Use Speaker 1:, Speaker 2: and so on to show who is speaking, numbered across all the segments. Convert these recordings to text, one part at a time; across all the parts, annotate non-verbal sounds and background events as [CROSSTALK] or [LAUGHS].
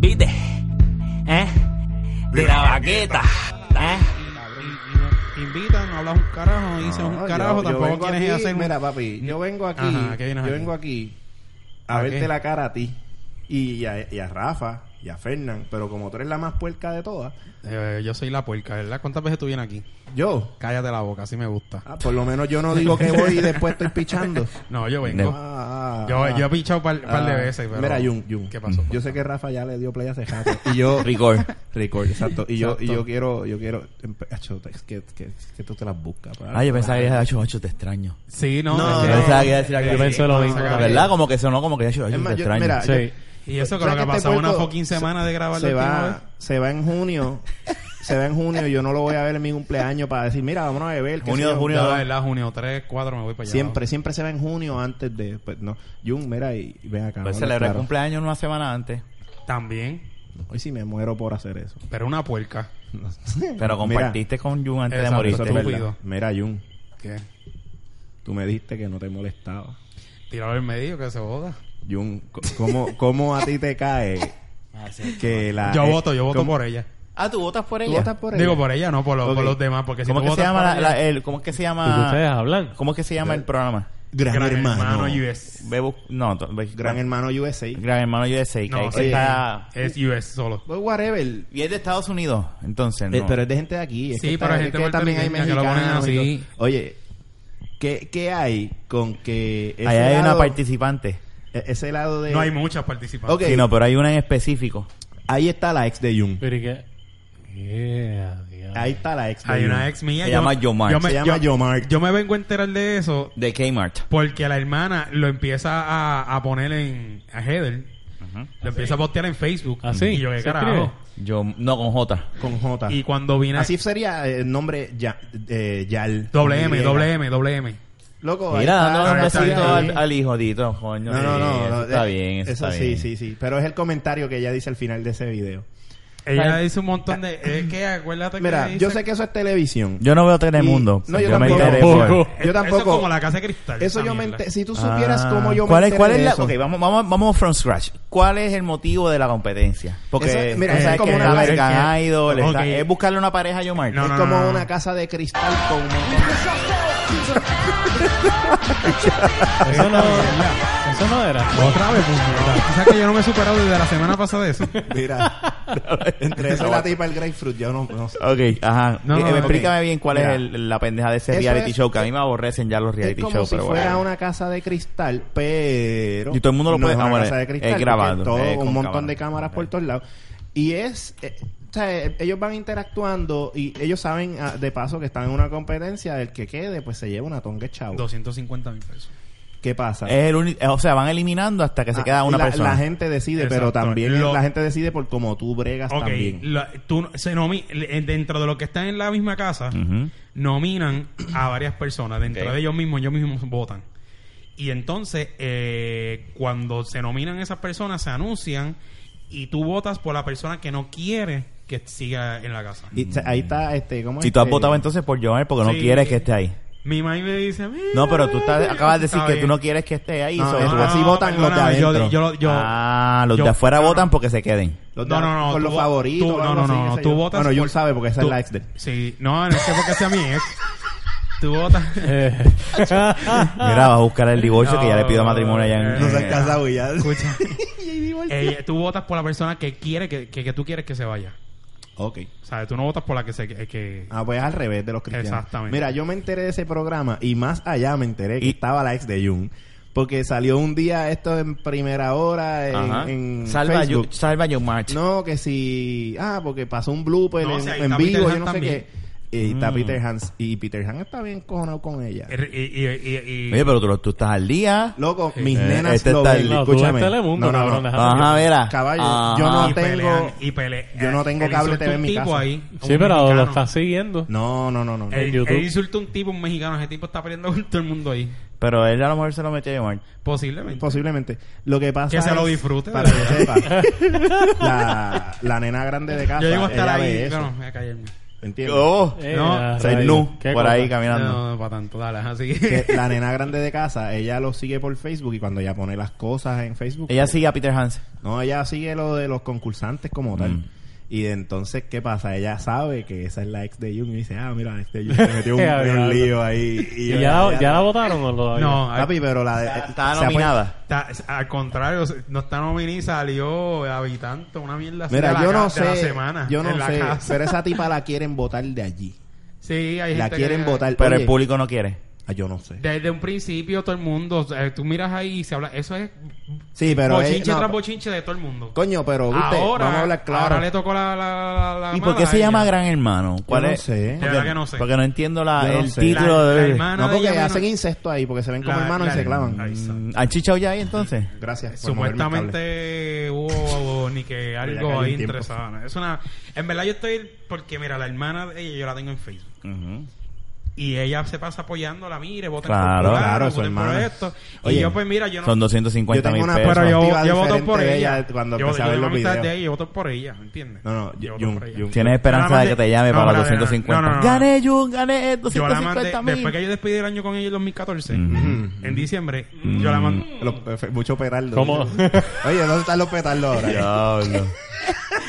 Speaker 1: ¿Viste? ¿Eh? De la baqueta. ¿Eh?
Speaker 2: cabrón. Y no- te invitan, no hablas un carajo, no dices
Speaker 3: No,
Speaker 2: un
Speaker 3: yo-
Speaker 2: carajo,
Speaker 3: yo
Speaker 2: tampoco
Speaker 3: vengo
Speaker 2: quieres
Speaker 3: aquí-
Speaker 2: hacer un-
Speaker 3: Mira, papi, yo vengo aquí,
Speaker 2: Ajá, ¿qué vienes
Speaker 3: yo
Speaker 2: aquí?
Speaker 3: vengo aquí a
Speaker 2: ¿A
Speaker 3: verte
Speaker 2: qué?
Speaker 3: la cara a ti y a, y a Rafa y a Fernán, pero como tú eres la más puerca de todas,
Speaker 2: Eh, yo soy la puerca, ¿verdad? ¿Cuántas veces tú vienes aquí?
Speaker 3: yo,
Speaker 2: Cállate la boca, así me gusta.
Speaker 3: ah, por lo menos yo no digo que voy y después estoy
Speaker 2: [LAUGHS]
Speaker 3: pichando.
Speaker 2: No, yo vengo.
Speaker 3: Ah, ah,
Speaker 2: yo,
Speaker 3: ah.
Speaker 2: yo he pinchado un par, par de
Speaker 3: Ah,
Speaker 2: veces, pero...
Speaker 3: Mira, Jun, Jun.
Speaker 2: ¿Qué pasó?
Speaker 3: Yo sé que Rafa ya le dio play hace rato. Y [LAUGHS] yo.
Speaker 1: Record.
Speaker 3: Record, exacto. Y yo, y
Speaker 2: Exacto.
Speaker 3: yo quiero. Yo quiero em, Acho, es que, que, que tú te las buscas. pa.
Speaker 1: Ah, yo pensaba que ibas a decir, te extraño.
Speaker 2: Sí, no.
Speaker 3: No,
Speaker 2: es
Speaker 1: Yo
Speaker 3: no.
Speaker 1: pensaba que iba a decir algo.
Speaker 4: Yo pensé lo
Speaker 2: no,
Speaker 4: mismo.
Speaker 2: saca-
Speaker 1: La ¿Verdad? Como que sonó como que ya
Speaker 3: Es
Speaker 1: te
Speaker 3: más, yo-
Speaker 1: extraño.
Speaker 3: mira, yo-
Speaker 4: Sí.
Speaker 2: Y eso con
Speaker 3: Ya
Speaker 2: lo que ha
Speaker 3: que este
Speaker 2: pasado una
Speaker 3: puerco
Speaker 2: fucking
Speaker 3: se-
Speaker 2: semana de grabar ¿eh?
Speaker 3: se
Speaker 2: la última vez.
Speaker 3: va, se va en junio. se va en junio. Yo no lo voy a ver en mi cumpleaños para decir, mira, vámonos a beber. qué
Speaker 1: Junio-
Speaker 3: sé yo.
Speaker 1: junio
Speaker 2: Ya,
Speaker 1: dos.
Speaker 2: ¿verdad? Junio 3, 4, me voy para allá.
Speaker 3: Siempre, siempre se va en junio antes de. Pues no. Jun, mira y y ven acá.
Speaker 1: Pues
Speaker 3: vamos a
Speaker 1: celebrar el
Speaker 3: claro.
Speaker 1: cumpleaños una semana antes.
Speaker 2: También,
Speaker 3: Hoy sí me muero por hacer eso.
Speaker 2: pero una puerca.
Speaker 1: Pero compartiste con Jun antes
Speaker 2: Exacto,
Speaker 1: de
Speaker 3: Eso es
Speaker 1: morirte.
Speaker 2: tú-
Speaker 3: verdad. Mira, Jun,
Speaker 2: ¿Qué?
Speaker 3: tú me dijiste que no te molestaba.
Speaker 2: Tíralo al medio, que se joda.
Speaker 3: Jun, co- ¿cómo, cómo a ti te cae que la...
Speaker 2: Yo
Speaker 3: eh,
Speaker 2: voto, yo voto
Speaker 3: ¿cómo-
Speaker 2: por ella.
Speaker 1: Ah, tú votas por
Speaker 3: ¿Tú
Speaker 1: ella.
Speaker 3: votas por ella?
Speaker 2: Digo, por ella, no por los,
Speaker 3: Ok.
Speaker 2: por los demás, porque si
Speaker 1: ¿Cómo
Speaker 2: tú
Speaker 1: es que se
Speaker 2: votas
Speaker 1: llama
Speaker 2: por
Speaker 1: la-
Speaker 2: ella-
Speaker 1: la- el, cómo es que se
Speaker 4: ¿Y que ustedes
Speaker 1: llama
Speaker 4: hablan?
Speaker 1: cómo es que se llama el programa?
Speaker 3: Gran, hermano.
Speaker 2: US.
Speaker 1: Ve bus- no, to- ve-
Speaker 3: Gran hermano USA.
Speaker 1: Gran hermano USA, que ahí
Speaker 2: No,
Speaker 1: que
Speaker 2: sí,
Speaker 1: está
Speaker 2: es US solo.
Speaker 3: Pues whatever. Eh,
Speaker 1: y es de Estados Unidos, entonces no.
Speaker 3: pero es de gente de aquí. Es
Speaker 2: Sí,
Speaker 3: que
Speaker 2: pero
Speaker 3: está-
Speaker 2: es
Speaker 3: es
Speaker 2: gente
Speaker 3: que también hay
Speaker 2: puertorriqueña que lo ponen
Speaker 3: mexicanos. y
Speaker 2: así.
Speaker 3: todo. Oye, ¿qué, ¿qué hay con que... ese
Speaker 1: Ahí hay una
Speaker 3: lado-
Speaker 1: participante.
Speaker 3: e- Ese lado de...
Speaker 2: No hay muchas participantes.
Speaker 3: Ok,
Speaker 1: Sí, no, pero hay una en específico.
Speaker 3: ahí está la ex de Jun.
Speaker 4: Pero y que... Yeah, yeah.
Speaker 3: Ahí está la ex de
Speaker 2: Hay
Speaker 3: Jun.
Speaker 2: una ex mía.
Speaker 1: Se
Speaker 2: yo-
Speaker 1: llama Yomar.
Speaker 2: Yo me,
Speaker 3: Se llama
Speaker 2: yo-
Speaker 3: Yomar.
Speaker 2: yo me vengo a enterar de eso
Speaker 1: De Kmart.
Speaker 2: porque la hermana lo empieza a, a poner en... A Heather. Lo empieza a postear en Facebook.
Speaker 4: ¿Ah, sí?
Speaker 2: Y yo, ¿qué
Speaker 4: ¿Se
Speaker 2: carajo?
Speaker 4: escribe?
Speaker 1: Yo no con J.
Speaker 3: Con J.
Speaker 2: Y cuando vine...
Speaker 3: Así sería el nombre ya, eh, Yal.
Speaker 2: Doble M,
Speaker 3: Y.
Speaker 2: doble M, doble M.
Speaker 3: Loco, ahí
Speaker 1: Mira,
Speaker 3: está-
Speaker 1: dándole un
Speaker 2: está
Speaker 1: besito
Speaker 2: bien.
Speaker 1: al, al hijo, Dito, coño.
Speaker 3: No, no,
Speaker 1: Sí,
Speaker 3: no.
Speaker 1: eso
Speaker 3: no,
Speaker 1: está
Speaker 3: eh,
Speaker 1: bien, eso, está
Speaker 3: sí,
Speaker 1: bien.
Speaker 3: sí, sí. Pero es el comentario que ella dice al final de ese video.
Speaker 2: Ella dice un montón de... Es que acuérdate
Speaker 3: Mira,
Speaker 2: que
Speaker 3: yo sé que eso es televisión.
Speaker 1: Yo no veo
Speaker 3: Y-
Speaker 1: Telemundo.
Speaker 3: no, yo,
Speaker 1: me
Speaker 3: tampoco.
Speaker 1: enteré
Speaker 4: Tampoco.
Speaker 1: por-
Speaker 3: Yo tampoco.
Speaker 2: Eso es como la casa de cristal.
Speaker 3: Eso
Speaker 2: esa
Speaker 3: yo me
Speaker 2: mierda.
Speaker 3: enter- [LAUGHS] Si tú supieras cómo yo
Speaker 1: Ah, ¿Cuál
Speaker 3: me
Speaker 1: es, cuál
Speaker 3: enteré
Speaker 1: es
Speaker 3: de
Speaker 1: la,
Speaker 3: eso.
Speaker 1: ok, vamos, vamos, vamos from scratch. ¿Cuál es el motivo de la competencia? Porque
Speaker 3: Esa- mira,
Speaker 1: tú
Speaker 3: esa
Speaker 1: sabes
Speaker 3: es como
Speaker 1: que
Speaker 3: una
Speaker 1: es
Speaker 3: vez
Speaker 1: American
Speaker 2: que-
Speaker 1: Idol, está-
Speaker 2: Ok.
Speaker 1: es buscarle una pareja a Yomar. [LAUGHS]
Speaker 2: No,
Speaker 3: es
Speaker 2: no,
Speaker 3: como
Speaker 2: no, no.
Speaker 3: una casa de cristal con un montón de-
Speaker 4: Eso no... Eso no era.
Speaker 2: Otra vez, puñeta. Tú sabes que yo no me he superado desde la semana pasada de [LAUGHS] eso.
Speaker 3: [LAUGHS] Mira, entre eso y la tipa el grapefruit, yo no, no sé.
Speaker 1: Ok, ajá.
Speaker 2: No, no,
Speaker 1: Eh,
Speaker 2: no,
Speaker 1: explícame
Speaker 3: ok.
Speaker 1: bien cuál
Speaker 3: Mira.
Speaker 1: es el- la pendeja de ese
Speaker 3: Eso
Speaker 1: reality
Speaker 3: es-
Speaker 1: show, que a mí me aborrecen ya los
Speaker 3: Es
Speaker 1: reality
Speaker 3: como
Speaker 1: shows,
Speaker 3: si
Speaker 1: pero
Speaker 3: fuera
Speaker 1: bueno.
Speaker 3: una casa de cristal, pero...
Speaker 1: Y todo el mundo lo
Speaker 3: no
Speaker 1: puede-
Speaker 3: es una
Speaker 1: ah, bueno,
Speaker 3: casa de
Speaker 1: es
Speaker 3: cristal, porque
Speaker 1: grabado,
Speaker 3: todo-
Speaker 1: eh, con
Speaker 3: un montón
Speaker 1: cámara.
Speaker 3: de cámaras por
Speaker 1: Ok.
Speaker 3: todos lados. Y es... eh, o sea, eh, ellos van interactuando y ellos saben ah, de paso que están en una competencia. El que quede, pues se lleva una tonga de chavo.
Speaker 2: 250 mil pesos.
Speaker 3: ¿Qué pasa?
Speaker 1: Es el uni- eh, o sea, van eliminando hasta que se
Speaker 3: Ah,
Speaker 1: queda una
Speaker 3: la,
Speaker 1: persona.
Speaker 3: La gente decide, pero
Speaker 2: Exacto.
Speaker 3: también
Speaker 2: Lo-
Speaker 3: la gente decide por cómo tú bregas
Speaker 2: Ok,
Speaker 3: también.
Speaker 2: la- tú, se nomi- le- dentro de lo que están en la misma casa,
Speaker 1: Ujú.
Speaker 2: nominan a varias personas. Dentro
Speaker 1: Mm. Ok.
Speaker 2: de ellos mismos, ellos mismos votan. Y entonces, eh, cuando se nominan esas personas, se anuncian y tú votas por la persona que no quiere que siga en la casa.
Speaker 3: Y, o sea, ahí está, este, ¿cómo es?
Speaker 1: Si tú has
Speaker 3: Eh,
Speaker 1: votado entonces por Yomar porque
Speaker 2: Sí.
Speaker 1: no quieres que esté ahí.
Speaker 2: Mi mamá me dice... "Mira,
Speaker 1: No, pero tú estás-
Speaker 2: mira".
Speaker 1: acabas de decir
Speaker 2: Está
Speaker 1: que tú
Speaker 2: bien.
Speaker 1: no quieres que esté ahí.
Speaker 3: No,
Speaker 1: so-
Speaker 3: no,
Speaker 1: tú
Speaker 3: no,
Speaker 1: así-
Speaker 3: no, votas los de
Speaker 2: perdóname, yo-
Speaker 3: adentro.
Speaker 2: yo- yo-
Speaker 1: ah, los
Speaker 2: yo-
Speaker 1: de afuera
Speaker 2: no, no.
Speaker 1: votan porque se queden.
Speaker 3: Los
Speaker 2: No,
Speaker 3: de-
Speaker 2: no, no,
Speaker 3: Con
Speaker 2: tú
Speaker 3: los
Speaker 2: vo-
Speaker 3: favoritos.
Speaker 2: tú-
Speaker 3: o
Speaker 2: no,
Speaker 3: algo
Speaker 2: no,
Speaker 3: así,
Speaker 2: no,
Speaker 3: qué
Speaker 2: no,
Speaker 3: sé
Speaker 2: tú
Speaker 3: yo.
Speaker 2: votas
Speaker 3: Bueno, Jun
Speaker 2: por-
Speaker 3: sabe porque esa es
Speaker 2: tú-
Speaker 3: la ex de él.
Speaker 2: Sí, no, no es que porque sea mi ex. Tú votas...
Speaker 4: Eh.
Speaker 1: Mira, vas a buscar el divorcio que ya le pido matrimonio allá en...
Speaker 2: [LAUGHS] No
Speaker 3: No
Speaker 2: se
Speaker 3: se
Speaker 2: Eh,
Speaker 3: ha
Speaker 2: casado
Speaker 3: casado y ya.
Speaker 4: [LAUGHS]
Speaker 2: Escucha. Eh, tú votas por la persona que quiere que, que, que tú quieres que se vaya.
Speaker 3: Ok.
Speaker 2: O sea, tú no votas por la que se que, que-
Speaker 3: Ah, pues al revés de los cristianos.
Speaker 2: Exactamente.
Speaker 3: Mira, yo me enteré de ese programa y más allá me enteré que
Speaker 1: Y-
Speaker 3: estaba la ex de Jun. Porque salió un día esto en primera hora
Speaker 1: Ajá.
Speaker 3: en, en
Speaker 1: salva,
Speaker 3: Facebook.
Speaker 1: you, salva your march.
Speaker 3: No, que si. Ah, porque pasó un blooper
Speaker 2: No,
Speaker 3: en,
Speaker 2: si ahí
Speaker 3: en
Speaker 2: está Peter
Speaker 3: vivo,
Speaker 2: Hans
Speaker 3: yo no sé
Speaker 2: también.
Speaker 3: qué. Y está
Speaker 1: Mm.
Speaker 3: Peter Hans. Y Peter Hans está bien cojonado con ella.
Speaker 2: er, y, y- y- y-
Speaker 1: Oye, pero tú, lo- tú estás al día.
Speaker 3: Loco, mis
Speaker 1: Eh,
Speaker 3: nenas
Speaker 1: este
Speaker 3: lo
Speaker 1: está
Speaker 3: ven.
Speaker 1: el-
Speaker 4: No, tú
Speaker 3: escúchame.
Speaker 4: ves Telemundo,
Speaker 3: no, no,
Speaker 4: cabrón,
Speaker 3: no.
Speaker 4: deja-
Speaker 1: Ajá, mira.
Speaker 3: Caballo,
Speaker 1: Ajá.
Speaker 3: yo no
Speaker 2: y
Speaker 3: tengo-
Speaker 2: pelean, y pele- eh,
Speaker 3: yo no tengo
Speaker 2: él
Speaker 3: cable
Speaker 2: insultó
Speaker 3: TV en
Speaker 2: un
Speaker 3: mi
Speaker 2: tipo
Speaker 3: casa.
Speaker 2: Ahí, a
Speaker 4: Sí,
Speaker 2: un
Speaker 4: pero lo
Speaker 2: mexicano.
Speaker 4: estás siguiendo.
Speaker 3: No, no, no, no. no.
Speaker 4: Eh,
Speaker 2: Él,
Speaker 4: en YouTube.
Speaker 2: él insultó un tipo, un mexicano. Ese tipo está peleando con todo el mundo ahí.
Speaker 1: Pero él a lo mejor se lo metió a Yomar.
Speaker 2: Posiblemente.
Speaker 3: Posiblemente. Lo que pasa
Speaker 2: Que se lo
Speaker 3: es,
Speaker 2: disfrute,
Speaker 3: Para que
Speaker 2: ¿verdad? [LAUGHS]
Speaker 3: sepa. la, la nena grande de casa.
Speaker 2: Yo llego a estar
Speaker 3: ella ve
Speaker 2: ahí.
Speaker 3: eso.
Speaker 2: No, voy a callarme.
Speaker 3: ¿Entiendes?
Speaker 1: Oh,
Speaker 4: Eh,
Speaker 2: No,
Speaker 4: ah,
Speaker 1: o sea, el
Speaker 4: rayos.
Speaker 1: nu
Speaker 4: Qué
Speaker 1: por
Speaker 4: cosa.
Speaker 1: ahí caminando.
Speaker 2: No, no, para tanto, dale, así
Speaker 3: Que la nena grande de casa, ella lo sigue por Facebook y cuando ella pone las cosas en Facebook.
Speaker 1: Ella sigue a Peter Hansen.
Speaker 3: No, ella sigue lo de los concursantes como tal.
Speaker 1: Mm.
Speaker 3: Y de entonces, ¿qué pasa? Ella sabe que esa es la ex de Jung y dice, ah, mira, la ex de Jung se
Speaker 2: [LAUGHS]
Speaker 3: metió un, un lío ahí.
Speaker 4: ¿Y
Speaker 3: yo-
Speaker 4: ya, la- ya la votaron o todavía?
Speaker 2: [LAUGHS] No,
Speaker 3: Papi, pero la de,
Speaker 1: Está,
Speaker 3: se ha
Speaker 1: nominada.
Speaker 2: Está- al contrario, no está nominada y salió habitante, una mierda así de
Speaker 3: Mira,
Speaker 2: la
Speaker 3: yo
Speaker 2: ca-
Speaker 3: no
Speaker 2: de la
Speaker 3: sé,
Speaker 2: semana,
Speaker 3: yo no
Speaker 2: en la
Speaker 3: sé,
Speaker 2: casa.
Speaker 3: pero esa tipa la quieren votar de allí.
Speaker 2: Sí, hay
Speaker 3: La
Speaker 2: gente
Speaker 3: quieren
Speaker 2: este que-
Speaker 3: votar.
Speaker 1: Pero
Speaker 3: Oye,
Speaker 1: el público no quiere.
Speaker 3: ah, yo no sé.
Speaker 2: Desde un principio todo el mundo, o sea, tú miras ahí y se habla, eso es
Speaker 3: Sí, pero es-
Speaker 2: bochinche
Speaker 3: no,
Speaker 2: tras bochinche de todo el mundo.
Speaker 3: coño, pero viste,
Speaker 2: ahora,
Speaker 3: vamos a hablar claro.
Speaker 2: ahora le tocó la, la, la- la
Speaker 1: ¿Y por qué
Speaker 2: mala
Speaker 1: se
Speaker 2: a
Speaker 1: llama
Speaker 2: ella.
Speaker 1: Gran Hermano? ¿Cuál
Speaker 3: no
Speaker 1: es?
Speaker 3: sé. De
Speaker 1: Porque,
Speaker 2: verdad que no sé.
Speaker 1: Porque no entiendo la,
Speaker 3: Yo no
Speaker 1: el
Speaker 3: sé.
Speaker 1: título
Speaker 2: La- la
Speaker 1: de.
Speaker 2: hermana-
Speaker 3: no
Speaker 2: de
Speaker 3: porque
Speaker 2: ella menos-
Speaker 3: hacen incesto ahí, porque se ven como
Speaker 2: La-
Speaker 3: hermanos
Speaker 2: la-
Speaker 3: y se clavan.
Speaker 2: Ahí está.
Speaker 1: Mm, ¿Han chichado ya ahí entonces?
Speaker 3: Gracias. por moverme el cable.
Speaker 2: Supuestamente hubo ni que
Speaker 3: [LAUGHS] Pero ya
Speaker 2: algo
Speaker 3: cayó
Speaker 2: ahí
Speaker 3: el tiempo.
Speaker 2: interesado. Es una, en verdad yo estoy porque mira la hermana de ella yo la tengo en Facebook.
Speaker 1: Ujú.
Speaker 2: y ella se pasa apoyándola, mire, voten
Speaker 1: Claro,
Speaker 2: por
Speaker 3: claro, su
Speaker 2: voten por
Speaker 3: hermana.
Speaker 2: esto.
Speaker 3: Oye,
Speaker 2: y yo pues mira, yo no
Speaker 1: Son
Speaker 3: Yo
Speaker 1: 250
Speaker 3: tengo
Speaker 1: mil
Speaker 3: una
Speaker 1: pesos.
Speaker 2: pero
Speaker 3: perspectiva
Speaker 2: yo, yo voto
Speaker 3: diferente
Speaker 2: por
Speaker 3: de
Speaker 2: ella.
Speaker 3: ella cuando
Speaker 2: yo,
Speaker 3: empecé a
Speaker 2: yo
Speaker 3: ver
Speaker 2: la
Speaker 3: los
Speaker 2: amistad
Speaker 3: videos.
Speaker 2: de ella, yo voto por ella, ¿entiendes?
Speaker 3: No, no, yo-
Speaker 2: voto
Speaker 3: yo-
Speaker 2: por ella.
Speaker 3: yo-
Speaker 1: Tienes
Speaker 2: Yo
Speaker 1: esperanza
Speaker 2: la
Speaker 1: de que
Speaker 2: mandé-
Speaker 1: te llame
Speaker 2: no,
Speaker 1: para los
Speaker 2: espérate,
Speaker 1: 250.
Speaker 2: no, no, no.
Speaker 1: Gané, Jun, gané eh,
Speaker 2: Yo la mandé,
Speaker 1: 250 mil.
Speaker 2: después que yo despedí el año con ella en 2014,
Speaker 1: Ujú.
Speaker 2: en diciembre, yo la mandé.
Speaker 3: Los- fe- mucho petardo.
Speaker 4: ¿Cómo?
Speaker 3: Oye, ¿dónde están los petardos ahora?
Speaker 1: Diablo.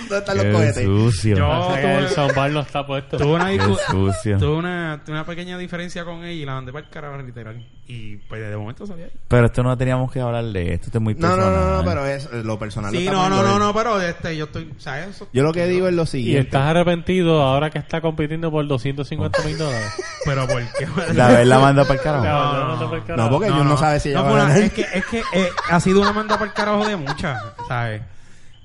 Speaker 3: ¿Dónde están los
Speaker 1: Qué
Speaker 3: cohetes?
Speaker 1: sucio.
Speaker 2: Yo-
Speaker 4: Pasa que
Speaker 2: tuve-
Speaker 4: el soundbar no está puesto.
Speaker 2: Tuve una, discu-
Speaker 1: Qué sucio.
Speaker 2: tuve una, tuve una pequeña diferencia con ella y la mandé para el carajo literal. Y pues de momento salí ahí.
Speaker 1: Pero esto no teníamos que hablar de esto. Esto es muy
Speaker 3: No,
Speaker 1: personal.
Speaker 3: no, no, no, pero es eh, lo personal. lo
Speaker 2: Sí,
Speaker 3: estamos
Speaker 2: no, no, no,
Speaker 3: hablando
Speaker 2: no, pero este, yo estoy, o sea, eso.
Speaker 3: de- Yo lo que digo es lo
Speaker 4: Y
Speaker 3: siguiente.
Speaker 4: estás arrepentido ahora que está compitiendo por 250 mil dólares.
Speaker 2: Pero ¿por
Speaker 3: [LAUGHS]
Speaker 2: qué?
Speaker 1: La vez la manda para el carajo.
Speaker 2: No,
Speaker 4: Cabrón,
Speaker 2: no,
Speaker 4: te
Speaker 2: no.
Speaker 4: percatas.
Speaker 3: No, porque yo no sabe si ella
Speaker 2: no,
Speaker 3: va a
Speaker 2: fue una-
Speaker 3: ganar.
Speaker 2: Es que, es que eh, ha sido una manda para el carajo de muchas, ¿sabes?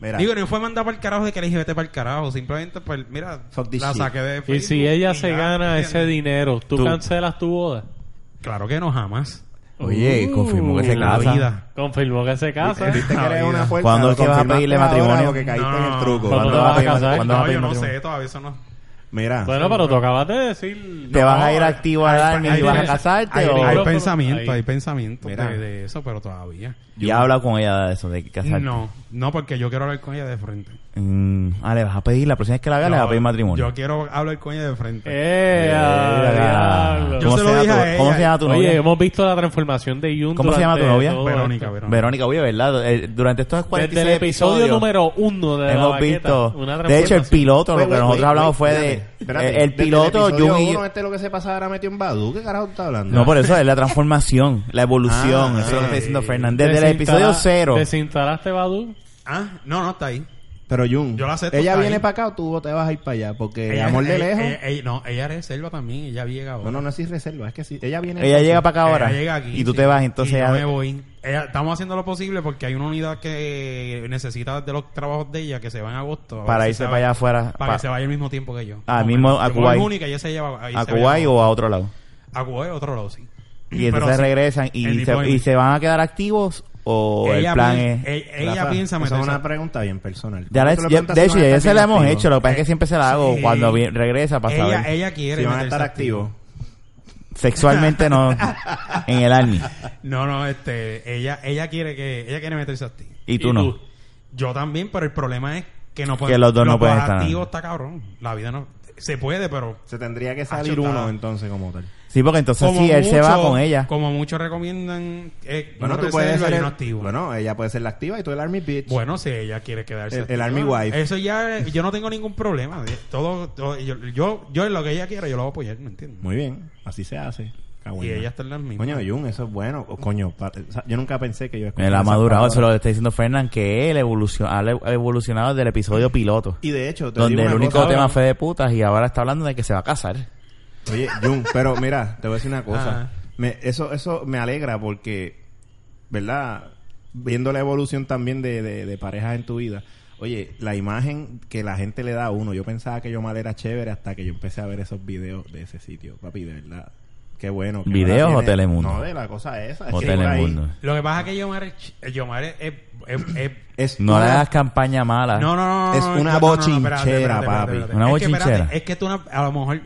Speaker 3: Mira,
Speaker 2: Digo, no fue manda para el carajo de que le dije vete para el carajo. Simplemente, pues, mira,
Speaker 3: Fuck this
Speaker 2: la
Speaker 3: shit.
Speaker 2: saqué de
Speaker 4: Y
Speaker 2: Facebook
Speaker 4: si ella
Speaker 2: y
Speaker 4: se
Speaker 2: ya,
Speaker 4: gana
Speaker 2: ¿entiendes?
Speaker 4: ese dinero, ¿tú,
Speaker 1: Tú.
Speaker 4: cancelas tu boda?
Speaker 2: Claro que no, jamás.
Speaker 1: Oye, confirmó que se
Speaker 2: en la
Speaker 1: casa.
Speaker 2: vida.
Speaker 4: Confirmó que se casa.
Speaker 3: viste este que eres
Speaker 2: Ah,
Speaker 3: una
Speaker 2: mira.
Speaker 3: fuerza.
Speaker 1: ¿Cuándo
Speaker 3: lo
Speaker 1: es que vas a
Speaker 3: confirmaste
Speaker 1: pedirle
Speaker 3: ahora
Speaker 1: matrimonio?
Speaker 3: Porque caíste
Speaker 2: No,
Speaker 3: en el
Speaker 2: no,
Speaker 3: truco.
Speaker 1: ¿Cuándo
Speaker 4: ¿Cuándo
Speaker 1: vas a
Speaker 4: vas a
Speaker 1: pedir-
Speaker 4: casar?
Speaker 1: cuándo vas a
Speaker 2: No,
Speaker 1: pedir
Speaker 2: yo no
Speaker 1: matrimonio?
Speaker 2: sé, todavía eso no.
Speaker 3: Mira,
Speaker 4: Bueno, pero tú acabas de decir...
Speaker 1: ¿Te
Speaker 4: No,
Speaker 1: vas a ir activo al Army y
Speaker 4: ahí
Speaker 1: vas a
Speaker 4: tienes-
Speaker 1: casarte?
Speaker 4: ahí
Speaker 1: o-
Speaker 4: tienes-
Speaker 2: Hay
Speaker 4: pero-
Speaker 2: pensamiento,
Speaker 4: ahí.
Speaker 2: hay pensamiento
Speaker 3: Mira.
Speaker 2: de, de eso, pero todavía.
Speaker 1: Y habla con ella de eso, de que casarte.
Speaker 2: No, no, porque yo quiero hablar con ella de frente.
Speaker 1: Mm, ah, le vas a pedir, la próxima vez que la veas, le vas a
Speaker 2: No,
Speaker 1: pedir matrimonio.
Speaker 2: Yo quiero hablar con ella de frente.
Speaker 4: ¡Eh,
Speaker 1: Eh,
Speaker 4: ah, diablo!
Speaker 2: Yo
Speaker 1: ¿Cómo
Speaker 2: se
Speaker 1: se
Speaker 2: lo
Speaker 1: llama tu-
Speaker 2: dije a
Speaker 1: ¿Cómo
Speaker 2: ella.
Speaker 1: se llama tu
Speaker 4: Oye,
Speaker 1: novia?
Speaker 4: hemos visto la transformación de Jun
Speaker 1: ¿Cómo se llama tu
Speaker 4: durante
Speaker 1: novia?
Speaker 4: todo
Speaker 2: Verónica,
Speaker 4: esto.
Speaker 2: Verónica.
Speaker 1: Verónica, oye, ¿verdad? Eh, Durante estos
Speaker 4: Desde
Speaker 1: 46
Speaker 4: el episodio
Speaker 1: episodios
Speaker 4: número uno de la
Speaker 1: hemos
Speaker 4: Baqueta,
Speaker 1: visto.
Speaker 4: una
Speaker 1: De hecho, el
Speaker 4: transformación.
Speaker 1: piloto, lo
Speaker 3: Wait,
Speaker 1: que
Speaker 3: wait,
Speaker 1: nosotros
Speaker 3: wait,
Speaker 1: hablamos
Speaker 3: wait,
Speaker 1: fue
Speaker 3: espérate,
Speaker 1: de.
Speaker 3: espérate.
Speaker 1: eh, El
Speaker 3: Desde
Speaker 1: piloto,
Speaker 3: episodio
Speaker 1: Jun y
Speaker 3: uno, este lo que se pasa ahora metió en Badu. ¿Qué carajo tú estás hablando?
Speaker 1: No, por
Speaker 2: [LAUGHS]
Speaker 1: eso es la transformación, la evolución.
Speaker 3: Ah,
Speaker 1: eso es lo que está diciendo
Speaker 2: sí.
Speaker 1: Fernández. Desde el
Speaker 4: Desinstala-
Speaker 1: episodio cero.
Speaker 4: ¿Desinstalaste Badu?
Speaker 2: Ah, no, no, está ahí.
Speaker 3: Pero Jun,
Speaker 2: Yo la acepto,
Speaker 3: ella
Speaker 2: está
Speaker 3: viene
Speaker 2: ahí.
Speaker 3: para acá o tú te vas a ir para allá. Porque
Speaker 1: Eh,
Speaker 2: Ella- eh,
Speaker 3: amor de
Speaker 2: ella-
Speaker 3: lejos.
Speaker 2: ella- ella- no, ella reserva también, ella llega ahora.
Speaker 3: no, no, no es sin reserva. Es que sí. Ella viene.
Speaker 1: Ella llega para acá
Speaker 2: Ella
Speaker 1: ahora.
Speaker 2: llega aquí,
Speaker 1: y tú
Speaker 2: sí.
Speaker 1: te vas, entonces.
Speaker 2: Y yo
Speaker 1: ya-
Speaker 2: me voy. Ella- estamos haciendo lo posible porque hay una unidad que necesita de los trabajos de ella que se va en agosto. A
Speaker 1: Para
Speaker 2: ver si
Speaker 1: irse
Speaker 2: se va-
Speaker 1: para allá afuera.
Speaker 2: Para
Speaker 1: pa-
Speaker 2: que se vaya al mismo tiempo que yo.
Speaker 1: Ah,
Speaker 2: Más o
Speaker 1: mismo
Speaker 2: menos.
Speaker 1: a
Speaker 2: Yo voy
Speaker 1: Kuwait.
Speaker 2: al única, ella se lleva. ahí
Speaker 1: ¿A
Speaker 2: se va
Speaker 1: Kuwait
Speaker 2: llevar.
Speaker 1: o a otro lado?
Speaker 2: A Kuwait, otro lado, sí.
Speaker 1: Y
Speaker 2: Pero
Speaker 1: entonces
Speaker 2: sí,
Speaker 1: regresan y
Speaker 2: el
Speaker 1: se,
Speaker 2: deployment.
Speaker 1: y se van a quedar activos o el
Speaker 2: ella
Speaker 1: plan
Speaker 2: piensa-
Speaker 1: es.
Speaker 2: e- Ella,
Speaker 3: Rafa,
Speaker 2: piensa
Speaker 3: esa es
Speaker 2: meterse.
Speaker 3: una pregunta bien personal.
Speaker 1: Ya la-
Speaker 3: Tú
Speaker 1: ya-
Speaker 3: le preguntas
Speaker 1: de
Speaker 3: si
Speaker 1: hecho,
Speaker 3: van a
Speaker 1: ya
Speaker 3: estar
Speaker 1: se la
Speaker 3: bien
Speaker 1: hemos
Speaker 3: activos.
Speaker 1: hecho. Lo que pasa es que siempre se la hago
Speaker 2: Sí.
Speaker 1: cuando vi- regresa para saber.
Speaker 2: ella, ella quiere.
Speaker 3: Si van a
Speaker 2: meterse
Speaker 3: estar
Speaker 2: activo.
Speaker 3: activos.
Speaker 1: Sexualmente no. en el army.
Speaker 2: No, no, este. Ella, ella quiere que. Ella quiere meterse activo.
Speaker 1: Y tú no.
Speaker 2: Yo también, pero el problema es que no
Speaker 1: Que los dos no pueden estar.
Speaker 2: activos está cabrón. La vida no. Se puede, pero.
Speaker 3: Se tendría que salir
Speaker 2: Acho, está.
Speaker 3: uno entonces como tal.
Speaker 1: Sí, porque entonces
Speaker 2: Como
Speaker 1: sí, él se
Speaker 2: mucho-
Speaker 1: va con ella.
Speaker 2: Como muchos recomiendan, eh,
Speaker 3: Bueno,
Speaker 2: una
Speaker 3: tú puedes
Speaker 2: reserva
Speaker 3: ser
Speaker 2: y
Speaker 3: el-
Speaker 2: uno activo. Bueno,
Speaker 3: Bueno, ella puede ser la activa y tú el army bitch.
Speaker 2: si ella quiere quedarse.
Speaker 3: El- el
Speaker 2: activa.
Speaker 3: Army Wife.
Speaker 2: Eso ya, yo no tengo ningún problema. eh, Todo, todo- yo, yo, yo en lo que ella quiera, yo lo voy a apoyar, ¿me entiendes?
Speaker 3: Muy bien, así se hace. Cagüeña.
Speaker 2: y ella está en las mismas.
Speaker 3: Coño, Jun, eso es bueno. O, coño, pa- o sea, yo nunca pensé que yo
Speaker 1: Él ha madurado, eso lo está diciendo Fernán, que él evolucion- ha le- ha evolucionado desde el episodio piloto.
Speaker 3: Y de hecho, te digo
Speaker 1: Donde
Speaker 3: una
Speaker 1: el único
Speaker 3: cosa,
Speaker 1: tema fue de putas y ahora está hablando de que se va a casar.
Speaker 3: Oye, Jun, pero mira, te voy a decir una cosa.
Speaker 2: Ajá.
Speaker 3: Me- eso, eso me alegra porque, ¿verdad? Viendo la evolución también de, de, de parejas en tu vida. Oye, la imagen que la gente le da a uno. Yo pensaba que yo mal era chévere hasta que yo empecé a ver esos videos de ese sitio. Papi, de verdad. Qué bueno. que ahora
Speaker 1: ¿Videos o
Speaker 3: tiene-
Speaker 1: Telemundo?
Speaker 3: No, de la cosa esa. es
Speaker 1: O
Speaker 3: que por ahí-
Speaker 1: Telemundo.
Speaker 2: Lo que pasa es que Yomar es. ch- eh, Yomar es. es- es- es-
Speaker 3: Es
Speaker 1: No le
Speaker 3: una-
Speaker 1: hagas campaña mala.
Speaker 2: no, no, no, no.
Speaker 3: Es
Speaker 2: no,
Speaker 3: una
Speaker 2: no, no, no, espérate,
Speaker 3: bochinchera,
Speaker 2: espérate, espérate,
Speaker 3: papi.
Speaker 2: espérate.
Speaker 1: Ah. Una
Speaker 2: Es que, espérate,
Speaker 1: bochinchera.
Speaker 2: Es que tú, no- a lo mejor.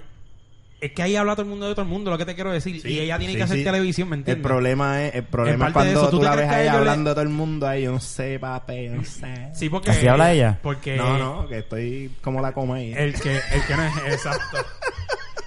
Speaker 2: Es que ahí habla todo el mundo de todo el mundo, lo que te quiero decir.
Speaker 3: Sí,
Speaker 2: y ella tiene
Speaker 3: sí,
Speaker 2: que hacer
Speaker 3: sí.
Speaker 2: televisión, ¿me entiendes?
Speaker 3: El problema es, el problema
Speaker 2: Es
Speaker 3: es
Speaker 2: parte de
Speaker 3: cuando
Speaker 2: eso. ¿Tú
Speaker 3: tú,
Speaker 2: te
Speaker 3: la
Speaker 2: crees
Speaker 3: ves
Speaker 2: que a
Speaker 3: ahí
Speaker 2: ellos le-
Speaker 3: hablando a todo el mundo ahí, yo no sé, papi, yo no sé.
Speaker 2: Sí, porque...
Speaker 1: ¿Así habla ella?
Speaker 2: Porque...
Speaker 3: No, no, que estoy como la coma ahí.
Speaker 2: El que, el que no es... Exacto.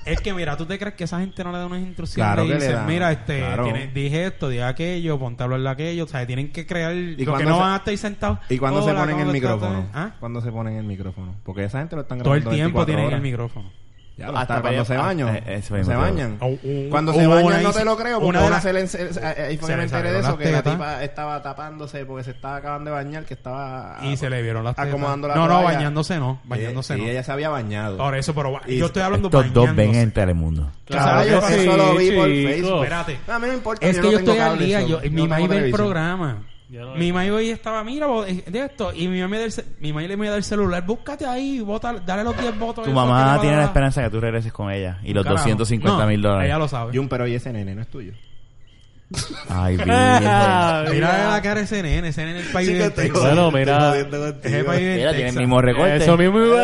Speaker 2: Es que mira, ¿tú te crees que esa gente no le da unas instrucciones?
Speaker 3: Claro
Speaker 2: Le
Speaker 3: que le
Speaker 2: dicen,
Speaker 3: dan.
Speaker 2: mira, este,
Speaker 3: Claro.
Speaker 2: tienes- dije esto, dije aquello, ponte a hablar de aquello. O sea, tienen que crear... Lo que
Speaker 3: cuándo
Speaker 2: no
Speaker 3: se-
Speaker 2: van a estar ahí sentados.
Speaker 3: ¿Y cuándo se
Speaker 2: "Hola,
Speaker 3: ponen el
Speaker 2: ¿cómo estás?"
Speaker 3: micrófono?
Speaker 2: ¿Ah?
Speaker 3: ¿Cuándo se ponen el micrófono? Porque esa gente lo están
Speaker 2: Todo
Speaker 3: grabando
Speaker 2: el tiempo
Speaker 3: 24
Speaker 2: tienen
Speaker 3: horas.
Speaker 2: el micrófono.
Speaker 3: Ya lo
Speaker 1: Hasta
Speaker 3: está, cuando
Speaker 1: para-
Speaker 3: se
Speaker 1: ah,
Speaker 3: bañan.
Speaker 1: eh, eso
Speaker 3: cuando
Speaker 1: mismo,
Speaker 3: se
Speaker 1: claro.
Speaker 3: bañan.
Speaker 2: Oh, oh,
Speaker 3: cuando
Speaker 2: oh,
Speaker 3: se
Speaker 2: una
Speaker 3: bañan no
Speaker 2: hizo-
Speaker 3: te lo creo, porque
Speaker 2: una de
Speaker 3: una
Speaker 2: las-
Speaker 3: se le ense- eh, eh,
Speaker 2: se
Speaker 3: ahí fue que
Speaker 2: le
Speaker 3: me enteré
Speaker 2: salieron
Speaker 3: de eso,
Speaker 2: las
Speaker 3: que la
Speaker 2: tetas.
Speaker 3: tipa estaba tapándose porque se estaba acabando de bañar, que estaba
Speaker 2: Y se le vieron las tetas.
Speaker 3: Ah, acomodando la
Speaker 2: No, no,
Speaker 3: toalla.
Speaker 2: bañándose no.
Speaker 3: Y-
Speaker 2: Bañándose
Speaker 3: y,
Speaker 2: no.
Speaker 3: ella se había bañado.
Speaker 2: Por eso, pero
Speaker 3: Y
Speaker 2: yo estoy hablando
Speaker 1: Estos dos ven
Speaker 2: bañándose.
Speaker 1: en Telemundo.
Speaker 3: Claro,
Speaker 4: Claro que
Speaker 3: eso
Speaker 4: sí,
Speaker 3: lo vi por
Speaker 4: chico.
Speaker 3: Facebook.
Speaker 2: Espérate.
Speaker 3: No, a mí no importa.
Speaker 2: Es que
Speaker 3: no
Speaker 2: yo,
Speaker 3: tengo
Speaker 2: estoy al
Speaker 3: cable,
Speaker 2: día.
Speaker 3: eso.
Speaker 2: Yo, mi
Speaker 3: no
Speaker 2: mamá
Speaker 3: tengo
Speaker 2: ve el
Speaker 3: televisión.
Speaker 2: programa.
Speaker 4: Yo no lo
Speaker 2: Mi mamá hoy estaba, mira, vos, eh, de esto. Y mi mamá, del ce- mi mamá le me da el celular. Búscate ahí, vota, dale los 10 votos.
Speaker 1: Tu
Speaker 2: eso que
Speaker 1: mamá
Speaker 2: le
Speaker 1: tiene la
Speaker 2: va a dar.
Speaker 1: esperanza que tú regreses con ella y los
Speaker 2: Carajo.
Speaker 1: 250 mil
Speaker 2: No,
Speaker 1: dólares.
Speaker 2: Ella lo sabe.
Speaker 3: Jun, pero y ese nene no es tuyo.
Speaker 1: Ay, virgen.
Speaker 2: [LAUGHS] Mira la cara de ese nene. Ese nene es el país de este Texas.
Speaker 4: Bueno, mira.
Speaker 2: Es el país de
Speaker 1: Mira, tiene el
Speaker 2: Texas.
Speaker 1: mismo recorte.
Speaker 4: Eso mismo iba a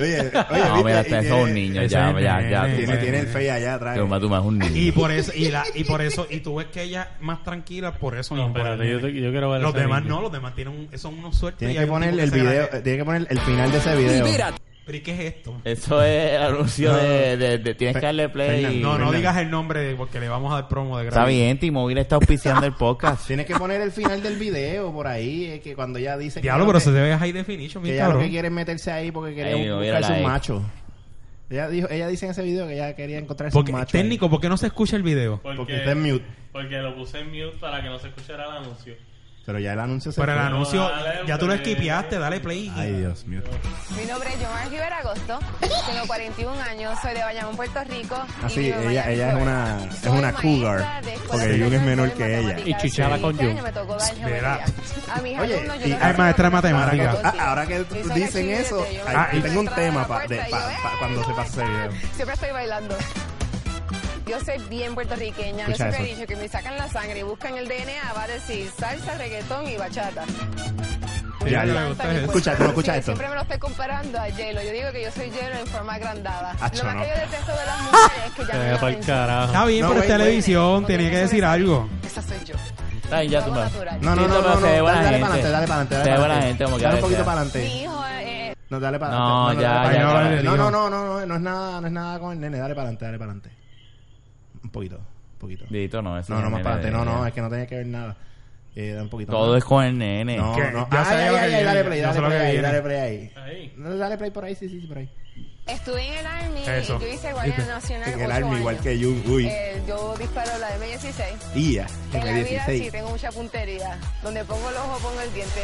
Speaker 2: [LAUGHS]
Speaker 3: Oye, oye,
Speaker 1: no,
Speaker 3: viste,
Speaker 1: mira,
Speaker 3: y
Speaker 2: este,
Speaker 1: está, eso
Speaker 3: tiene-
Speaker 1: es un niño.
Speaker 2: ese
Speaker 1: Ya,
Speaker 2: nene,
Speaker 1: ya, ya.
Speaker 2: nene,
Speaker 1: tú-
Speaker 3: Tiene, tiene el fe allá atrás.
Speaker 1: tú- tú- tú más un niño.
Speaker 2: Y por eso, y, la, y por eso, y tú ves que ella es más tranquila por eso.
Speaker 4: No,
Speaker 2: mismo, por el
Speaker 4: espérate, yo,
Speaker 2: nene.
Speaker 4: te- yo quiero ver
Speaker 2: los
Speaker 4: ese
Speaker 2: demás
Speaker 4: video.
Speaker 2: no, los demás tienen un- son unos suertes. y
Speaker 3: Tiene que
Speaker 2: hay un
Speaker 3: poner
Speaker 2: tipo
Speaker 3: el
Speaker 2: se gra-
Speaker 3: video, eh. tiene que poner el final de ese video.
Speaker 2: ¿Pero y qué es esto?
Speaker 1: Eso es anuncio de, de- de- Tienes que darle play.
Speaker 3: Fernan,
Speaker 1: y-
Speaker 2: No, no
Speaker 3: Fernan.
Speaker 2: digas el nombre de- porque le vamos a dar promo de
Speaker 1: Está
Speaker 2: gratis.
Speaker 1: bien, T-Mobile está auspiciando el podcast.
Speaker 3: Tienes que poner el final del video por ahí, es que cuando ella dice
Speaker 2: Diablo,
Speaker 3: que,
Speaker 2: pero
Speaker 3: lo
Speaker 2: se
Speaker 3: que-
Speaker 2: te ve high definition,
Speaker 3: que
Speaker 2: mi
Speaker 3: ella lo
Speaker 2: cabrón.
Speaker 3: que quiere es meterse ahí porque quería
Speaker 1: Ahí, mira
Speaker 3: buscarse
Speaker 1: la
Speaker 3: un
Speaker 1: ex.
Speaker 3: macho. Ella dijo, ella dice en ese video que ella quería encontrarse
Speaker 2: Porque,
Speaker 3: un macho. ahí.
Speaker 2: técnico, ¿por qué no se escucha el video?
Speaker 3: Porque está en mute.
Speaker 4: Porque lo puse en mute para que no se escuchara el anuncio.
Speaker 3: Pero ya el anuncio se
Speaker 2: Pero el
Speaker 3: fue.
Speaker 2: anuncio,
Speaker 4: dale,
Speaker 2: ya tú lo
Speaker 4: pues.
Speaker 2: esquipeaste, dale play.
Speaker 3: Ay, Dios mío.
Speaker 5: Mi nombre es Giovanna Rivera Agosto, tengo 41 años, soy de Bayamón, Puerto Rico. y
Speaker 3: Así,
Speaker 5: vivo en
Speaker 3: ella,
Speaker 5: Miami,
Speaker 3: ella es
Speaker 5: Florida.
Speaker 3: una es
Speaker 5: Soy
Speaker 3: una
Speaker 5: maestra
Speaker 3: cougar,
Speaker 5: de escuela
Speaker 3: porque
Speaker 5: superior,
Speaker 3: Jun es menor
Speaker 5: soy
Speaker 3: que ella.
Speaker 5: matemática,
Speaker 4: Y chichaba
Speaker 5: soy
Speaker 4: con
Speaker 5: lista,
Speaker 4: Jun.
Speaker 5: y me tocó dar
Speaker 2: Espera.
Speaker 5: geometría. A mis
Speaker 3: Oye,
Speaker 5: alumnos yo
Speaker 3: y-
Speaker 5: les
Speaker 2: ay, maestra de
Speaker 5: recuerdo
Speaker 2: matemáticas.
Speaker 5: todo.
Speaker 3: Ah, ahora que
Speaker 5: Soy
Speaker 3: dicen
Speaker 5: archivete,
Speaker 3: eso,
Speaker 5: este". yo
Speaker 3: ay,
Speaker 5: me
Speaker 2: ah,
Speaker 5: siento
Speaker 3: tengo un
Speaker 5: entrada
Speaker 3: tema
Speaker 5: a la
Speaker 3: pa- de-
Speaker 5: puerta,
Speaker 3: pa-
Speaker 5: yo,
Speaker 3: pa-
Speaker 5: "Ey,
Speaker 3: cuando se
Speaker 5: ¿cómo
Speaker 3: pase ese
Speaker 5: están?".
Speaker 3: video.
Speaker 5: Siempre estoy bailando. Yo soy bien puertorriqueña, yo
Speaker 3: Escucha
Speaker 5: siempre he
Speaker 3: eso.
Speaker 5: dicho que me sacan la sangre y buscan el DNA, va a decir salsa, reggaetón y bachata.
Speaker 3: Ya,
Speaker 2: Me
Speaker 3: ya.
Speaker 2: gusta eso.
Speaker 3: Escucha, no, escucha esto.
Speaker 5: Siempre me lo estoy comparando a J-Lo. Yo digo que yo soy J-Lo en forma agrandada.
Speaker 3: Acho,
Speaker 5: lo más
Speaker 3: no.
Speaker 5: que yo detesto de las mujeres es que
Speaker 4: Te
Speaker 5: ya
Speaker 4: vea
Speaker 5: no
Speaker 4: para el carajo.
Speaker 2: Está bien,
Speaker 3: No,
Speaker 2: pero es
Speaker 3: wait, wait.
Speaker 2: televisión, tenía que decir algo.
Speaker 5: Esa soy yo.
Speaker 1: Está bien, ya tú
Speaker 5: Todo
Speaker 1: más.
Speaker 5: natural.
Speaker 3: No, no, no,
Speaker 1: Tito,
Speaker 3: no,
Speaker 1: pero
Speaker 3: no,
Speaker 1: se ve
Speaker 3: dale,
Speaker 1: buena
Speaker 3: dale
Speaker 1: gente.
Speaker 3: para adelante, dale para adelante.
Speaker 1: Se
Speaker 3: Dale
Speaker 1: ve
Speaker 3: para
Speaker 1: buena gente,
Speaker 3: adelante.
Speaker 1: como que
Speaker 3: Dale
Speaker 1: a
Speaker 3: un poquito
Speaker 1: veces.
Speaker 3: para
Speaker 5: Mi
Speaker 3: adelante.
Speaker 5: hijo eh,
Speaker 3: No, dale para
Speaker 1: No,
Speaker 3: adelante.
Speaker 1: ya,
Speaker 3: dale
Speaker 1: ya,
Speaker 3: para
Speaker 1: ya.
Speaker 3: adelante.
Speaker 2: Ay,
Speaker 3: No,
Speaker 2: no,
Speaker 3: no,
Speaker 2: vale,
Speaker 3: no, no, no, no es nada, no es nada con el nene. Dale para adelante, dale para adelante. Un poquito, un poquito.
Speaker 1: Dito, no, ese
Speaker 3: No, no, más
Speaker 1: nene
Speaker 3: para adelante. No,
Speaker 1: de-
Speaker 3: no, es que no tenía que ver nada. Eh, da un poquito.
Speaker 1: Todo
Speaker 3: más.
Speaker 1: es con el nene.
Speaker 3: No,
Speaker 2: ¿Qué?
Speaker 3: no.
Speaker 2: Ya
Speaker 3: Ay,
Speaker 2: sé
Speaker 3: ay,
Speaker 2: lo que
Speaker 3: ay,
Speaker 2: viene,
Speaker 3: dale play,
Speaker 2: ya sé
Speaker 3: dale
Speaker 2: lo
Speaker 3: play
Speaker 2: que
Speaker 3: ahí,
Speaker 2: viene.
Speaker 3: dale play ahí.
Speaker 4: Ahí.
Speaker 3: No, dale play por ahí, sí, sí, sí, por ahí.
Speaker 5: estudié en el Army
Speaker 2: Eso.
Speaker 5: y yo hice Guardia Nacional.
Speaker 3: En el
Speaker 5: ocho
Speaker 3: army, igual
Speaker 5: años.
Speaker 3: que yo. Uy,
Speaker 5: Eh, yo disparo la M16.
Speaker 3: día.
Speaker 5: En la vida sí
Speaker 3: 16.
Speaker 5: tengo mucha puntería. Donde pongo el ojo, pongo el diente.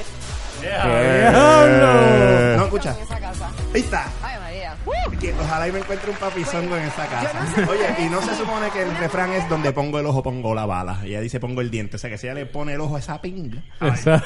Speaker 3: ¡Diablo! No,
Speaker 5: Estamos
Speaker 3: escucha.
Speaker 5: En esa casa.
Speaker 3: Ahí está.
Speaker 5: Ay, María.
Speaker 3: Que ojalá y me encuentre un papizongo en esa casa.
Speaker 5: Yo no sé
Speaker 3: Oye,
Speaker 5: qué
Speaker 3: y no se
Speaker 5: decir.
Speaker 3: supone que el refrán es donde pongo el ojo, pongo la bala. Ella dice pongo el diente. O sea, que si ella le pone el ojo a esa pinga.
Speaker 4: Esa-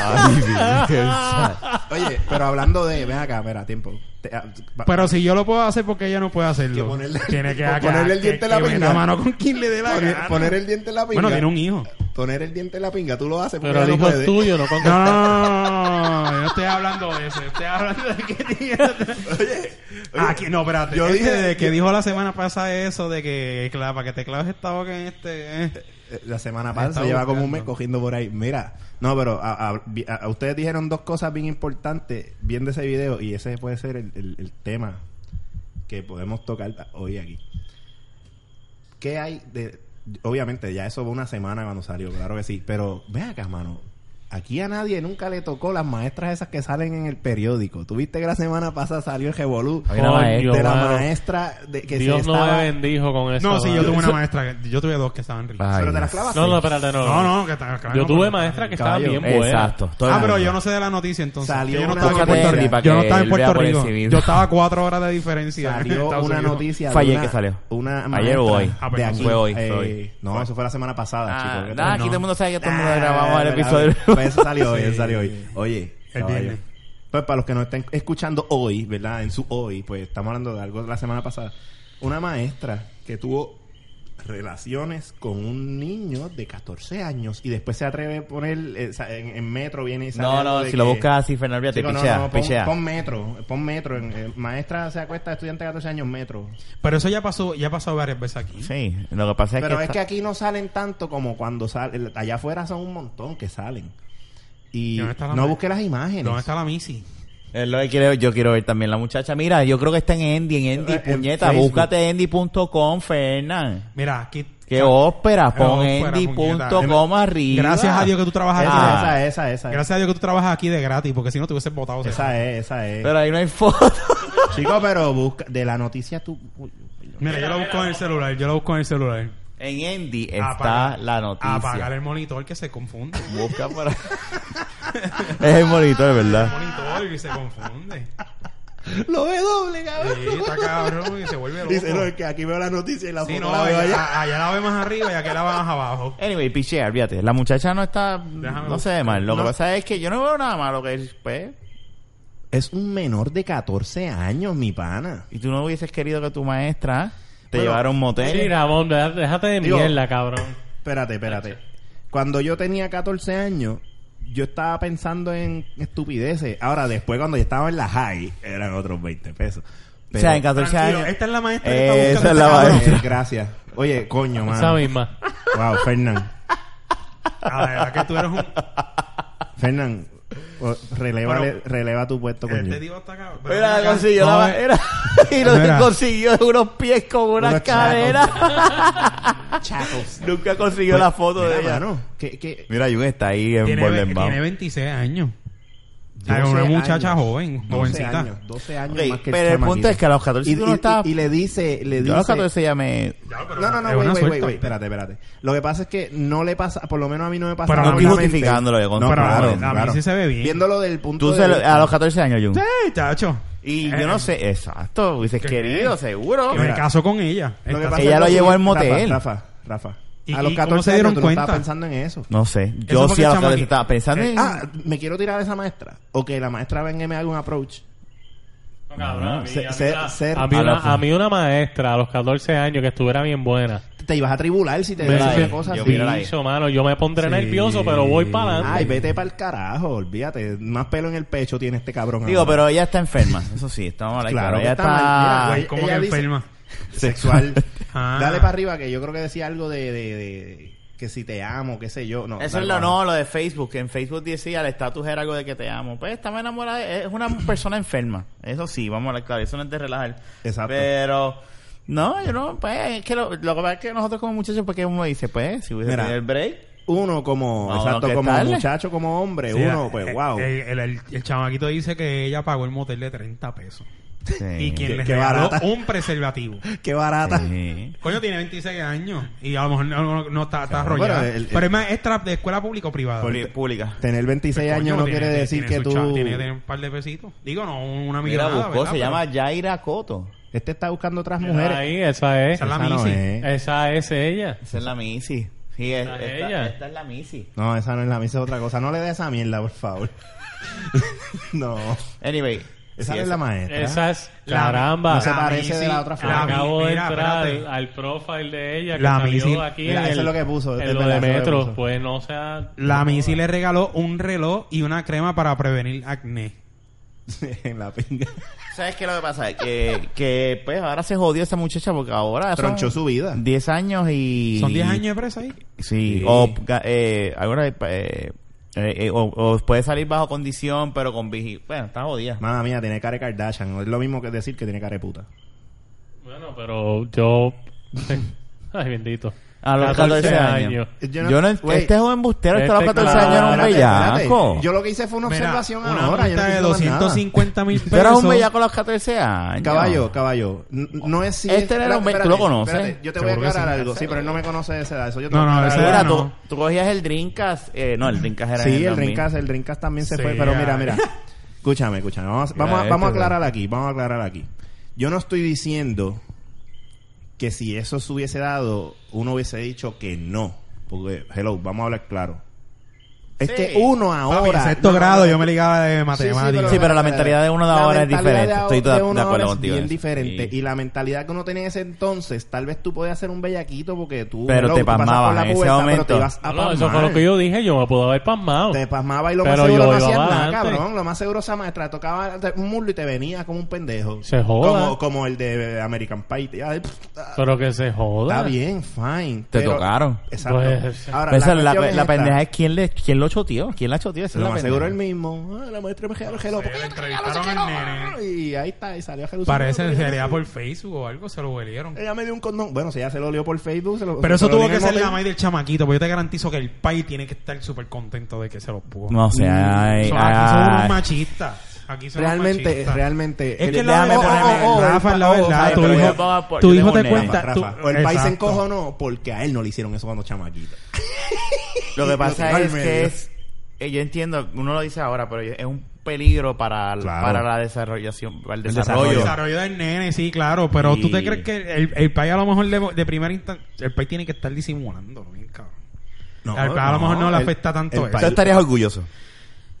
Speaker 1: Ay, virgen. sa-
Speaker 3: Oye, pero hablando de... Ven acá, mira, tiempo. Te- ah, pa-
Speaker 2: Pero si yo lo puedo hacer, porque ella no puede
Speaker 3: Que
Speaker 2: hacerlo?
Speaker 3: [LAUGHS] ponerle-
Speaker 2: tiene que
Speaker 3: po- ponerle el
Speaker 2: que-
Speaker 3: diente en la
Speaker 2: que meta
Speaker 3: pinga.
Speaker 2: mano con quien le dé la
Speaker 3: Poner,
Speaker 2: gana.
Speaker 3: poner el diente en la pinga.
Speaker 2: Bueno, tiene un hijo.
Speaker 3: Poner el diente en la pinga. Tú lo haces porque
Speaker 4: Pero el
Speaker 3: ella no
Speaker 4: hijo es
Speaker 3: puede.
Speaker 4: tuyo, no con...
Speaker 2: No, no, no, no, no, yo no estoy hablando de eso. yo Estoy hablando de que tiene...
Speaker 3: Oye, oye,
Speaker 2: Aquí, no, espérate.
Speaker 3: Yo
Speaker 2: Este
Speaker 3: dije
Speaker 2: de que dijo la semana pasada eso de que, claro, para que te claves esta boca en este. eh.
Speaker 3: Eh, La semana
Speaker 2: Está
Speaker 3: pasada lleva como un
Speaker 2: buscando.
Speaker 3: mes cogiendo por ahí. Mira, no, pero a, a- vi- a- a ustedes dijeron dos cosas bien importantes viendo ese video y ese puede ser el, el- el tema que podemos tocar hoy aquí. ¿Qué hay de...? Obviamente, ya eso fue una semana cuando salió, claro que sí. Pero, ven acá, mano. Aquí a nadie nunca le tocó las maestras esas que salen en el periódico. Tuviste que la semana pasada salió el revolú
Speaker 1: Había una
Speaker 4: Coño,
Speaker 1: maestra.
Speaker 3: de la
Speaker 4: mano.
Speaker 3: maestra de, que
Speaker 4: Dios
Speaker 3: se
Speaker 4: no
Speaker 3: estaba...
Speaker 4: me bendijo con eso.
Speaker 2: No, sí, yo
Speaker 4: mano.
Speaker 2: tuve
Speaker 4: [LAUGHS]
Speaker 2: una maestra. que- Yo tuve dos que estaban ricas.
Speaker 1: Ay,
Speaker 3: Pero te
Speaker 1: Dios.
Speaker 3: las clavaste.
Speaker 4: No, no, espérate, no.
Speaker 2: No, no, que estaban claro,
Speaker 4: Yo
Speaker 2: no,
Speaker 4: tuve
Speaker 2: pero-
Speaker 4: maestras que estaban
Speaker 3: Caballo.
Speaker 4: bien buenas.
Speaker 1: Exacto. todo el
Speaker 2: Ah, pero
Speaker 1: mundo.
Speaker 2: yo no sé de la noticia entonces.
Speaker 3: Salió
Speaker 2: yo no
Speaker 3: una
Speaker 2: estaba en Puerto
Speaker 3: noticia
Speaker 2: Rico.
Speaker 1: para
Speaker 2: Yo no
Speaker 1: que
Speaker 2: estaba en
Speaker 1: él vea
Speaker 2: Puerto
Speaker 1: por
Speaker 2: Rico.
Speaker 1: exhibido.
Speaker 2: Yo estaba a cuatro horas de diferencia. en
Speaker 3: salió
Speaker 2: Estados
Speaker 3: una
Speaker 2: Unidos.
Speaker 3: noticia
Speaker 1: Fue ayer
Speaker 3: de una,
Speaker 1: que salió.
Speaker 3: una
Speaker 1: Ayer o
Speaker 3: maestra
Speaker 1: hoy.
Speaker 2: Ah,
Speaker 3: de
Speaker 2: pues,
Speaker 3: aquí
Speaker 1: fue hoy, fue
Speaker 3: eh,
Speaker 1: hoy.
Speaker 3: no eso fue la semana pasada
Speaker 1: Ah,
Speaker 3: chicos
Speaker 1: nada,
Speaker 2: no.
Speaker 1: aquí todo el mundo sabe que todo el mundo
Speaker 3: Ah,
Speaker 1: grabamos el
Speaker 3: verdad,
Speaker 1: episodio.
Speaker 3: [LAUGHS] pues eso salió hoy eso salió hoy oye
Speaker 2: El
Speaker 3: caballo,
Speaker 2: viernes.
Speaker 3: pues para los que nos estén escuchando hoy verdad en su hoy pues estamos hablando de algo de la semana pasada una maestra que tuvo relaciones con un niño de 14 años y después se atreve a poner eh, sa- en, en metro viene y sale
Speaker 1: [LAUGHS] No,
Speaker 3: algo
Speaker 1: no,
Speaker 3: pues, de
Speaker 1: si lo
Speaker 3: que-
Speaker 1: buscas así, Fernández, te
Speaker 3: Chico, no,
Speaker 1: pichea,
Speaker 3: no, pon,
Speaker 1: pichea.
Speaker 3: pon metro, pon metro. en- eh, maestra se acuesta, estudiante de 14 años, metro.
Speaker 2: Pero eso ya pasó, ya ha pasado varias veces aquí.
Speaker 1: Sí, lo que pasa es
Speaker 3: Pero
Speaker 1: que...
Speaker 3: es que aquí no salen tanto como cuando salen. Allá afuera son un montón que salen. Y
Speaker 2: ¿Y dónde está la
Speaker 3: no
Speaker 2: ma-
Speaker 3: busque las imágenes.
Speaker 2: ¿Dónde está la Missy?
Speaker 1: Es lo que quiero- yo quiero ver también la muchacha. Mira, yo creo que está en Endy, en Endy,
Speaker 3: Eh, en
Speaker 1: puñeta.
Speaker 3: Facebook.
Speaker 1: Búscate endy.com, Fernan.
Speaker 2: Mira, aquí.
Speaker 1: Qué ópera, pon
Speaker 2: ópera,
Speaker 1: endy.com arriba.
Speaker 2: Gracias a Dios que tú trabajas aquí.
Speaker 1: Ah.
Speaker 3: Esa, esa, esa, esa.
Speaker 2: Gracias a Dios que tú trabajas aquí de gratis, porque si no te hubieses botado. o sea.
Speaker 3: Esa es, esa es.
Speaker 1: Pero ahí no hay foto. [LAUGHS]
Speaker 3: Chico, pero busca. De la noticia tú. uy,
Speaker 2: [LAUGHS]
Speaker 3: uy,
Speaker 2: Mira, yo lo busco en el celular, yo lo busco en el celular.
Speaker 1: En Endy está
Speaker 2: Apaga-
Speaker 1: la noticia.
Speaker 2: Apagar el monitor que se confunde.
Speaker 1: Busca para... [LAUGHS] es el monitor,
Speaker 2: El
Speaker 1: ¿verdad?
Speaker 2: monitor que se confunde.
Speaker 3: Lo ve doble, cabrón.
Speaker 2: Sí, está cabrón y se vuelve [LAUGHS] loco.
Speaker 3: Dice, no, es que aquí veo la noticia y la
Speaker 2: Sí, no,
Speaker 3: foto la veo
Speaker 2: allá,
Speaker 3: allá.
Speaker 2: a- allá la ve más arriba y aquí la ve más abajo.
Speaker 1: Anyway, pichea, fíjate. La muchacha no está...
Speaker 2: Déjame
Speaker 1: no
Speaker 2: buscar.
Speaker 1: sé, mal. Lo
Speaker 2: No.
Speaker 1: que pasa es que yo no veo nada malo que... Pues,
Speaker 3: Es un menor de 14 años, mi pana.
Speaker 1: y tú no hubieses querido que tu maestra te
Speaker 3: Bueno,
Speaker 1: llevara a un motel.
Speaker 4: Sí, Ramón, deja- déjate de
Speaker 3: Digo-
Speaker 4: mierda, cabrón.
Speaker 3: Espérate, espérate. Cuando yo tenía 14 años, yo estaba pensando en estupideces. Ahora, después cuando yo estaba en la high, eran otros 20 pesos.
Speaker 1: o sea, en 14
Speaker 2: Tranquilo,
Speaker 1: años...
Speaker 2: esta es la maestra que está
Speaker 1: Esa es
Speaker 2: buscando
Speaker 1: la
Speaker 2: este cabrón.
Speaker 1: maestra.
Speaker 3: Eh, gracias. Oye, coño,
Speaker 4: Esa
Speaker 3: mano.
Speaker 4: misma.
Speaker 3: Wow, Fernán.
Speaker 2: Ah, de verdad que tú eres un...
Speaker 1: [LAUGHS]
Speaker 3: Fernán, o- releva,
Speaker 2: Bueno,
Speaker 3: releva tu puesto, coño.
Speaker 2: Este tipo está cabrón. Pero
Speaker 1: Mira,
Speaker 2: acá-
Speaker 1: consiguió la
Speaker 2: No, eh,
Speaker 1: madera. eh, [LAUGHS] Y lo
Speaker 2: Mira.
Speaker 1: consiguió en unos pies con unas
Speaker 3: Unos
Speaker 1: caderas. Nunca consiguió la foto
Speaker 3: Mira,
Speaker 1: de ella.
Speaker 3: mano, que- que-
Speaker 1: Pues, Mira, Jun está ahí en
Speaker 2: Tiene, ve-
Speaker 1: Bordenbaum.
Speaker 2: tiene 26 años. Ah, es
Speaker 3: 12
Speaker 2: una muchacha
Speaker 3: años.
Speaker 2: joven,
Speaker 3: 12
Speaker 2: jovencita.
Speaker 3: años, 12 años
Speaker 1: Ok,
Speaker 3: más que
Speaker 1: pero el
Speaker 3: chamaquito.
Speaker 1: punto es que a los 14
Speaker 3: y,
Speaker 1: tú no
Speaker 3: y-
Speaker 1: estabas-
Speaker 3: y, le dice, le
Speaker 1: Yo a los
Speaker 3: dice
Speaker 1: 14 ya me...
Speaker 2: Ya, pero
Speaker 3: No, no,
Speaker 2: es una
Speaker 3: no, güey, güey,
Speaker 2: suerte.
Speaker 3: güey, güey, espérate, espérate. Lo que pasa es que no le pasa, por lo menos a mí no me pasa
Speaker 2: Pero
Speaker 1: No
Speaker 2: no
Speaker 1: estoy
Speaker 2: Obviamente.
Speaker 1: justificándolo, yo
Speaker 3: No,
Speaker 1: contra-
Speaker 3: claro,
Speaker 2: a mí
Speaker 3: claro.
Speaker 2: sí se ve bien.
Speaker 3: Viéndolo del punto
Speaker 1: Tú
Speaker 3: de
Speaker 1: se lo-
Speaker 3: vista.
Speaker 1: a los 14 años, Jun.
Speaker 2: Sí, chacho.
Speaker 1: Y
Speaker 2: Eh,
Speaker 1: yo no sé, exacto, hubieses
Speaker 2: ¿Qué?
Speaker 1: querido, seguro.
Speaker 2: que me
Speaker 3: Mira.
Speaker 2: caso con ella.
Speaker 3: Lo que
Speaker 2: Esta-
Speaker 3: pasa
Speaker 1: Ella
Speaker 3: es
Speaker 1: lo
Speaker 3: que-
Speaker 1: llevó al motel.
Speaker 3: Rafa, Rafa.
Speaker 2: ¿Y-
Speaker 3: Rafa. a los
Speaker 2: y cómo
Speaker 3: 14
Speaker 2: se dieron
Speaker 3: años tú no estabas
Speaker 2: cuenta?
Speaker 3: pensando en eso.
Speaker 1: No sé,
Speaker 2: Eso
Speaker 1: yo
Speaker 2: porque
Speaker 1: sí a los
Speaker 2: chamaquito.
Speaker 1: 14 estaba pensando
Speaker 2: Eh,
Speaker 1: en...
Speaker 3: Ah, me quiero tirar de esa maestra. O que la maestra venga y me haga un approach.
Speaker 4: No, cabrón, a mí-
Speaker 3: Se-
Speaker 4: a mí
Speaker 3: se-
Speaker 4: una-
Speaker 3: se-
Speaker 4: a mí
Speaker 1: a la
Speaker 4: una-
Speaker 1: fu-
Speaker 4: a mí una maestra a los 14 años que estuviera bien buena.
Speaker 3: Te ibas a tribular si te
Speaker 4: Mira
Speaker 3: decía
Speaker 4: ahí,
Speaker 3: cosas
Speaker 1: yo
Speaker 3: así.
Speaker 1: mira ahí.
Speaker 4: Bicho, mano, yo me pondré nervioso, pero voy para
Speaker 3: Ay,
Speaker 4: adelante.
Speaker 3: vete para el carajo, olvídate. Más pelo en el pecho tiene este cabrón.
Speaker 1: Digo,
Speaker 3: ahora.
Speaker 1: pero ella está enferma, eso sí, estamos hablando.
Speaker 3: Claro
Speaker 1: Claro,
Speaker 3: que
Speaker 1: ella
Speaker 3: está mal. Mira,
Speaker 1: está...
Speaker 3: güey.
Speaker 2: ¿Cómo que
Speaker 3: ella dice-
Speaker 2: enferma?
Speaker 3: sexual.
Speaker 2: [LAUGHS] Ah.
Speaker 3: Dale para arriba que yo creo que decía algo de, de- de- que si te amo, qué sé yo. No,
Speaker 1: Eso
Speaker 3: dale
Speaker 1: es lo
Speaker 3: para
Speaker 1: no, lo de Facebook, que en Facebook decía el estatus era algo de que te amo. Pues estaba enamorada, de- es
Speaker 3: [CLEARS THROAT]
Speaker 1: una persona enferma. Eso sí, vamos a hablar claro, eso no es de relajar.
Speaker 3: Exacto.
Speaker 1: Pero, no, yo no, pues es que lo, lo que pasa es que nosotros como muchachos, porque uno dice, pues, si hubiese
Speaker 3: Mira.
Speaker 1: tenido el break,
Speaker 3: Uno como,
Speaker 1: No,
Speaker 3: exacto,
Speaker 1: ¿qué
Speaker 3: como
Speaker 1: tal?
Speaker 3: muchacho, como hombre,
Speaker 2: Sí,
Speaker 3: uno,
Speaker 2: eh,
Speaker 3: pues,
Speaker 2: eh,
Speaker 3: wow.
Speaker 2: El, el, el- el chamaquito dice que ella pagó el motel de 30 pesos. Y
Speaker 1: Sí.
Speaker 2: quien le
Speaker 3: Eh, Qué
Speaker 2: regaló
Speaker 3: barata.
Speaker 2: un preservativo.
Speaker 3: qué barata.
Speaker 2: eh,
Speaker 1: Sí.
Speaker 2: Coño, tiene 26 años. Y a lo mejor no, no- no está, está
Speaker 3: Claro,
Speaker 2: arrollada.
Speaker 3: pero el- el-
Speaker 2: pero es maestra de escuela pública o privada.
Speaker 1: Pública- Pública.
Speaker 3: Tener 26
Speaker 2: pues, Coño,
Speaker 3: años no
Speaker 2: tiene-
Speaker 3: quiere
Speaker 2: tiene-
Speaker 3: decir
Speaker 2: tiene su
Speaker 3: que tú...
Speaker 2: chance, Tiene que tener un par de pesitos. Digo, no,
Speaker 1: Mira,
Speaker 2: una millonada,
Speaker 1: buscó,
Speaker 2: ¿verdad?
Speaker 1: se
Speaker 2: Pero-
Speaker 1: llama Yaira Coto.
Speaker 3: Este está buscando otras
Speaker 4: Mujer,
Speaker 3: mujeres.
Speaker 4: Ahí, esa es.
Speaker 2: Esa es la
Speaker 3: Esa no
Speaker 2: Missy.
Speaker 3: es.
Speaker 4: Esa es ella.
Speaker 1: Esa es la Missy. Sí, es-
Speaker 4: Ah,
Speaker 1: esta,
Speaker 4: ella.
Speaker 1: esta es la Missy.
Speaker 3: No, esa no es la misa, es otra cosa. No le des esa mierda, por favor. [LAUGHS] no.
Speaker 1: Anyway.
Speaker 3: Esa
Speaker 1: sí,
Speaker 3: no es la maestra.
Speaker 4: Esa es.
Speaker 2: La-
Speaker 4: Caramba.
Speaker 3: No se
Speaker 2: la
Speaker 3: parece de
Speaker 2: Missy-
Speaker 3: la
Speaker 1: Ah.
Speaker 3: otra forma. [LAUGHS]
Speaker 2: la
Speaker 4: Acabo
Speaker 2: Mi-
Speaker 4: de
Speaker 2: mira,
Speaker 4: entrar
Speaker 2: espérate.
Speaker 4: al, al profile de ella que
Speaker 2: La
Speaker 4: salió
Speaker 2: misil.
Speaker 4: aquí
Speaker 3: Mira,
Speaker 4: en
Speaker 3: eso
Speaker 4: el-
Speaker 3: es lo que puso, es
Speaker 4: en lo
Speaker 3: verdad,
Speaker 4: de
Speaker 3: eso es lo que
Speaker 4: metro.
Speaker 3: puso.
Speaker 4: Pues no sea...
Speaker 2: La Missy le regaló un reloj y una crema para prevenir acné.
Speaker 3: en la pinga.
Speaker 1: ¿Sabes qué es lo que pasa? Que, que pues ahora se jodió esa muchacha porque ahora son
Speaker 3: Tronchó su vida.
Speaker 1: 10 años y...
Speaker 2: ¿Son 10 años de presa ahí?
Speaker 1: Sí,
Speaker 3: Sí.
Speaker 1: o ga- eh, alguna vez, eh, eh, eh, o, o puede salir bajo condición, pero con vigi... Bueno, está jodida.
Speaker 3: Mamá mía, tiene cara de Kardashian. Es lo mismo que decir que tiene cara de puta.
Speaker 4: Bueno, pero yo... [LAUGHS] Ay, bendito.
Speaker 1: A los 14, años.
Speaker 3: Yo no-
Speaker 1: Yo no-
Speaker 3: Güey.
Speaker 1: este joven bustero está a los
Speaker 4: Este
Speaker 1: 14 años era un
Speaker 4: claro.
Speaker 3: Espérate,
Speaker 1: bellaco.
Speaker 3: espérate. Yo lo que hice fue una
Speaker 2: Mira,
Speaker 3: observación
Speaker 2: una
Speaker 3: ahora. Yo no
Speaker 2: multa de
Speaker 3: estoy diciendo más nada.
Speaker 2: 250 mil pesos.
Speaker 1: Tú eras un bellaco a los 14 años.
Speaker 3: Caballo, caballo. n- No es si
Speaker 1: Este era
Speaker 3: espérate,
Speaker 1: un- tú lo
Speaker 3: espérate,
Speaker 1: conoces.
Speaker 3: espérate, Yo te voy a
Speaker 2: Seguro que
Speaker 3: aclarar
Speaker 2: sí.
Speaker 3: algo. Sí, pero él no me conoce de esa edad. Eso yo te
Speaker 2: No,
Speaker 3: voy a
Speaker 2: no,
Speaker 3: aclarar.
Speaker 2: esa
Speaker 1: Mira,
Speaker 2: no.
Speaker 1: tú, tú cogías el Drinkas... Eh, no, el Drinkas era en
Speaker 3: Sí, el
Speaker 1: 2000.
Speaker 3: Dreamcast, el Dreamcast también se
Speaker 2: Sí,
Speaker 3: fue, pero mira,
Speaker 2: ay.
Speaker 3: mira. [LAUGHS] Escúchame, escúchame. Vamos, vamos, a-
Speaker 1: este,
Speaker 3: vamos a
Speaker 1: bro.
Speaker 3: aclarar aquí, vamos a aclarar aquí. Yo no estoy diciendo que si eso se hubiese dado, uno hubiese dicho que no. Porque, hello, vamos a hablar claro. Es
Speaker 1: Sí.
Speaker 3: que uno
Speaker 2: Papi, en
Speaker 3: ahora.
Speaker 2: sexto
Speaker 3: no, no,
Speaker 2: grado
Speaker 3: no.
Speaker 2: yo me ligaba de
Speaker 3: Sí, sí,
Speaker 2: matemáticas.
Speaker 1: Sí, pero la mentalidad de uno de
Speaker 3: la
Speaker 1: ahora es
Speaker 3: mentalidad
Speaker 1: diferente.
Speaker 3: de-
Speaker 1: Estoy de- de
Speaker 3: uno
Speaker 1: acuerdo
Speaker 3: ahora es
Speaker 1: contigo en
Speaker 3: bien
Speaker 1: eso.
Speaker 3: diferente.
Speaker 1: Sí.
Speaker 3: Y la mentalidad que uno tenía en ese entonces, tal vez tú podías ser un bellaquito porque tú.
Speaker 1: Pero
Speaker 3: hello,
Speaker 1: te
Speaker 3: tú pasabas
Speaker 1: pasmabas
Speaker 3: por la
Speaker 1: en ese
Speaker 3: pubertad, pero
Speaker 1: momento.
Speaker 3: te ibas a
Speaker 4: No, Ah, eso fue
Speaker 3: pasmar.
Speaker 4: lo que yo dije, yo me puedo
Speaker 2: [LAUGHS]
Speaker 4: haber pasmado.
Speaker 3: Te pasmaba y lo
Speaker 4: Pero
Speaker 3: más seguro
Speaker 4: yo
Speaker 3: no
Speaker 4: iba
Speaker 3: hacías nada,
Speaker 4: adelante.
Speaker 3: cabrón. Lo más seguro esa maestra tocaba un muslo y te venía como un pendejo.
Speaker 4: Se joda.
Speaker 3: Como, como el de American Pie. Te- ay, pff, ah,
Speaker 4: Pero que se joda.
Speaker 3: Está bien, fine.
Speaker 1: Te
Speaker 3: pero-
Speaker 1: tocaron.
Speaker 3: Exacto.
Speaker 4: Pues-
Speaker 3: Ahora,
Speaker 1: Pero esa es la,
Speaker 3: cuestión
Speaker 1: la
Speaker 3: esta.
Speaker 1: pendeja es quién, le, quién lo choteó. ¿Quién la choteó? Esa es la
Speaker 3: Lo más
Speaker 1: pendeja.
Speaker 3: seguro el mismo. Ah, la maestra me regaló gelo. ¿Por qué
Speaker 2: Le
Speaker 3: me
Speaker 2: entrevistaron
Speaker 3: regaló
Speaker 2: al
Speaker 3: gelo?
Speaker 2: nene.
Speaker 3: Y ahí está, y salió a Jerusalén.
Speaker 2: Parece en realidad por Facebook o algo, se lo huelieron.
Speaker 3: Ella me dio un condón. Bueno, si ella se lo olió por Facebook, se lo
Speaker 2: Eh, Pero
Speaker 3: se
Speaker 2: eso
Speaker 3: lo
Speaker 2: tuvo
Speaker 3: dio
Speaker 2: que
Speaker 3: en
Speaker 2: ser
Speaker 3: el
Speaker 2: la
Speaker 3: hotel.
Speaker 2: madre del chamaquito, porque yo te garantizo que el pai tiene que estar súper contento de que se los pudo.
Speaker 1: No eh, ah. sé. ay,
Speaker 2: So, aquí son unos
Speaker 1: ay.
Speaker 2: machistas. Aquí son unos
Speaker 3: Realmente,
Speaker 2: machistas.
Speaker 3: realmente.
Speaker 2: Es que
Speaker 3: el-
Speaker 2: la
Speaker 1: déjame
Speaker 2: oh,
Speaker 1: ponerme-
Speaker 2: oh, oh, Rafa, la
Speaker 3: oh,
Speaker 2: verdad,
Speaker 3: Rafa,
Speaker 2: tu
Speaker 3: pero
Speaker 1: yo
Speaker 2: hijo,
Speaker 1: pongo por-
Speaker 2: tu
Speaker 1: yo
Speaker 2: hijo
Speaker 1: tengo
Speaker 2: te
Speaker 1: un
Speaker 2: cuenta.
Speaker 1: nene.
Speaker 3: Rafa,
Speaker 2: tú-
Speaker 3: Rafa, o el país se
Speaker 2: Exacto.
Speaker 3: encojonó porque a él no le hicieron eso cuando chamaquito.
Speaker 1: Lo que pasa
Speaker 3: Lo que
Speaker 1: es
Speaker 3: va al
Speaker 1: que
Speaker 3: medio.
Speaker 1: es, eh, yo entiendo, uno lo dice ahora, pero es un peligro para, el-
Speaker 3: Claro.
Speaker 1: para la desarrollación, para el
Speaker 3: El
Speaker 1: desarrollo.
Speaker 2: El
Speaker 3: Yo.
Speaker 2: desarrollo del nene, sí, claro. Pero tú te
Speaker 1: Y-
Speaker 2: crees que el, el país a lo mejor de, de primera instancia. El país tiene que estar disimulando, bien cabrón. Al- a lo mejor no le
Speaker 3: el-
Speaker 2: afecta tanto
Speaker 3: el
Speaker 2: eso.
Speaker 3: país-
Speaker 1: estarías orgulloso.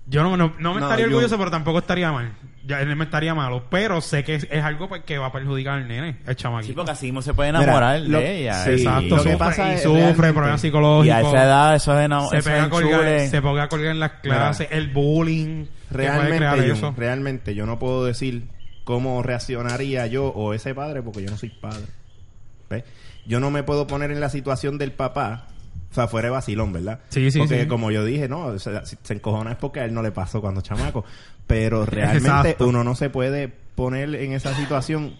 Speaker 2: Yo no, no, no me
Speaker 3: No,
Speaker 2: estaría
Speaker 3: yo-
Speaker 2: orgulloso, pero tampoco estaría mal. Ya él me estaría malo. Pero sé que es, es algo pues, que va a perjudicar al nene, el
Speaker 1: Sí,
Speaker 2: chamaquito.
Speaker 1: porque así mismo se puede enamorar
Speaker 3: Mira, lo-
Speaker 1: de ella.
Speaker 3: sí,
Speaker 1: y-
Speaker 2: Exacto,
Speaker 3: lo que
Speaker 2: sufre,
Speaker 3: pasa
Speaker 2: y
Speaker 3: es
Speaker 2: sufre
Speaker 3: realmente-
Speaker 2: problemas
Speaker 1: Y a
Speaker 2: psicológicos.
Speaker 1: esa edad, eso es enamor.
Speaker 2: se pega, a colgar, se pega a colgar en las
Speaker 3: Mira.
Speaker 2: clases, el bullying. que puede
Speaker 3: Realmente,
Speaker 2: crear [LAUGHS]
Speaker 3: yo,
Speaker 2: eso.
Speaker 3: realmente yo no puedo decir cómo reaccionaría yo o ese padre porque yo no soy padre. ¿Ves? Yo no me puedo poner en la situación del papá. O sea, fuera de vacilón, ¿verdad?
Speaker 2: Sí, sí,
Speaker 3: Porque
Speaker 2: sí.
Speaker 3: como yo dije, no, o sea, si se encojona es porque a él no le pasó cuando chamaco.
Speaker 2: [LAUGHS]
Speaker 3: Pero realmente
Speaker 2: Exacto.
Speaker 3: uno no se puede poner en esa situación.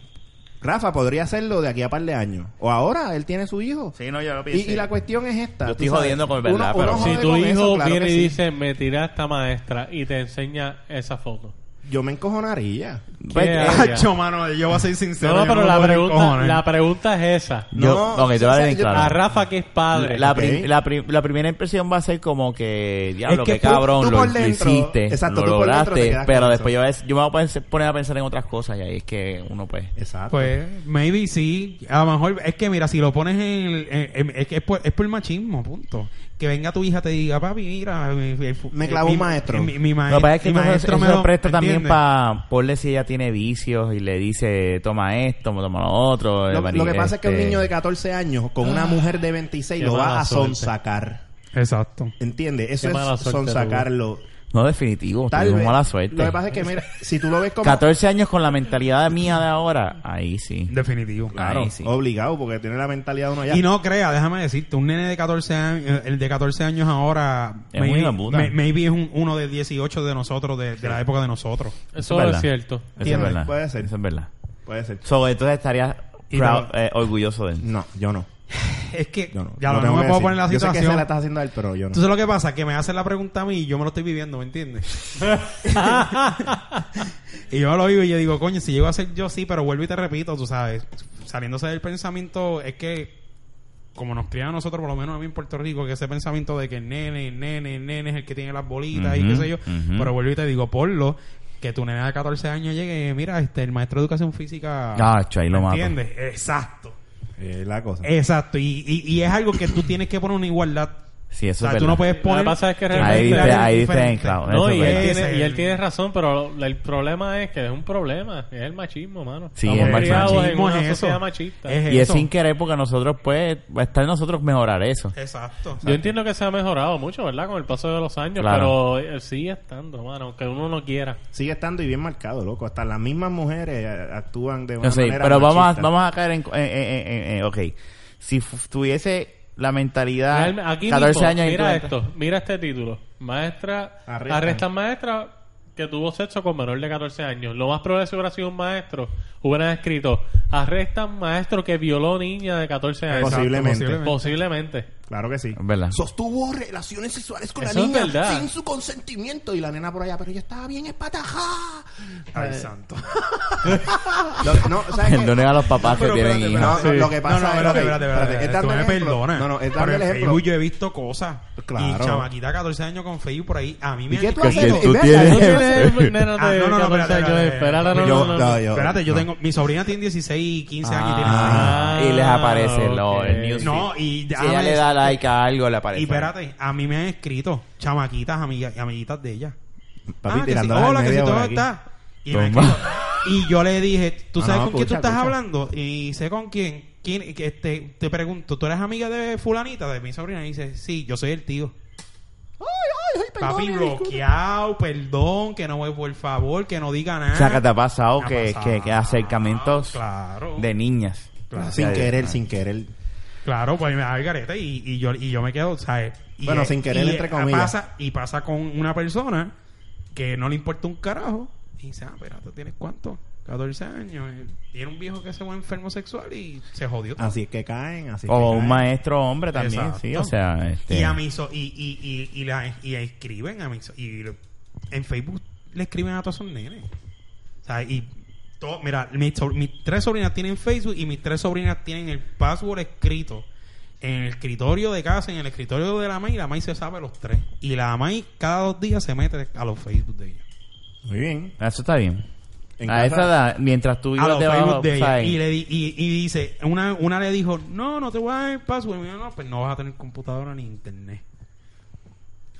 Speaker 3: Rafa podría hacerlo de aquí a par de años. O ahora, él tiene su hijo.
Speaker 1: Sí, no, yo lo pienso.
Speaker 3: y, y la cuestión es esta.
Speaker 1: Yo
Speaker 3: tú
Speaker 1: estoy
Speaker 3: sabes,
Speaker 1: jodiendo con verdad, pero-
Speaker 3: jode
Speaker 4: Si tu
Speaker 3: con
Speaker 4: hijo
Speaker 3: eso, claro
Speaker 4: viene
Speaker 3: que
Speaker 4: y
Speaker 3: sí.
Speaker 4: dice, me tiré a esta maestra y te enseña esa foto.
Speaker 3: Yo me encojonaría.
Speaker 1: Pues,
Speaker 4: ¿Qué
Speaker 1: eh,
Speaker 4: haría?
Speaker 2: Hacho, mano, yo voy a ser sincero.
Speaker 4: No, no,
Speaker 2: yo
Speaker 4: pero
Speaker 2: me
Speaker 4: la,
Speaker 2: puedo
Speaker 4: pregunta,
Speaker 2: cojones.
Speaker 4: la pregunta es esa.
Speaker 1: Yo- ok, te voy a dar bien
Speaker 3: yo-
Speaker 1: claro.
Speaker 4: A Rafa que es padre.
Speaker 1: la,
Speaker 3: ok.
Speaker 1: prim- la, prim- la primera impresión va a ser como que, diablo,
Speaker 3: Es que
Speaker 1: qué
Speaker 3: tú-
Speaker 1: cabrón,
Speaker 3: tú
Speaker 1: lo,
Speaker 3: por
Speaker 1: lo
Speaker 3: dentro-
Speaker 1: hiciste,
Speaker 3: exacto,
Speaker 1: lo
Speaker 3: tú por dentro te
Speaker 1: lograste,
Speaker 3: quedas
Speaker 1: pero
Speaker 3: con
Speaker 1: después yo,
Speaker 3: eso.
Speaker 1: voy a- yo me voy a poner a pensar en otras cosas y ahí es que uno pues...
Speaker 3: Exacto.
Speaker 2: Pues, maybe sí. A lo mejor, es que mira, si lo pones en. el- en- en- es que es por, es por machismo, punto. Que venga tu hija y te diga, papi, mira. mi- mi-
Speaker 3: Me clavó
Speaker 2: Eh, mi-
Speaker 3: un maestro.
Speaker 2: Mi, mi
Speaker 1: Lo que pasa es que
Speaker 2: mi
Speaker 1: entonces
Speaker 2: maestro
Speaker 1: eso
Speaker 2: me lo-
Speaker 1: presta también
Speaker 2: ¿entiendes?
Speaker 1: para Ponle si ella tiene vicios y le dice toma esto, toma lo otro. eh,
Speaker 3: Lo,
Speaker 1: Mari-
Speaker 3: lo que pasa es que un
Speaker 1: este,
Speaker 3: niño de 14 años con una mujer de 26
Speaker 4: qué
Speaker 3: lo va
Speaker 4: mala
Speaker 3: a
Speaker 4: suerte.
Speaker 3: sonsacar.
Speaker 2: Exacto.
Speaker 3: ¿Entiendes? Eso
Speaker 4: Qué mala
Speaker 3: es
Speaker 4: suerte,
Speaker 3: sonsacarlo.
Speaker 1: No, definitivo,
Speaker 3: Tal
Speaker 1: tuvo
Speaker 3: vez.
Speaker 1: mala suerte.
Speaker 3: Lo que pasa es que, mira, si tú lo ves como.
Speaker 1: 14 años con la mentalidad mía de ahora, ahí sí.
Speaker 2: Definitivo.
Speaker 1: Claro. Ahí sí.
Speaker 3: Obligado, porque tiene la mentalidad de uno ya.
Speaker 2: Y no crea, déjame decirte, un nene de 14 años, eh, el de 14 años ahora,
Speaker 1: Es muy hijo de puta.
Speaker 2: may- maybe es un- uno de 18 de nosotros, de, de la época de nosotros.
Speaker 4: Eso es
Speaker 1: verdad.
Speaker 4: cierto.
Speaker 1: Eso es
Speaker 3: Tiene-
Speaker 1: verdad.
Speaker 3: puede ser.
Speaker 1: Eso es verdad.
Speaker 3: Puede ser.
Speaker 1: So, entonces estarías
Speaker 2: Y
Speaker 1: proud,
Speaker 2: no-
Speaker 1: eh, orgulloso de él.
Speaker 3: No, yo no.
Speaker 2: Es que
Speaker 3: Yo no.
Speaker 2: ya
Speaker 3: Lo
Speaker 2: no,
Speaker 3: tengo
Speaker 2: me puedo
Speaker 3: que decir.
Speaker 2: poner en la
Speaker 3: Yo sé que
Speaker 2: situación.
Speaker 3: se la estás haciendo a él, pero yo no.
Speaker 2: Entonces lo que pasa, que me hacen la pregunta a mí y yo me lo estoy viviendo,
Speaker 1: [LAUGHS]
Speaker 2: ¿me entiendes? y yo lo vivo y yo digo, coño, si llego a ser yo sí, pero vuelvo y te repito, tú sabes, saliéndose del pensamiento, es que como nos crían a nosotros, por lo menos a mí en Puerto Rico, que ese pensamiento de que el nene, el nene, el nene es el que tiene las bolitas y qué
Speaker 1: Ujú,
Speaker 2: sé yo,
Speaker 1: ujú.
Speaker 2: pero vuelvo y te digo, porlo, que tu nena de 14 años llegue, mira, este, el maestro de educación física...
Speaker 1: Ah, cho, ahí lo
Speaker 2: ¿me
Speaker 1: mato.
Speaker 2: ¿Entiendes? Exacto.
Speaker 3: Eh, la cosa.
Speaker 2: Exacto, y, y, y es algo que tú tienes que poner una igualdad.
Speaker 1: Sí,
Speaker 2: O
Speaker 1: eso
Speaker 2: sea,
Speaker 1: es
Speaker 2: tú
Speaker 1: verdad.
Speaker 2: no puedes poner.
Speaker 4: Lo que pasa es que
Speaker 1: Ahí
Speaker 4: realmente-
Speaker 1: dice, ahí
Speaker 2: diferente.
Speaker 1: dice en claro.
Speaker 4: No,
Speaker 1: eso es
Speaker 4: y
Speaker 1: verdad.
Speaker 4: él,
Speaker 2: Ese
Speaker 4: tiene,
Speaker 2: es
Speaker 4: y
Speaker 2: el-
Speaker 4: él tiene razón, pero el problema es que es un problema. Es el machismo, mano.
Speaker 1: Sí,
Speaker 4: Estamos
Speaker 1: es el
Speaker 4: criados en
Speaker 2: machismo,
Speaker 4: una
Speaker 2: es eso.
Speaker 4: sociedad machista.
Speaker 2: Es
Speaker 1: Y es
Speaker 2: eso.
Speaker 1: sin querer porque nosotros, pues, va a estar en nosotros mejorar eso.
Speaker 2: Exacto.
Speaker 4: Yo entiendo que se ha mejorado mucho, ¿verdad? Con el paso de los años,
Speaker 1: Claro.
Speaker 4: pero eh, sigue estando, mano, aunque uno no quiera.
Speaker 3: Sigue estando y bien marcado, loco. Hasta las mismas mujeres eh, actúan de una
Speaker 1: No sé,
Speaker 3: manera.
Speaker 1: pero vamos a,
Speaker 3: machista.
Speaker 1: vamos a caer en, en, en- en- en- Ok. Si fu- tuviese la mentalidad...
Speaker 4: Realme- Aquí
Speaker 1: 14
Speaker 4: mismo,
Speaker 1: años y tú
Speaker 4: mira
Speaker 1: entras-
Speaker 4: esto, mira este título. Maestra,
Speaker 3: Arrestan.
Speaker 4: arrestan, maestra que tuvo sexo con menor de 14 años. Lo más probable es que hubiera sido un maestro. Hubieran escrito, arrestan maestro que violó niña de 14 años.
Speaker 2: Exacto,
Speaker 3: Posiblemente.
Speaker 4: Posiblemente.
Speaker 3: Claro que sí.
Speaker 1: Es verdad. [LAUGHS]
Speaker 3: Sostuvo relaciones sexuales con
Speaker 4: Eso
Speaker 3: la
Speaker 4: es
Speaker 3: niña
Speaker 4: verdad.
Speaker 3: sin su consentimiento. Y la nena por allá, pero yo estaba bien espatajada.
Speaker 2: Ay,
Speaker 1: [LAUGHS]
Speaker 3: Eh,
Speaker 2: santo.
Speaker 3: lo- no, ¿sabes qué?
Speaker 1: Perdonen a los papás que
Speaker 2: Pero
Speaker 1: tienen
Speaker 2: espérate,
Speaker 1: hijos.
Speaker 3: No, no, lo que pasa
Speaker 2: no, no,
Speaker 3: es-
Speaker 2: espérate,
Speaker 3: ok,
Speaker 2: espérate, espérate.
Speaker 3: espérate, es
Speaker 2: Tú
Speaker 3: dando el
Speaker 2: me
Speaker 3: ejemplo.
Speaker 2: perdonas.
Speaker 3: No, no, es dando
Speaker 2: pero
Speaker 3: el
Speaker 2: en
Speaker 3: ejemplo.
Speaker 2: Facebook yo he visto cosas.
Speaker 3: Claro.
Speaker 2: Y chamaquita 14 años con Facebook por ahí. A mí me
Speaker 3: ¿Y qué
Speaker 2: han-
Speaker 3: tú haces?
Speaker 1: Que tú
Speaker 3: Ve acá,
Speaker 4: [LAUGHS]
Speaker 1: tienes-
Speaker 4: ¿Tú tienes nena
Speaker 2: Ah,
Speaker 4: de
Speaker 2: no, no, no,
Speaker 4: 14
Speaker 2: espérate,
Speaker 4: años?
Speaker 2: espérate,
Speaker 4: Espera, no, no,
Speaker 3: Yo- no,
Speaker 4: no, no.
Speaker 3: yo-
Speaker 2: Espérate, yo
Speaker 3: no.
Speaker 2: tengo. Mi sobrina tiene 16 y 15 años. y tiene-
Speaker 1: Ah,
Speaker 4: Ah,
Speaker 1: y les aparece lo-
Speaker 4: ok.
Speaker 1: el news
Speaker 2: No, y
Speaker 1: Si ella le da la
Speaker 6: like a algo le aparece.
Speaker 2: Y espérate, a mí me han escrito chamaquitas, amigas, amiguitas de ella.
Speaker 3: Papi,
Speaker 2: ah, que sí,
Speaker 3: tirándola al
Speaker 2: hola, que si
Speaker 3: medio por
Speaker 2: todo
Speaker 3: aquí.
Speaker 2: está. Y, me
Speaker 1: Toma.
Speaker 2: escribió. Y yo le dije, ¿tú
Speaker 3: Ah,
Speaker 2: sabes
Speaker 3: no,
Speaker 2: con quién tú
Speaker 3: escucha,
Speaker 2: estás
Speaker 3: escucha.
Speaker 2: hablando? Y sé con quién. quién que este, te pregunto, ¿tú eres amiga de fulanita, de mi sobrina? Y dice, sí, yo soy el tío. Papi, bloqueado, perdón, que no voy, por favor, que no diga nada.
Speaker 1: O sea, que te ha pasado
Speaker 2: Me ¿eh? ha
Speaker 1: que,
Speaker 2: pasado, Ah,
Speaker 1: que, que acercamientos
Speaker 2: claro.
Speaker 1: de niñas.
Speaker 2: Claro.
Speaker 3: Sin querer, sin querer.
Speaker 2: Claro, pues me da el garete y, y yo, y yo me quedo, ¿sabes? Y,
Speaker 3: Bueno,
Speaker 2: eh,
Speaker 3: sin querer,
Speaker 2: y,
Speaker 3: entre
Speaker 2: eh,
Speaker 3: comillas.
Speaker 2: Pasa, y pasa con una persona que no le importa un carajo y dice, ah, pero tú tienes cuánto? 14 años. eh, Tiene un viejo que se fue enfermo sexual y se jodió. todo.
Speaker 3: Así es que caen, así es que
Speaker 1: O un
Speaker 3: caen.
Speaker 1: maestro hombre también,
Speaker 2: Exacto.
Speaker 1: sí. O sea, este,
Speaker 2: Y a mí, so- y, y, y, y, la, y la escriben a mí, so- y lo- en Facebook le escriben a todos esos nenes. O sea, y todo, mira, mis, sobr- mis tres sobrinas tienen Facebook y mis tres sobrinas tienen el password escrito en el escritorio de casa, en el escritorio de la May, y la May se sabe los tres. Y la May cada dos días se mete a los Facebook de ella.
Speaker 3: Muy bien.
Speaker 1: Eso está bien.
Speaker 3: En
Speaker 1: a
Speaker 3: casa-
Speaker 1: esa edad, mientras tú
Speaker 2: A
Speaker 1: ibas
Speaker 2: los
Speaker 1: debajo, pues,
Speaker 2: Facebook de ella.
Speaker 1: ¿sabes?
Speaker 2: Y, le di- y, y dice, una, una le dijo, no, no te voy a dar el password. Y me dijo, no, pues no vas a tener computadora ni internet.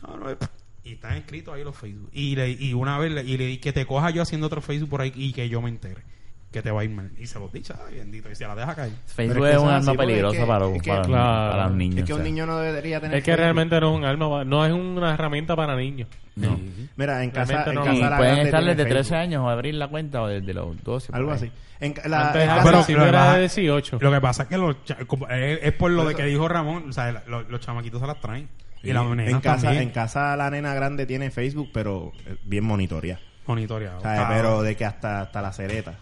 Speaker 2: No, no, eh, y están escritos ahí los Facebook. Y, le, y una vez, le, y le di que te coja yo haciendo otro Facebook por ahí y que yo me entere. Que te va a ir mal. Y se los dice, ay, bendito, y se la deja caer.
Speaker 1: Facebook
Speaker 3: Pero es
Speaker 1: es,
Speaker 3: que
Speaker 1: un
Speaker 3: son
Speaker 1: arma
Speaker 3: así, porque
Speaker 1: peligrosa
Speaker 3: es que-
Speaker 1: para,
Speaker 3: es que-
Speaker 1: para,
Speaker 4: Claro.
Speaker 1: para los niños.
Speaker 3: Es que
Speaker 1: o
Speaker 3: un
Speaker 1: sea.
Speaker 3: niño no debería tener.
Speaker 4: Es que realmente no es un arma, no es una herramienta para niños.
Speaker 1: No.
Speaker 3: Mira, en casa.
Speaker 4: Realmente
Speaker 3: En
Speaker 4: no.
Speaker 3: casa
Speaker 1: Y
Speaker 3: la
Speaker 1: pueden
Speaker 3: grande
Speaker 1: estar
Speaker 3: tiene
Speaker 1: desde 13
Speaker 3: Facebook,
Speaker 1: años o abrir la cuenta o desde los 12. por
Speaker 3: Algo
Speaker 1: ahí.
Speaker 3: así. En ca- la,
Speaker 4: Antes
Speaker 3: en
Speaker 4: al
Speaker 3: casa-
Speaker 2: Pero-
Speaker 4: principio
Speaker 2: pero
Speaker 4: era
Speaker 2: baja-
Speaker 4: de 18.
Speaker 2: Lo que pasa es que los cha- como- eh, es por lo
Speaker 3: Pero
Speaker 2: de
Speaker 3: eso-
Speaker 2: que dijo Ramón, o sea, la- lo- los chamaquitos se las traen. Y
Speaker 3: Sí.
Speaker 2: las nenas
Speaker 3: en casa,
Speaker 2: también.
Speaker 3: en casa la nena grande tiene Facebook, pero eh, bien monitorea.
Speaker 2: monitoreado.
Speaker 3: ¿sabes? Pero de que hasta, hasta la cereta.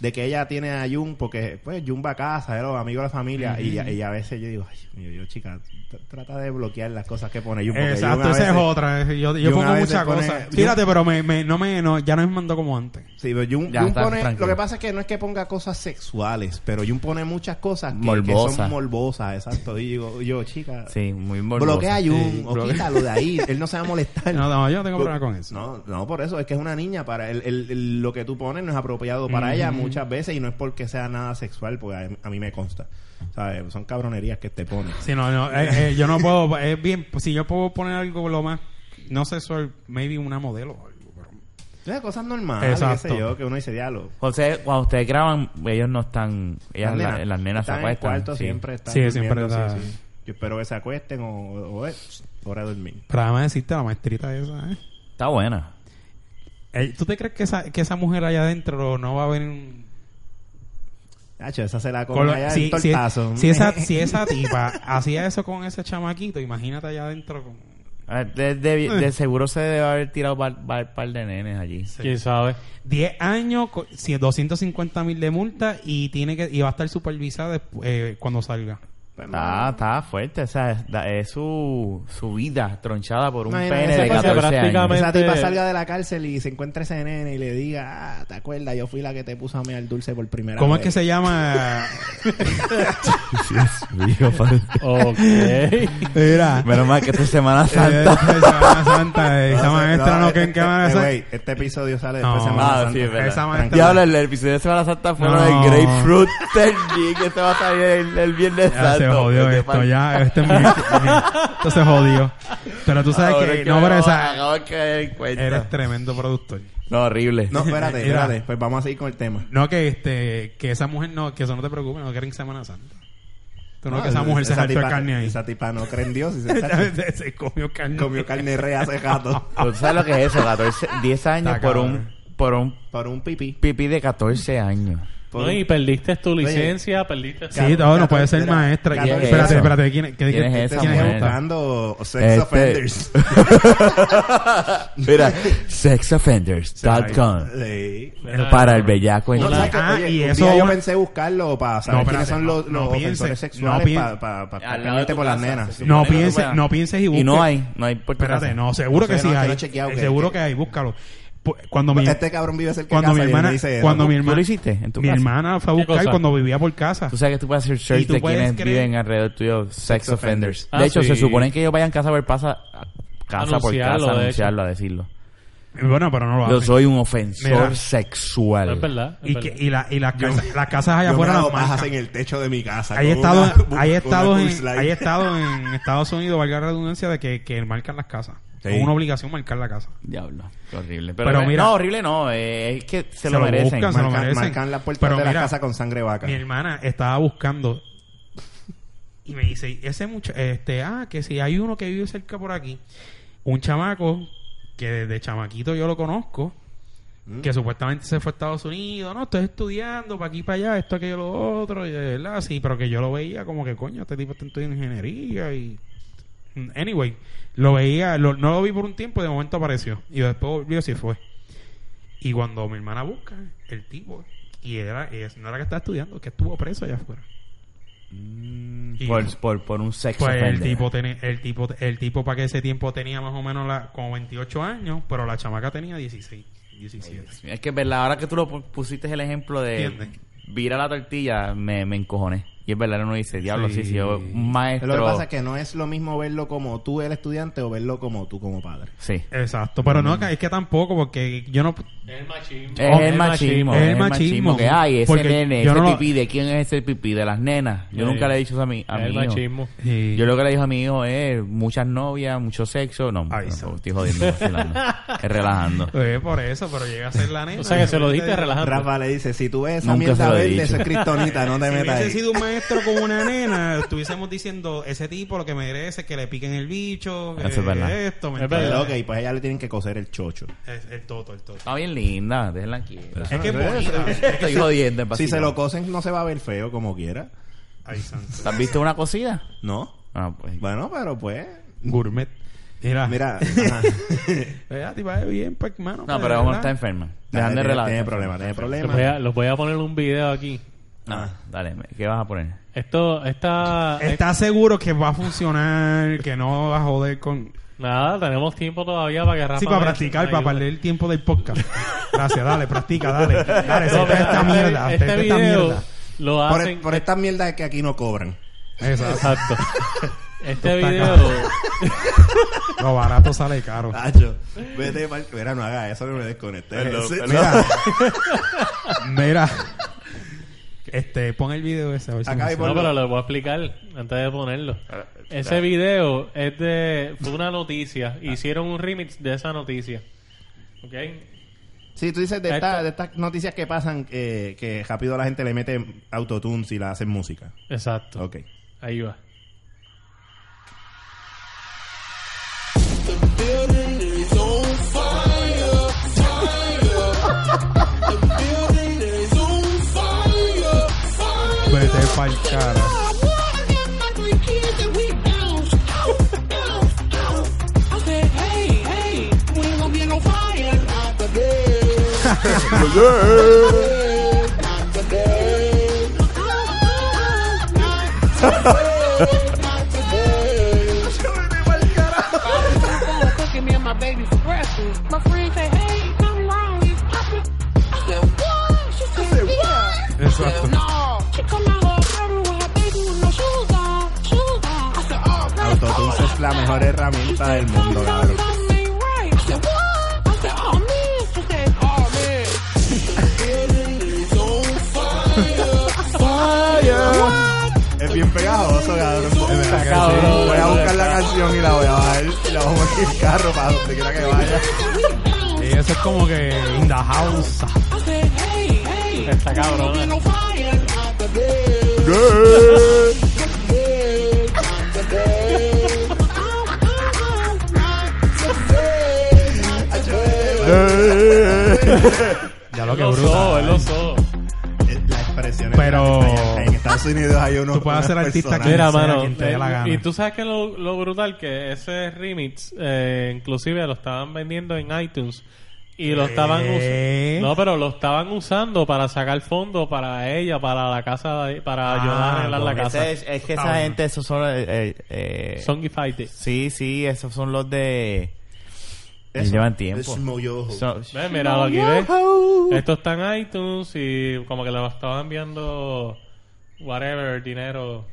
Speaker 3: De que ella tiene a Jun, porque pues Jun va a casa, era amigo de la familia. y, ella, ella a veces yo digo, ay, Dios mío, yo chica, t- trata de bloquear las cosas que pone Jun. porque Jun
Speaker 2: Exacto,
Speaker 3: a
Speaker 2: esa es
Speaker 3: veces-
Speaker 2: otra. eh, Yo, yo
Speaker 3: Jun a
Speaker 2: pongo
Speaker 3: veces
Speaker 2: muchas
Speaker 3: pone-
Speaker 2: cosas.
Speaker 3: Jun-
Speaker 2: Fíjate, pero me, me- no me, no, ya no me mandó como antes.
Speaker 3: Sí, pero Jun,
Speaker 1: Ya
Speaker 3: Jun
Speaker 1: está,
Speaker 3: pone,
Speaker 1: tranquilo.
Speaker 3: lo que pasa es que no es que ponga cosas sexuales, pero Jun pone muchas cosas que, que
Speaker 1: Morbosas.
Speaker 3: son morbosas, exacto. Y digo, yo, chica,
Speaker 1: Sí, muy morboso.
Speaker 3: bloquea a Jun
Speaker 2: Sí,
Speaker 3: o
Speaker 2: bloquea.
Speaker 3: quítalo de ahí, él no se va
Speaker 1: [LAUGHS]
Speaker 3: a molestar.
Speaker 2: No, no, yo no tengo problema con eso.
Speaker 3: No, no, por eso, es que es una niña, para el, el- el- lo que tú pones no es apropiado para ella muchas veces y no es porque sea nada sexual, porque a, a mí me consta. ¿Sabes? Son cabronerías que te pones.
Speaker 2: Sí, no, no, eh, eh, yo no puedo. Es bien, pues, si yo puedo poner algo lo más. No sé, soy maybe una modelo o algo. Pero,
Speaker 3: Esas Eh, cosas normales, qué sé
Speaker 2: Exacto.
Speaker 3: yo, que uno dice diálogo.
Speaker 1: José, cuando ustedes graban, ellos no están. Ellas, la- las nenas se
Speaker 3: están en el
Speaker 1: acuestan.
Speaker 3: cuarto
Speaker 1: sí.
Speaker 3: siempre están
Speaker 2: Sí, siempre
Speaker 3: durmiendo,
Speaker 2: está-
Speaker 3: sí, sí. Yo espero que se acuesten o, o es hora de dormir.
Speaker 2: pero además decirte la maestrita esa, ¿eh?
Speaker 1: Está buena.
Speaker 2: Eh, ¿Tú te crees que esa, que esa mujer allá adentro no va a ver un.
Speaker 3: Nacho, esa se la
Speaker 2: con
Speaker 3: come
Speaker 2: lo-
Speaker 3: allá
Speaker 2: si,
Speaker 3: en
Speaker 2: si-
Speaker 3: tortazo.
Speaker 2: si
Speaker 3: [LAUGHS]
Speaker 2: esa, si esa tipa hacía eso con ese chamaquito, imagínate allá adentro con.
Speaker 1: A ver, De,
Speaker 3: Eh.
Speaker 1: de- de seguro se debe haber tirado par, par, par de nenes allí.
Speaker 4: ¿Quién [LAUGHS] sabe?
Speaker 2: 10 años, co- si- 250 mil de multa y tiene que y va a estar supervisada despu- eh, cuando salga.
Speaker 3: Pues,
Speaker 1: Está, está fuerte. O sea, es, da- es su, su vida tronchada por un
Speaker 3: No, no,
Speaker 1: pene
Speaker 3: esa
Speaker 1: de
Speaker 3: cosa
Speaker 1: 14 años.
Speaker 4: prácticamente-
Speaker 3: Esa tipa salga de la cárcel y se encuentra ese nene y le diga, ah, ¿te acuerdas? Yo fui la que te puso a mear dulce por primera
Speaker 2: ¿Cómo es
Speaker 3: vez.
Speaker 2: que se
Speaker 3: [LAUGHS]
Speaker 2: llama?
Speaker 1: [LAUGHS]
Speaker 4: Ok.
Speaker 2: [LAUGHS] Mira.
Speaker 1: Menos mal que esta
Speaker 3: [LAUGHS]
Speaker 1: Semana
Speaker 2: eh,
Speaker 1: Santa.
Speaker 2: Semana Santa, eh,
Speaker 3: No,
Speaker 2: esa
Speaker 3: se-
Speaker 2: maestra no que en
Speaker 3: este,
Speaker 2: Semana
Speaker 3: eh,
Speaker 2: Santa.
Speaker 3: güey, este episodio sale
Speaker 2: No.
Speaker 3: después de Semana
Speaker 1: Ah,
Speaker 3: Santa.
Speaker 1: sí, es verdad.
Speaker 2: Esa maestra-
Speaker 1: Diablo, el, el episodio de Semana Santa fue
Speaker 2: No.
Speaker 1: lo del Grapefruit Technique que se va a salir el, el Viernes
Speaker 2: Ya
Speaker 1: Santo.
Speaker 2: se jodió
Speaker 1: Porque
Speaker 2: esto,
Speaker 1: pa-
Speaker 2: ya, este es mi- esto se jodió. Pero tú sabes
Speaker 1: Ahora es
Speaker 2: que, no, pero
Speaker 1: me
Speaker 2: esa-
Speaker 1: acabo de caer en cuenta.
Speaker 2: eres tremendo productor.
Speaker 1: No,
Speaker 2: [LAUGHS]
Speaker 1: horrible.
Speaker 3: No, espérate,
Speaker 2: Mira.
Speaker 3: espérate. Pues vamos a seguir con el tema.
Speaker 2: No que este, que esa mujer no, que eso no te preocupes, no quieren Semana Santa. Tú no,
Speaker 3: No,
Speaker 2: que esa mujer se saltó
Speaker 3: tipa-
Speaker 2: carne ahí.
Speaker 3: Esa tipa no cree en Dios
Speaker 2: [LAUGHS]
Speaker 3: y se está-
Speaker 2: se, se comió carne.
Speaker 3: comió carne rea hace
Speaker 2: [LAUGHS]
Speaker 3: gato
Speaker 1: ¿Tú sabes lo que es eso? 14, 10 años
Speaker 2: Está
Speaker 1: por
Speaker 2: cabrón.
Speaker 1: un, por un
Speaker 3: por un pipí.
Speaker 1: pipí de 14 años.
Speaker 3: Por
Speaker 4: No, y
Speaker 3: un-
Speaker 4: perdiste tu
Speaker 3: Oye.
Speaker 4: licencia, perdiste...
Speaker 2: Sí, todo no puede ser
Speaker 3: Mira,
Speaker 2: maestra.
Speaker 3: ¿quién
Speaker 1: es
Speaker 2: espérate,
Speaker 1: eso?
Speaker 2: espérate, ¿quién, qué-
Speaker 1: ¿Quién
Speaker 2: qué-
Speaker 1: es
Speaker 3: Te
Speaker 1: esa
Speaker 2: quién
Speaker 3: estás
Speaker 1: mujer?
Speaker 2: esta?
Speaker 3: Este buscando sex
Speaker 1: Este-
Speaker 3: offenders.
Speaker 1: [LAUGHS] Mira, sexoffenders.com
Speaker 3: Sí.
Speaker 1: para el bellaco. en
Speaker 3: No,
Speaker 1: ti.
Speaker 3: ¿sabes qué?
Speaker 2: Ah,
Speaker 3: Oye,
Speaker 2: y
Speaker 3: un
Speaker 2: eso
Speaker 3: día yo
Speaker 2: una-
Speaker 3: pensé buscarlo para saber
Speaker 2: No,
Speaker 3: quiénes
Speaker 2: espérate,
Speaker 3: son los,
Speaker 2: no, no
Speaker 3: los ofensores
Speaker 2: piense-
Speaker 3: sexuales
Speaker 2: no piense-
Speaker 3: para pa, pa,
Speaker 1: Al
Speaker 3: pa-
Speaker 1: lado de tu
Speaker 3: por las
Speaker 1: casa,
Speaker 3: nenas.
Speaker 1: se
Speaker 2: No
Speaker 1: supone que
Speaker 2: piense-
Speaker 1: puedas.
Speaker 2: no pienses y
Speaker 1: Y no
Speaker 2: busques.
Speaker 1: hay, no hay por tu
Speaker 2: Espérate,
Speaker 1: casa.
Speaker 2: no, seguro
Speaker 3: No
Speaker 2: que
Speaker 3: sé,
Speaker 2: sí
Speaker 3: no, que no
Speaker 2: hay.
Speaker 3: he chequeado que-
Speaker 2: seguro
Speaker 3: que-
Speaker 2: que hay, búscalo. Pu- Cuando mi,
Speaker 3: Este cabrón vive cerca
Speaker 2: cuando
Speaker 3: de
Speaker 2: mi
Speaker 3: casa y él
Speaker 2: hermana,
Speaker 3: me dice,
Speaker 2: cuando
Speaker 3: no,
Speaker 2: mi
Speaker 1: ¿Tú
Speaker 2: hermana,
Speaker 1: lo hiciste en tu
Speaker 2: mi
Speaker 1: casa?
Speaker 2: hermana fue a
Speaker 4: ¿Qué
Speaker 2: buscar
Speaker 4: cosa?
Speaker 2: cuando vivía por casa.
Speaker 1: Tú sabes que tú puedes hacer search
Speaker 2: Y tú
Speaker 1: de
Speaker 2: puedes
Speaker 1: quienes
Speaker 2: creer-
Speaker 1: viven alrededor tuyo, sex
Speaker 3: Sex offenders.
Speaker 1: offenders.
Speaker 4: Ah,
Speaker 1: de hecho, se
Speaker 4: sí.
Speaker 1: supone que ellos vayan casa por pasa, casa por
Speaker 4: Anunciarlo,
Speaker 1: casa,
Speaker 4: de
Speaker 1: a anunciarlo, a decirlo.
Speaker 2: Bueno, pero no lo hacen.
Speaker 1: Yo soy un ofensor
Speaker 2: Mira.
Speaker 1: sexual.
Speaker 4: Es verdad. es
Speaker 2: y,
Speaker 4: verdad.
Speaker 2: que, y, la- y las, casas, las casas allá
Speaker 3: Yo me
Speaker 2: afuera
Speaker 3: hago
Speaker 2: las
Speaker 3: pajas
Speaker 2: marcan.
Speaker 3: en el techo de mi casa.
Speaker 2: Hay
Speaker 3: con
Speaker 2: estado,
Speaker 3: [LAUGHS] una-
Speaker 2: hay
Speaker 3: una
Speaker 2: estado,
Speaker 3: cool
Speaker 2: en,
Speaker 3: slide.
Speaker 2: hay estado en Estados Unidos, valga la redundancia, de que, que marcan las casas.
Speaker 3: Sí.
Speaker 2: Es una obligación marcar la casa.
Speaker 1: Diablo, qué horrible. Pero,
Speaker 2: Pero
Speaker 1: eh,
Speaker 2: mira-
Speaker 1: no, horrible no, eh, es que se, lo,
Speaker 2: lo
Speaker 1: merecen.
Speaker 2: buscan, se lo
Speaker 3: Marcan-
Speaker 2: merecen.
Speaker 3: Marcan la puerta
Speaker 2: Pero
Speaker 3: de la
Speaker 2: mira,
Speaker 3: casa con sangre vaca.
Speaker 2: Mi hermana estaba buscando y me dice, ese mucho, este, ah, que si hay uno que vive cerca por aquí, un chamaco que desde chamaquito yo lo conozco, que supuestamente se fue a Estados Unidos, no, estoy estudiando para aquí para allá, esto aquello lo otro, y de verdad, sí, pero que yo lo veía como que coño, este tipo está estudiando ingeniería y anyway, lo veía, lo- no lo vi por un tiempo, de momento apareció y después volvió y se fue. Y cuando mi hermana busca, el tipo, y era, es- no era que estaba estudiando, que estuvo preso allá afuera. Y-
Speaker 1: Por, por, por un sexo.
Speaker 2: pues el
Speaker 1: offender.
Speaker 2: tipo, tiene el tipo el tipo para que ese tiempo tenía más o menos la, como 28 años, pero la chamaca tenía 16, 17.
Speaker 1: Es que es verdad, ahora que tú lo pu- pusiste el ejemplo de
Speaker 2: ¿Entiendes?
Speaker 1: vira la tortilla, me, me encojoné. Y es verdad, uno dice, diablo, sí,
Speaker 2: Sí.
Speaker 1: sí, yo, un
Speaker 3: Pero
Speaker 1: maestro.
Speaker 3: Lo que pasa es que no es lo mismo verlo como tú, el estudiante, o verlo como tú, como padre.
Speaker 1: Sí.
Speaker 2: Exacto, pero no, es que tampoco, porque yo no...
Speaker 4: Es el machismo.
Speaker 1: Es el machismo,
Speaker 2: es
Speaker 1: es
Speaker 2: el
Speaker 1: el machismo
Speaker 2: machismo.
Speaker 1: que hay, ese
Speaker 2: Porque
Speaker 1: nene,
Speaker 2: yo
Speaker 1: ese
Speaker 2: no lo-
Speaker 1: pipí, ¿de quién es ese pipí? De las nenas. Yo
Speaker 4: Sí.
Speaker 1: nunca le he dicho eso a mi, a
Speaker 4: Es el
Speaker 1: mi hijo.
Speaker 4: machismo.
Speaker 2: Sí.
Speaker 1: Yo lo que le dije a mi hijo es muchas novias, mucho sexo. No,
Speaker 2: Ay,
Speaker 1: no,
Speaker 2: santo.
Speaker 1: no, estoy jodiendo, vacilando. Es relajando.
Speaker 2: Eh, por eso, pero llega a ser la nena.
Speaker 4: O sea que se lo dijiste
Speaker 2: Ah, pues.
Speaker 4: relajando.
Speaker 3: Rafa le dice, si tú ves esa
Speaker 1: Nunca se
Speaker 3: mierda
Speaker 1: lo he
Speaker 3: verde,
Speaker 1: dicho.
Speaker 3: eso es
Speaker 2: [LAUGHS]
Speaker 3: kriptonita, no te
Speaker 2: Si
Speaker 3: metas
Speaker 2: hubiese
Speaker 3: ahí.
Speaker 2: sido un maestro con una nena, estuviésemos diciendo, ese tipo lo que merece, que le piquen el bicho, que
Speaker 1: Eso es verdad.
Speaker 2: esto, ¿me
Speaker 4: Es
Speaker 2: entiendes?
Speaker 3: Pero, ok, pues a ella le tienen que coser el chocho.
Speaker 2: Es- el toto, el toto.
Speaker 1: Está bien linda, déjenla quieta.
Speaker 2: Es que es
Speaker 3: Pero eso-
Speaker 2: bonita.
Speaker 1: Estoy jodiendo, en
Speaker 3: Si se lo cosen, no se va a ver feo como quiera.
Speaker 2: Ay, santo.
Speaker 1: ¿Has visto una cosida?
Speaker 3: ¿No?
Speaker 1: Ah, pues.
Speaker 3: Bueno, pero pues...
Speaker 2: Gourmet. Mira, mira.
Speaker 1: [LAUGHS]
Speaker 3: Mira, ajá.
Speaker 2: Ella te va bien, pa' hermano.
Speaker 1: No,
Speaker 2: pa'
Speaker 1: pero
Speaker 2: de
Speaker 1: vamos,
Speaker 2: verdad.
Speaker 1: está enferma. Dejando de
Speaker 3: Tiene-
Speaker 1: relajar.
Speaker 3: Tiene problemas, tiene
Speaker 4: Los
Speaker 2: pues
Speaker 4: voy,
Speaker 3: problemas.
Speaker 4: a, los voy a poner un video aquí.
Speaker 1: Ah, dale, me- ¿qué vas a poner?
Speaker 4: Esto, esta...
Speaker 2: ¿Estás seguro que va a funcionar, que no va a joder con...
Speaker 4: Nada, tenemos tiempo todavía para que Rafa...
Speaker 2: Sí, para
Speaker 4: me-
Speaker 2: practicar,
Speaker 4: me
Speaker 2: para
Speaker 4: ayude.
Speaker 2: perder el tiempo del podcast. Gracias, dale, practica, dale. Dale,
Speaker 4: No,
Speaker 2: suelta
Speaker 4: pero
Speaker 2: esta
Speaker 4: este-
Speaker 2: mierda, suelta
Speaker 4: Este,
Speaker 2: esta
Speaker 4: video
Speaker 2: mierda.
Speaker 4: lo hacen...
Speaker 3: Por, e-, por estas mierdas que aquí no cobran.
Speaker 2: Exacto. [LAUGHS]
Speaker 4: Exacto. Este
Speaker 2: Está
Speaker 4: video...
Speaker 2: cabrón. Lo barato sale caro.
Speaker 3: Tacho, vete pa'l- Mira, no hagas eso, no me desconectes. Sí.
Speaker 2: Mira. Mira. Este, pon el video ese. a ver si
Speaker 3: Acá hay
Speaker 2: funciona.
Speaker 4: No,
Speaker 3: Ponlo.
Speaker 4: pero lo voy a explicar antes de ponerlo. Ese video es de... Fue una noticia. Hicieron un remix de esa noticia. ¿Ok?
Speaker 3: Sí, tú dices de, esta-
Speaker 4: Esto-
Speaker 3: de estas noticias que pasan eh, que rápido la gente le mete autotunes y la hacen música.
Speaker 4: Exacto.
Speaker 3: Ok.
Speaker 4: Ahí va.
Speaker 2: Vete pa'l cara.
Speaker 5: My friend said, hey, something wrong, it's popping. I said, what? She said, yeah.
Speaker 2: Exacto.
Speaker 5: No. She come out of her bedroom with her baby with no shoes on. Shoes on. I said, oh, man.
Speaker 3: Autotunes es la mejor herramienta del mundo, cabrón. Es bien pegajoso, cabrón. Está
Speaker 4: cabrón.
Speaker 3: Voy a buscar la canción y la voy a bajar. Y la voy a poner en el carro para donde quiera
Speaker 2: [LAUGHS]
Speaker 3: que vaya.
Speaker 2: Y eso es como que in the house.
Speaker 4: Está cabrón. ¿eh?
Speaker 2: Ya lo que
Speaker 4: Los
Speaker 2: bruto.
Speaker 4: ojos, los ojos.
Speaker 3: La expresión es
Speaker 2: Pero-
Speaker 3: grande. En Estados Unidos hay unos.
Speaker 2: Tú puedes
Speaker 3: unas
Speaker 2: ser artista
Speaker 3: personas-
Speaker 2: que-
Speaker 4: Mira,
Speaker 2: sea,
Speaker 4: mano,
Speaker 2: quien te dé la
Speaker 4: eh,
Speaker 2: gana.
Speaker 4: y tú sabes que lo, lo brutal que ese remix, eh, inclusive lo estaban vendiendo en iTunes y lo estaban
Speaker 2: Eh.
Speaker 4: usando, no, pero lo estaban usando para sacar fondos para ella, para la casa, de- para
Speaker 2: Ah,
Speaker 4: ayudar a arreglar la
Speaker 2: porque
Speaker 4: casa.
Speaker 1: Ese es, es que
Speaker 2: Ah,
Speaker 1: esa
Speaker 2: bueno.
Speaker 1: gente, esos son. eh, eh, eh,
Speaker 4: Songify Day.
Speaker 1: Sí, sí, esos son los de.
Speaker 3: Eso.
Speaker 1: Llevan tiempo.
Speaker 3: Es moyojo.
Speaker 1: son-
Speaker 4: Ve, mira, aquí ves. Esto está en iTunes y como que le estaban enviando whatever, dinero.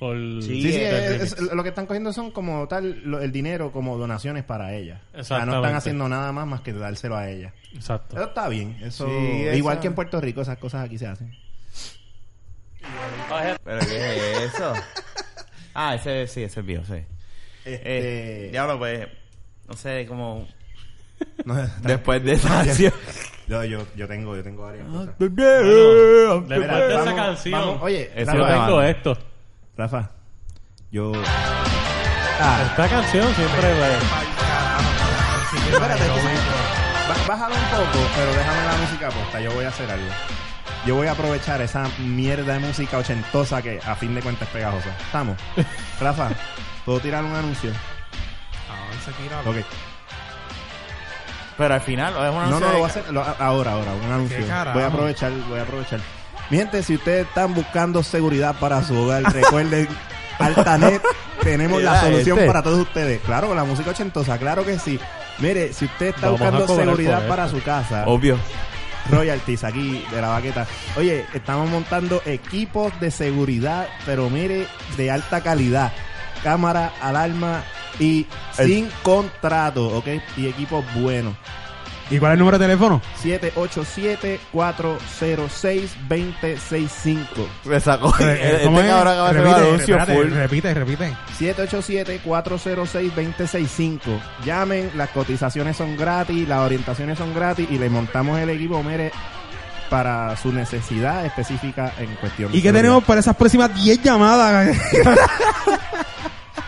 Speaker 4: Por...
Speaker 1: Sí,
Speaker 3: Sí, sí,
Speaker 1: eh,
Speaker 3: es- es- lo que están cogiendo son como tal lo- el dinero como donaciones para ella. O sea, no están
Speaker 4: Exactamente.
Speaker 3: haciendo nada más más que dárselo a ella.
Speaker 4: Exacto.
Speaker 3: Eso está bien. Eso,
Speaker 1: Sí, esa-
Speaker 3: igual que en Puerto Rico, esas cosas aquí se hacen.
Speaker 1: ¿Pero qué es eso? Ah, ese sí, ese es el viejo, sí.
Speaker 3: Este,
Speaker 1: Eh, diablo, pues, no sé, como
Speaker 3: no,
Speaker 1: después de esa acción.
Speaker 3: yo, yo, yo tengo, yo tengo varias cosas.
Speaker 4: Después
Speaker 3: Mira,
Speaker 4: de esa
Speaker 3: vamos-
Speaker 4: canción,
Speaker 3: vamos- oye,
Speaker 1: Eso
Speaker 4: yo
Speaker 1: va.
Speaker 3: Rafa,
Speaker 4: tengo esto.
Speaker 3: Rafa, yo...
Speaker 4: Esta canción siempre me-
Speaker 3: Espérate, tú- ba- bájalo un poco, pero déjame la música puesta. Yo voy a hacer algo. Yo voy a aprovechar esa mierda de música ochentosa que a fin de cuentas es pegajosa. Estamos. Rafa, ¿puedo tirar un anuncio?
Speaker 2: Avance, tira.
Speaker 3: Ok.
Speaker 1: Pero al final, es una
Speaker 3: No, no,
Speaker 1: ansiedad
Speaker 3: lo
Speaker 1: de-
Speaker 3: voy a hacer lo- ahora, ahora, un anuncio.
Speaker 2: carajo?
Speaker 3: Voy a aprovechar, voy a aprovechar. Mi gente, si ustedes están buscando seguridad para su hogar, recuerden, Altanet, tenemos la
Speaker 1: Mira
Speaker 3: solución
Speaker 1: este.
Speaker 3: para todos ustedes. Claro, con la música ochentosa, claro que sí. Mire, si usted está
Speaker 4: Vamos a
Speaker 3: buscando
Speaker 4: cobrar por
Speaker 3: seguridad
Speaker 4: esto. Oh.
Speaker 3: para su casa,
Speaker 1: Obvio.
Speaker 3: royalties aquí de la baqueta. Oye, estamos montando equipos de seguridad, pero mire, de alta calidad. Cámara, alarma y sin contrato, ¿ok? Y equipos buenos.
Speaker 2: ¿Y cuál es el número de teléfono?
Speaker 3: 787-406-2065.
Speaker 1: Me sacó.
Speaker 2: Eh,
Speaker 1: Este
Speaker 2: ¿cómo
Speaker 1: cabrón
Speaker 2: es?
Speaker 1: acaba de hacer un
Speaker 2: Repite,
Speaker 1: anuncio
Speaker 2: espérate,
Speaker 1: full.
Speaker 2: Repite, repite.
Speaker 3: 787-406-2065. Llamen, las cotizaciones son gratis, las orientaciones son gratis y le montamos el equipo, mire, para su necesidad específica en cuestión. de
Speaker 2: ¿Y qué
Speaker 3: seguridad.
Speaker 2: tenemos para esas próximas 10 llamadas?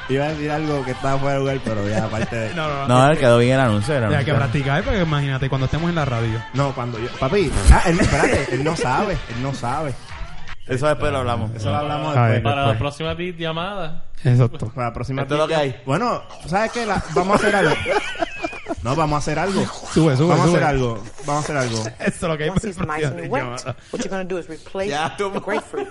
Speaker 3: Iba a decir algo que estaba fuera de lugar,
Speaker 2: [LAUGHS]
Speaker 3: pero ya aparte de... no.
Speaker 1: No, le quedó bien el anuncio. el
Speaker 2: Hay que
Speaker 1: anuncio.
Speaker 2: practicar, porque imagínate, cuando estemos en la radio.
Speaker 3: cuando yo... Papi, ah, él, espérate, él no sabe, él
Speaker 2: [LAUGHS]
Speaker 3: no sabe.
Speaker 1: Eso después lo hablamos.
Speaker 3: Eso lo hablamos
Speaker 2: A
Speaker 3: después.
Speaker 2: ver.
Speaker 4: para la próxima di- llamada.
Speaker 2: Exacto.
Speaker 3: Para la próxima
Speaker 1: Esto es lo que hay.
Speaker 3: Bueno, ¿sabes qué? La- vamos a hacer algo. No, vamos a hacer algo.
Speaker 2: Sube, sube,
Speaker 3: vamos
Speaker 2: sube.
Speaker 3: a hacer algo. Vamos a hacer algo.
Speaker 2: Eso es lo que hay
Speaker 6: Once he's
Speaker 3: [LAUGHS]
Speaker 6: nice and wet,
Speaker 2: llamada.
Speaker 6: what you're going to do is replace
Speaker 1: Yeah.
Speaker 6: the grapefruit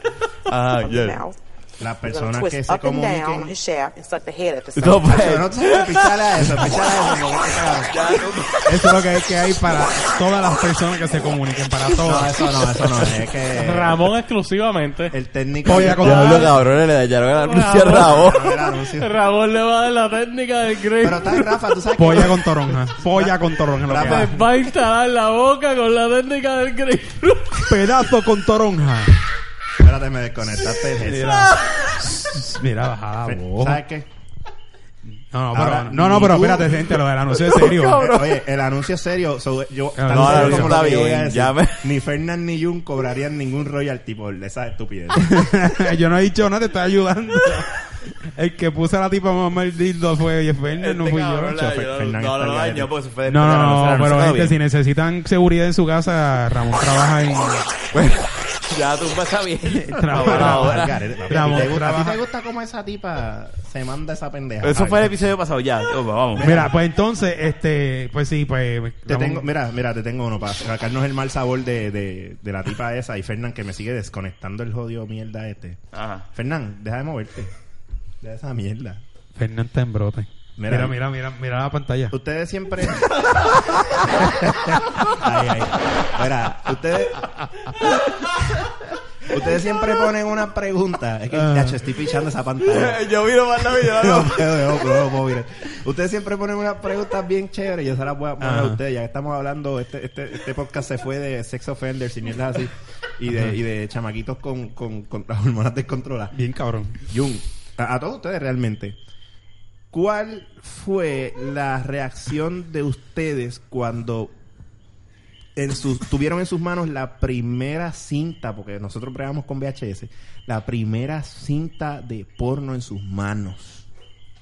Speaker 1: Ah,
Speaker 6: from
Speaker 1: yeah.
Speaker 6: the mouth.
Speaker 3: Las
Speaker 6: You're going to
Speaker 3: personas que
Speaker 6: twist
Speaker 3: se
Speaker 6: Pues up and down on
Speaker 3: comuniquen.
Speaker 6: his shaft and suck the head at the same
Speaker 1: No,
Speaker 6: time.
Speaker 1: pues,
Speaker 3: No te pichale a eso, pichale a eso.
Speaker 2: Eso es lo que hay, que hay para todas las personas que se comuniquen, para
Speaker 3: No,
Speaker 2: todas.
Speaker 3: eso no, eso no. Es que
Speaker 4: Ramón exclusivamente.
Speaker 3: el técnico.
Speaker 2: Voy a
Speaker 3: No,
Speaker 2: con-
Speaker 1: Diablo, cabrón, le dañaron el anuncio a Rabo.
Speaker 3: el anuncio.
Speaker 4: Ramón le va a dar la técnica del Grey.
Speaker 3: eh. Pero tal Rafa, tú sabes que
Speaker 2: Polla con toronja. Polla con toronja. Lo que
Speaker 3: Rafa,
Speaker 2: hay.
Speaker 4: Va a instalar la boca con la técnica del Grey.
Speaker 2: Pedazo con toronja.
Speaker 3: Espérate, me desconectaste. de eso.
Speaker 2: Mira, bajada, voz.
Speaker 3: ¿Sabes qué?
Speaker 2: No, no,
Speaker 3: Ahora,
Speaker 2: Ah, pero, no, no, pero
Speaker 3: ni tú-
Speaker 2: espérate, gente, lo del anuncio
Speaker 1: [LAUGHS]
Speaker 2: es
Speaker 3: [LAUGHS]
Speaker 2: serio.
Speaker 3: Eh, Oye, el anuncio es serio. so, yo, tan
Speaker 2: no, el
Speaker 3: serio
Speaker 2: anuncio
Speaker 3: como lo
Speaker 1: está
Speaker 3: que yo voy a
Speaker 1: bien,
Speaker 3: decir,
Speaker 1: ya me-
Speaker 3: Ni Fernand ni Jun cobrarían ningún royalty por
Speaker 2: [LAUGHS]
Speaker 3: esa estupidez.
Speaker 2: Yo no he dicho nada, te estoy ayudando. El que puso a la tipa más mal dildo fue Fernández, no
Speaker 1: Este
Speaker 2: fui
Speaker 1: cabrón
Speaker 2: yo.
Speaker 1: le dañó-
Speaker 3: Fernández
Speaker 1: No, no lo
Speaker 3: está
Speaker 1: dañó
Speaker 3: bien.
Speaker 1: porque se fue después
Speaker 2: No,
Speaker 1: del anuncio,
Speaker 2: no,
Speaker 1: el
Speaker 2: no,
Speaker 1: anuncio
Speaker 2: pero
Speaker 1: quedó
Speaker 2: gente, si
Speaker 1: bien.
Speaker 2: necesitan seguridad en su casa, Ramón trabaja en...
Speaker 3: [LAUGHS]
Speaker 1: Bueno, ya tú pasa bien. Ahora, ahora.
Speaker 3: Garete, papi.
Speaker 2: Ramón,
Speaker 3: ¿Te gusta- ¿A ti
Speaker 2: trabaja.
Speaker 3: te gusta cómo esa tipa se manda esa pendeja?
Speaker 1: Eso
Speaker 3: ¿sabes?
Speaker 1: fue el episodio pasado, ya. Vamos.
Speaker 2: Mira, pues entonces, este, pues sí, pues...
Speaker 3: Te
Speaker 2: Ramón-
Speaker 3: tengo, mira, mira, te tengo uno para sacarnos el mal sabor de, de, de la tipa esa y Fernán que me sigue desconectando el jodido mierda este.
Speaker 1: Ajá.
Speaker 3: Fernán, deja de moverte. Deja esa mierda.
Speaker 2: Fernández está en brote.
Speaker 3: Mira.
Speaker 2: Mira, mira, mira, mira la pantalla.
Speaker 3: Ustedes siempre. ay, ay. Mira, ustedes. Ustedes siempre ponen una pregunta. Es que,
Speaker 2: Ah.
Speaker 3: chacho, estoy pichando esa pantalla.
Speaker 1: Eh, Yo vi nomás la video.
Speaker 3: No, no, no, no, puedo mirar. Ustedes siempre ponen unas preguntas bien chéveres. Yo se las voy a poner a
Speaker 2: Ajá.
Speaker 3: ustedes. Ya que estamos hablando, este, este, este podcast se fue de sex offenders y mierdas así. Y de, y de chamaquitos con, con, con las hormonas descontroladas.
Speaker 2: Bien cabrón.
Speaker 3: Jun, a, a todos ustedes realmente. ¿Cuál fue la reacción de ustedes cuando en sus, tuvieron en sus manos la primera cinta? Porque nosotros pregamos con VHS. La primera cinta de porno en sus manos.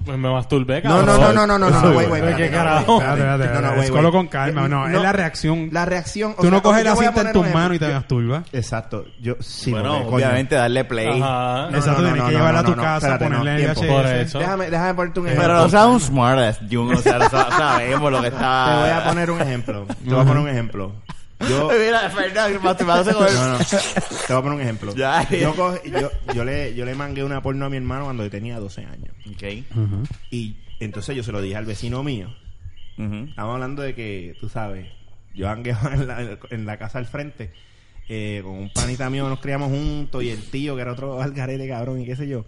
Speaker 4: Pues me masturbé,
Speaker 3: No,
Speaker 4: cabrón.
Speaker 3: no, no, no, no, no, no,
Speaker 2: Eso,
Speaker 3: güey,
Speaker 2: güey.
Speaker 3: güey.
Speaker 4: ¿Qué
Speaker 3: espérate, no,
Speaker 4: carajo?
Speaker 3: espérate,
Speaker 2: Espérate,
Speaker 3: no, no,
Speaker 2: espérate,
Speaker 3: güey,
Speaker 2: cógalo
Speaker 3: güey.
Speaker 2: con calma, no, es la reacción.
Speaker 3: La reacción. o
Speaker 2: Tú
Speaker 3: sea,
Speaker 2: no coges
Speaker 3: yo
Speaker 2: la
Speaker 3: voy a
Speaker 2: cinta en
Speaker 3: poner
Speaker 2: tus
Speaker 3: un ejemplo.
Speaker 2: manos y te
Speaker 3: Yo-
Speaker 2: masturbas.
Speaker 3: Exacto, yo sí, no,
Speaker 1: Bueno,
Speaker 3: me- coño.
Speaker 1: obviamente darle play.
Speaker 4: Ajá.
Speaker 3: No,
Speaker 2: Exacto,
Speaker 3: no,
Speaker 2: tienes
Speaker 3: no,
Speaker 2: que
Speaker 3: no,
Speaker 2: llevarla a
Speaker 3: no,
Speaker 2: tu
Speaker 3: no,
Speaker 2: casa,
Speaker 3: espérate, no,
Speaker 2: ponerla en
Speaker 3: tiempo.
Speaker 2: VHS.
Speaker 4: Por eso.
Speaker 3: Déjame, déjame ponerte un ejemplo.
Speaker 1: Pero no seas un smartass, Jun. O sea, no sab- sabemos lo que
Speaker 3: Te
Speaker 1: está.
Speaker 3: voy a poner un ejemplo. Te voy a poner un ejemplo.
Speaker 1: [LAUGHS]
Speaker 3: Yo
Speaker 1: Mira, Fernández, masturbándose con
Speaker 3: No,
Speaker 1: el.
Speaker 3: no. Te voy a poner un ejemplo.
Speaker 1: Ya.
Speaker 3: Yo, co- yo, yo le, yo le mangué una porno a mi hermano cuando yo tenía 12 años.
Speaker 1: Ok.
Speaker 2: Ujú.
Speaker 3: Y entonces yo se lo dije al vecino mío.
Speaker 1: Ujú.
Speaker 3: Estamos hablando de que, tú sabes, yo hangueaba en la, en la casa al frente eh, con un panita mío, nos criamos juntos y el tío que era otro algarete cabrón y qué sé yo.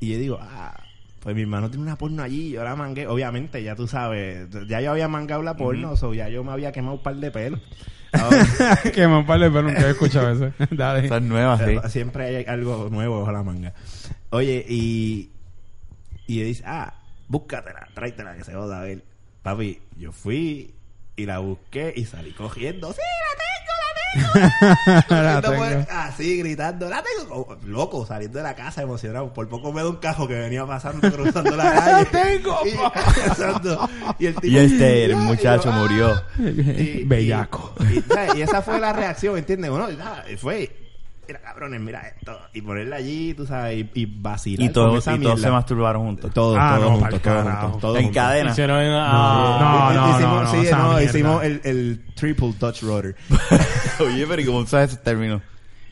Speaker 3: Y yo digo, ah, pues mi hermano tiene una porno allí, yo la mangué. Obviamente, ya tú sabes, ya yo había mangado la porno, o ya yo me había quemado un par de pelos. Ahora-
Speaker 2: [LAUGHS] que me parle, pero nunca he
Speaker 1: [LAUGHS]
Speaker 2: escuchado eso. Dale.
Speaker 1: Están nuevas, Ah, sí.
Speaker 3: Eh, Siempre hay algo nuevo bajo la manga. Oye, y. Y él dice, ah, búscatela, tráetela que se joda a ver. Papi, yo fui y la busqué y salí cogiendo. ¡Sí,
Speaker 2: La [LAUGHS]
Speaker 3: la tengo!
Speaker 2: tengo.
Speaker 3: Así gritando, la tengo. Como- Loco, saliendo de la casa emocionado. Por poco me da un cajo que venía pasando, cruzando la calle. ¡La tengo! [LAUGHS] Y, cruzando. Y el tipo,
Speaker 1: Y este, el
Speaker 3: "Ah", y yo,
Speaker 1: muchacho
Speaker 3: "Ah".
Speaker 1: murió.
Speaker 2: [LAUGHS]
Speaker 3: Y-
Speaker 2: Bellaco.
Speaker 3: Y, y, ¿sabes? Y esa fue la reacción, ¿entiendes? Bueno, nada, fue, mira, cabrones, mira esto. Y ponerla allí, tú sabes, y, y vacilar.
Speaker 1: Y
Speaker 3: con
Speaker 1: todos,
Speaker 3: esa
Speaker 1: y todos
Speaker 3: mierda.
Speaker 1: se masturbaron juntos.
Speaker 3: Todos,
Speaker 2: Ah,
Speaker 3: todos
Speaker 2: no,
Speaker 3: juntos,
Speaker 2: pa'l
Speaker 3: todos
Speaker 2: carajo.
Speaker 3: juntos, todos
Speaker 1: en
Speaker 3: juntos.
Speaker 1: cadena.
Speaker 4: Hicieron... ah,
Speaker 2: No, no,
Speaker 3: hicimos,
Speaker 2: no, no,
Speaker 3: sí,
Speaker 2: esa mierda.
Speaker 3: hicimos el, el triple
Speaker 2: [LAUGHS]
Speaker 3: Dutch rotor.
Speaker 1: [LAUGHS] Oye, pero ¿y ¿cómo sabes ese término?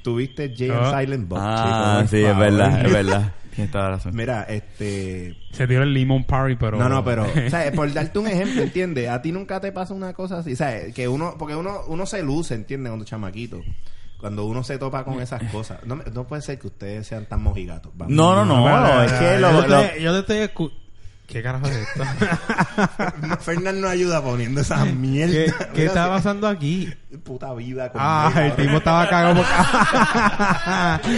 Speaker 3: Tuviste Jay and
Speaker 2: Ah.
Speaker 3: Silent Bob.
Speaker 1: Ah,
Speaker 3: chico,
Speaker 1: sí,
Speaker 3: por
Speaker 1: es
Speaker 3: favor.
Speaker 1: verdad, es [LAUGHS] verdad. Tienes toda la razón.
Speaker 3: Mira, este...
Speaker 2: Se tiró el limón party, pero.
Speaker 3: No,
Speaker 2: [LAUGHS]
Speaker 3: no, pero, o sea, por darte un ejemplo, ¿entiendes? A ti nunca te pasa una cosa así, ¿sabes? Que uno, porque uno, uno se luce, ¿entiendes? Cuando chamaquito. Cuando uno se topa con esas cosas. No, me- no puede ser que ustedes sean tan mojigatos. vamos.
Speaker 1: No, no, no, es que lo-
Speaker 2: yo, te,
Speaker 1: lo-
Speaker 2: yo te estoy escu- ¿Qué carajo
Speaker 1: [LAUGHS]
Speaker 2: es esto?
Speaker 3: Fernan [LAUGHS] no ayuda poniendo esa mierda.
Speaker 2: ¿Qué,
Speaker 3: Mira,
Speaker 2: qué está
Speaker 3: así,
Speaker 2: pasando aquí?
Speaker 1: Pues
Speaker 3: Puta vida. con
Speaker 2: Ah,
Speaker 3: mega,
Speaker 2: el tipo estaba cagado
Speaker 1: [LAUGHS]
Speaker 2: porque...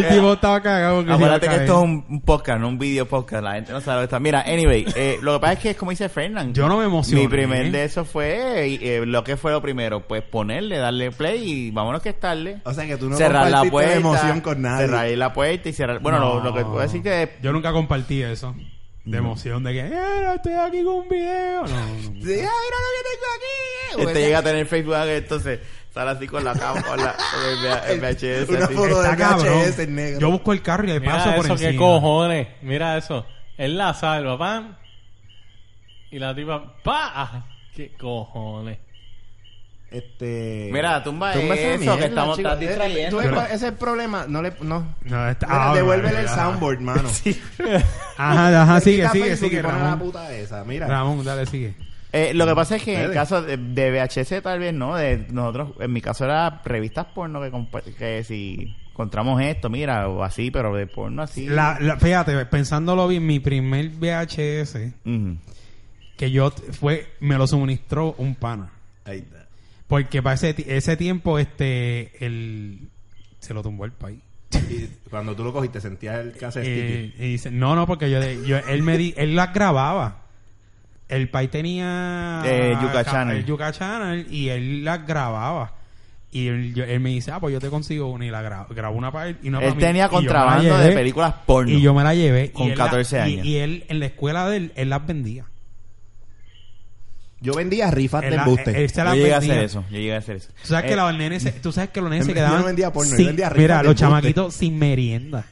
Speaker 2: el tipo estaba cagado porque se iba a
Speaker 1: Acuérdate que
Speaker 2: caer.
Speaker 1: esto es un, un podcast, no un video podcast. La gente no sabe esto. Mira, anyway, eh, lo que pasa es que es como dice Fernan.
Speaker 2: Yo no me emocioné.
Speaker 1: Mi primer de eso fue eh, eh, lo que fue lo primero. Pues ponerle, darle play y vámonos que es tarde.
Speaker 3: O sea que tú no
Speaker 1: cerrar la
Speaker 3: compartiste
Speaker 1: puerta.
Speaker 3: emoción con nadie.
Speaker 1: Cerrar la puerta y cerrar. Bueno, lo,
Speaker 2: No.
Speaker 1: lo que puedo decir que es
Speaker 2: Yo nunca compartí eso. De emoción, de que... ¡Eh, estoy aquí con un video! No, no, no.
Speaker 3: Sí, ay, mira lo que tengo aquí. O
Speaker 1: Este
Speaker 3: sea,
Speaker 1: llega a tener Facebook, entonces sale así con la cámara, con la con el, VH- el VHS.
Speaker 3: Una
Speaker 1: así. [LAUGHS]
Speaker 3: foto
Speaker 2: Está
Speaker 3: de
Speaker 2: cabrón.
Speaker 3: VHS en negro.
Speaker 2: Yo busco el carro y le
Speaker 4: Mira
Speaker 2: paso por
Speaker 4: eso,
Speaker 2: encima.
Speaker 4: qué cojones. Mira eso. Él la salva, pam. Y la tipa, pa. Ah, qué cojones.
Speaker 3: Este...
Speaker 1: Mira, tumba
Speaker 3: esa
Speaker 1: eso, que
Speaker 3: mierda,
Speaker 1: estamos-
Speaker 3: chico. Eh,
Speaker 1: estás distrayendo.
Speaker 3: Tú ves cuál- Ese es el problema. No le... No.
Speaker 2: No, está-
Speaker 3: Mira,
Speaker 2: ah,
Speaker 3: devuélvele
Speaker 2: vale,
Speaker 3: el
Speaker 2: ajá.
Speaker 3: soundboard, mano.
Speaker 1: Ah,
Speaker 2: Ajá, ajá, Ah, sigue,
Speaker 3: Quita
Speaker 2: sigue,
Speaker 3: Facebook y
Speaker 2: sigue,
Speaker 3: pone la
Speaker 2: Ramón.
Speaker 3: puta esa, mira.
Speaker 2: Ramón, dale, sigue.
Speaker 1: Eh, lo que pasa es que en el
Speaker 3: Ustedes.
Speaker 1: caso de, de VHS tal vez no, de nosotros, en mi caso era revistas porno que, compa- que si encontramos esto, mira, o así, pero de porno así.
Speaker 2: La, la- fíjate, pensándolo bien, mi primer VHS
Speaker 1: Ujú.
Speaker 2: que yo t- fue, me lo suministró un pana.
Speaker 3: Ahí está.
Speaker 2: Porque para ese, ti- ese tiempo, este, el, se lo tumbó el país.
Speaker 3: Y cuando tú lo cogiste, sentías el cassette
Speaker 2: Eh,
Speaker 3: sticky.
Speaker 2: y dice, no, no, porque yo, yo él me di- él las grababa. El país tenía
Speaker 1: Eh, Yuca
Speaker 2: ca-
Speaker 1: Channel.
Speaker 2: el Yuca Channel y él las grababa. Y él, yo- él me dice, ah, pues yo te consigo una y la grabo. Grabó una para él y una para
Speaker 1: Él
Speaker 2: mí.
Speaker 1: tenía
Speaker 2: Y yo me la
Speaker 1: contrabando de
Speaker 2: llevé.
Speaker 1: películas porno.
Speaker 2: Y yo me la llevé.
Speaker 1: Con
Speaker 2: y él la-
Speaker 1: 14
Speaker 2: y-
Speaker 1: años.
Speaker 2: Y, él, en la escuela de él, él las vendía.
Speaker 3: Yo vendía rifas de
Speaker 2: Él la-
Speaker 3: embuste.
Speaker 2: él- él se
Speaker 1: yo
Speaker 2: las
Speaker 1: llegué a
Speaker 2: vendía.
Speaker 1: hacer eso, yo llegué a hacer eso.
Speaker 2: Tú sabes,
Speaker 1: Eh,
Speaker 2: que los nenes se- tú sabes que los nenes
Speaker 3: Yo
Speaker 2: se
Speaker 3: no
Speaker 2: quedaban.
Speaker 3: vendía porno, yo
Speaker 2: sin-
Speaker 3: vendía rifas
Speaker 2: mira,
Speaker 3: de
Speaker 2: los
Speaker 3: embuste.
Speaker 2: chamaquitos sin merienda.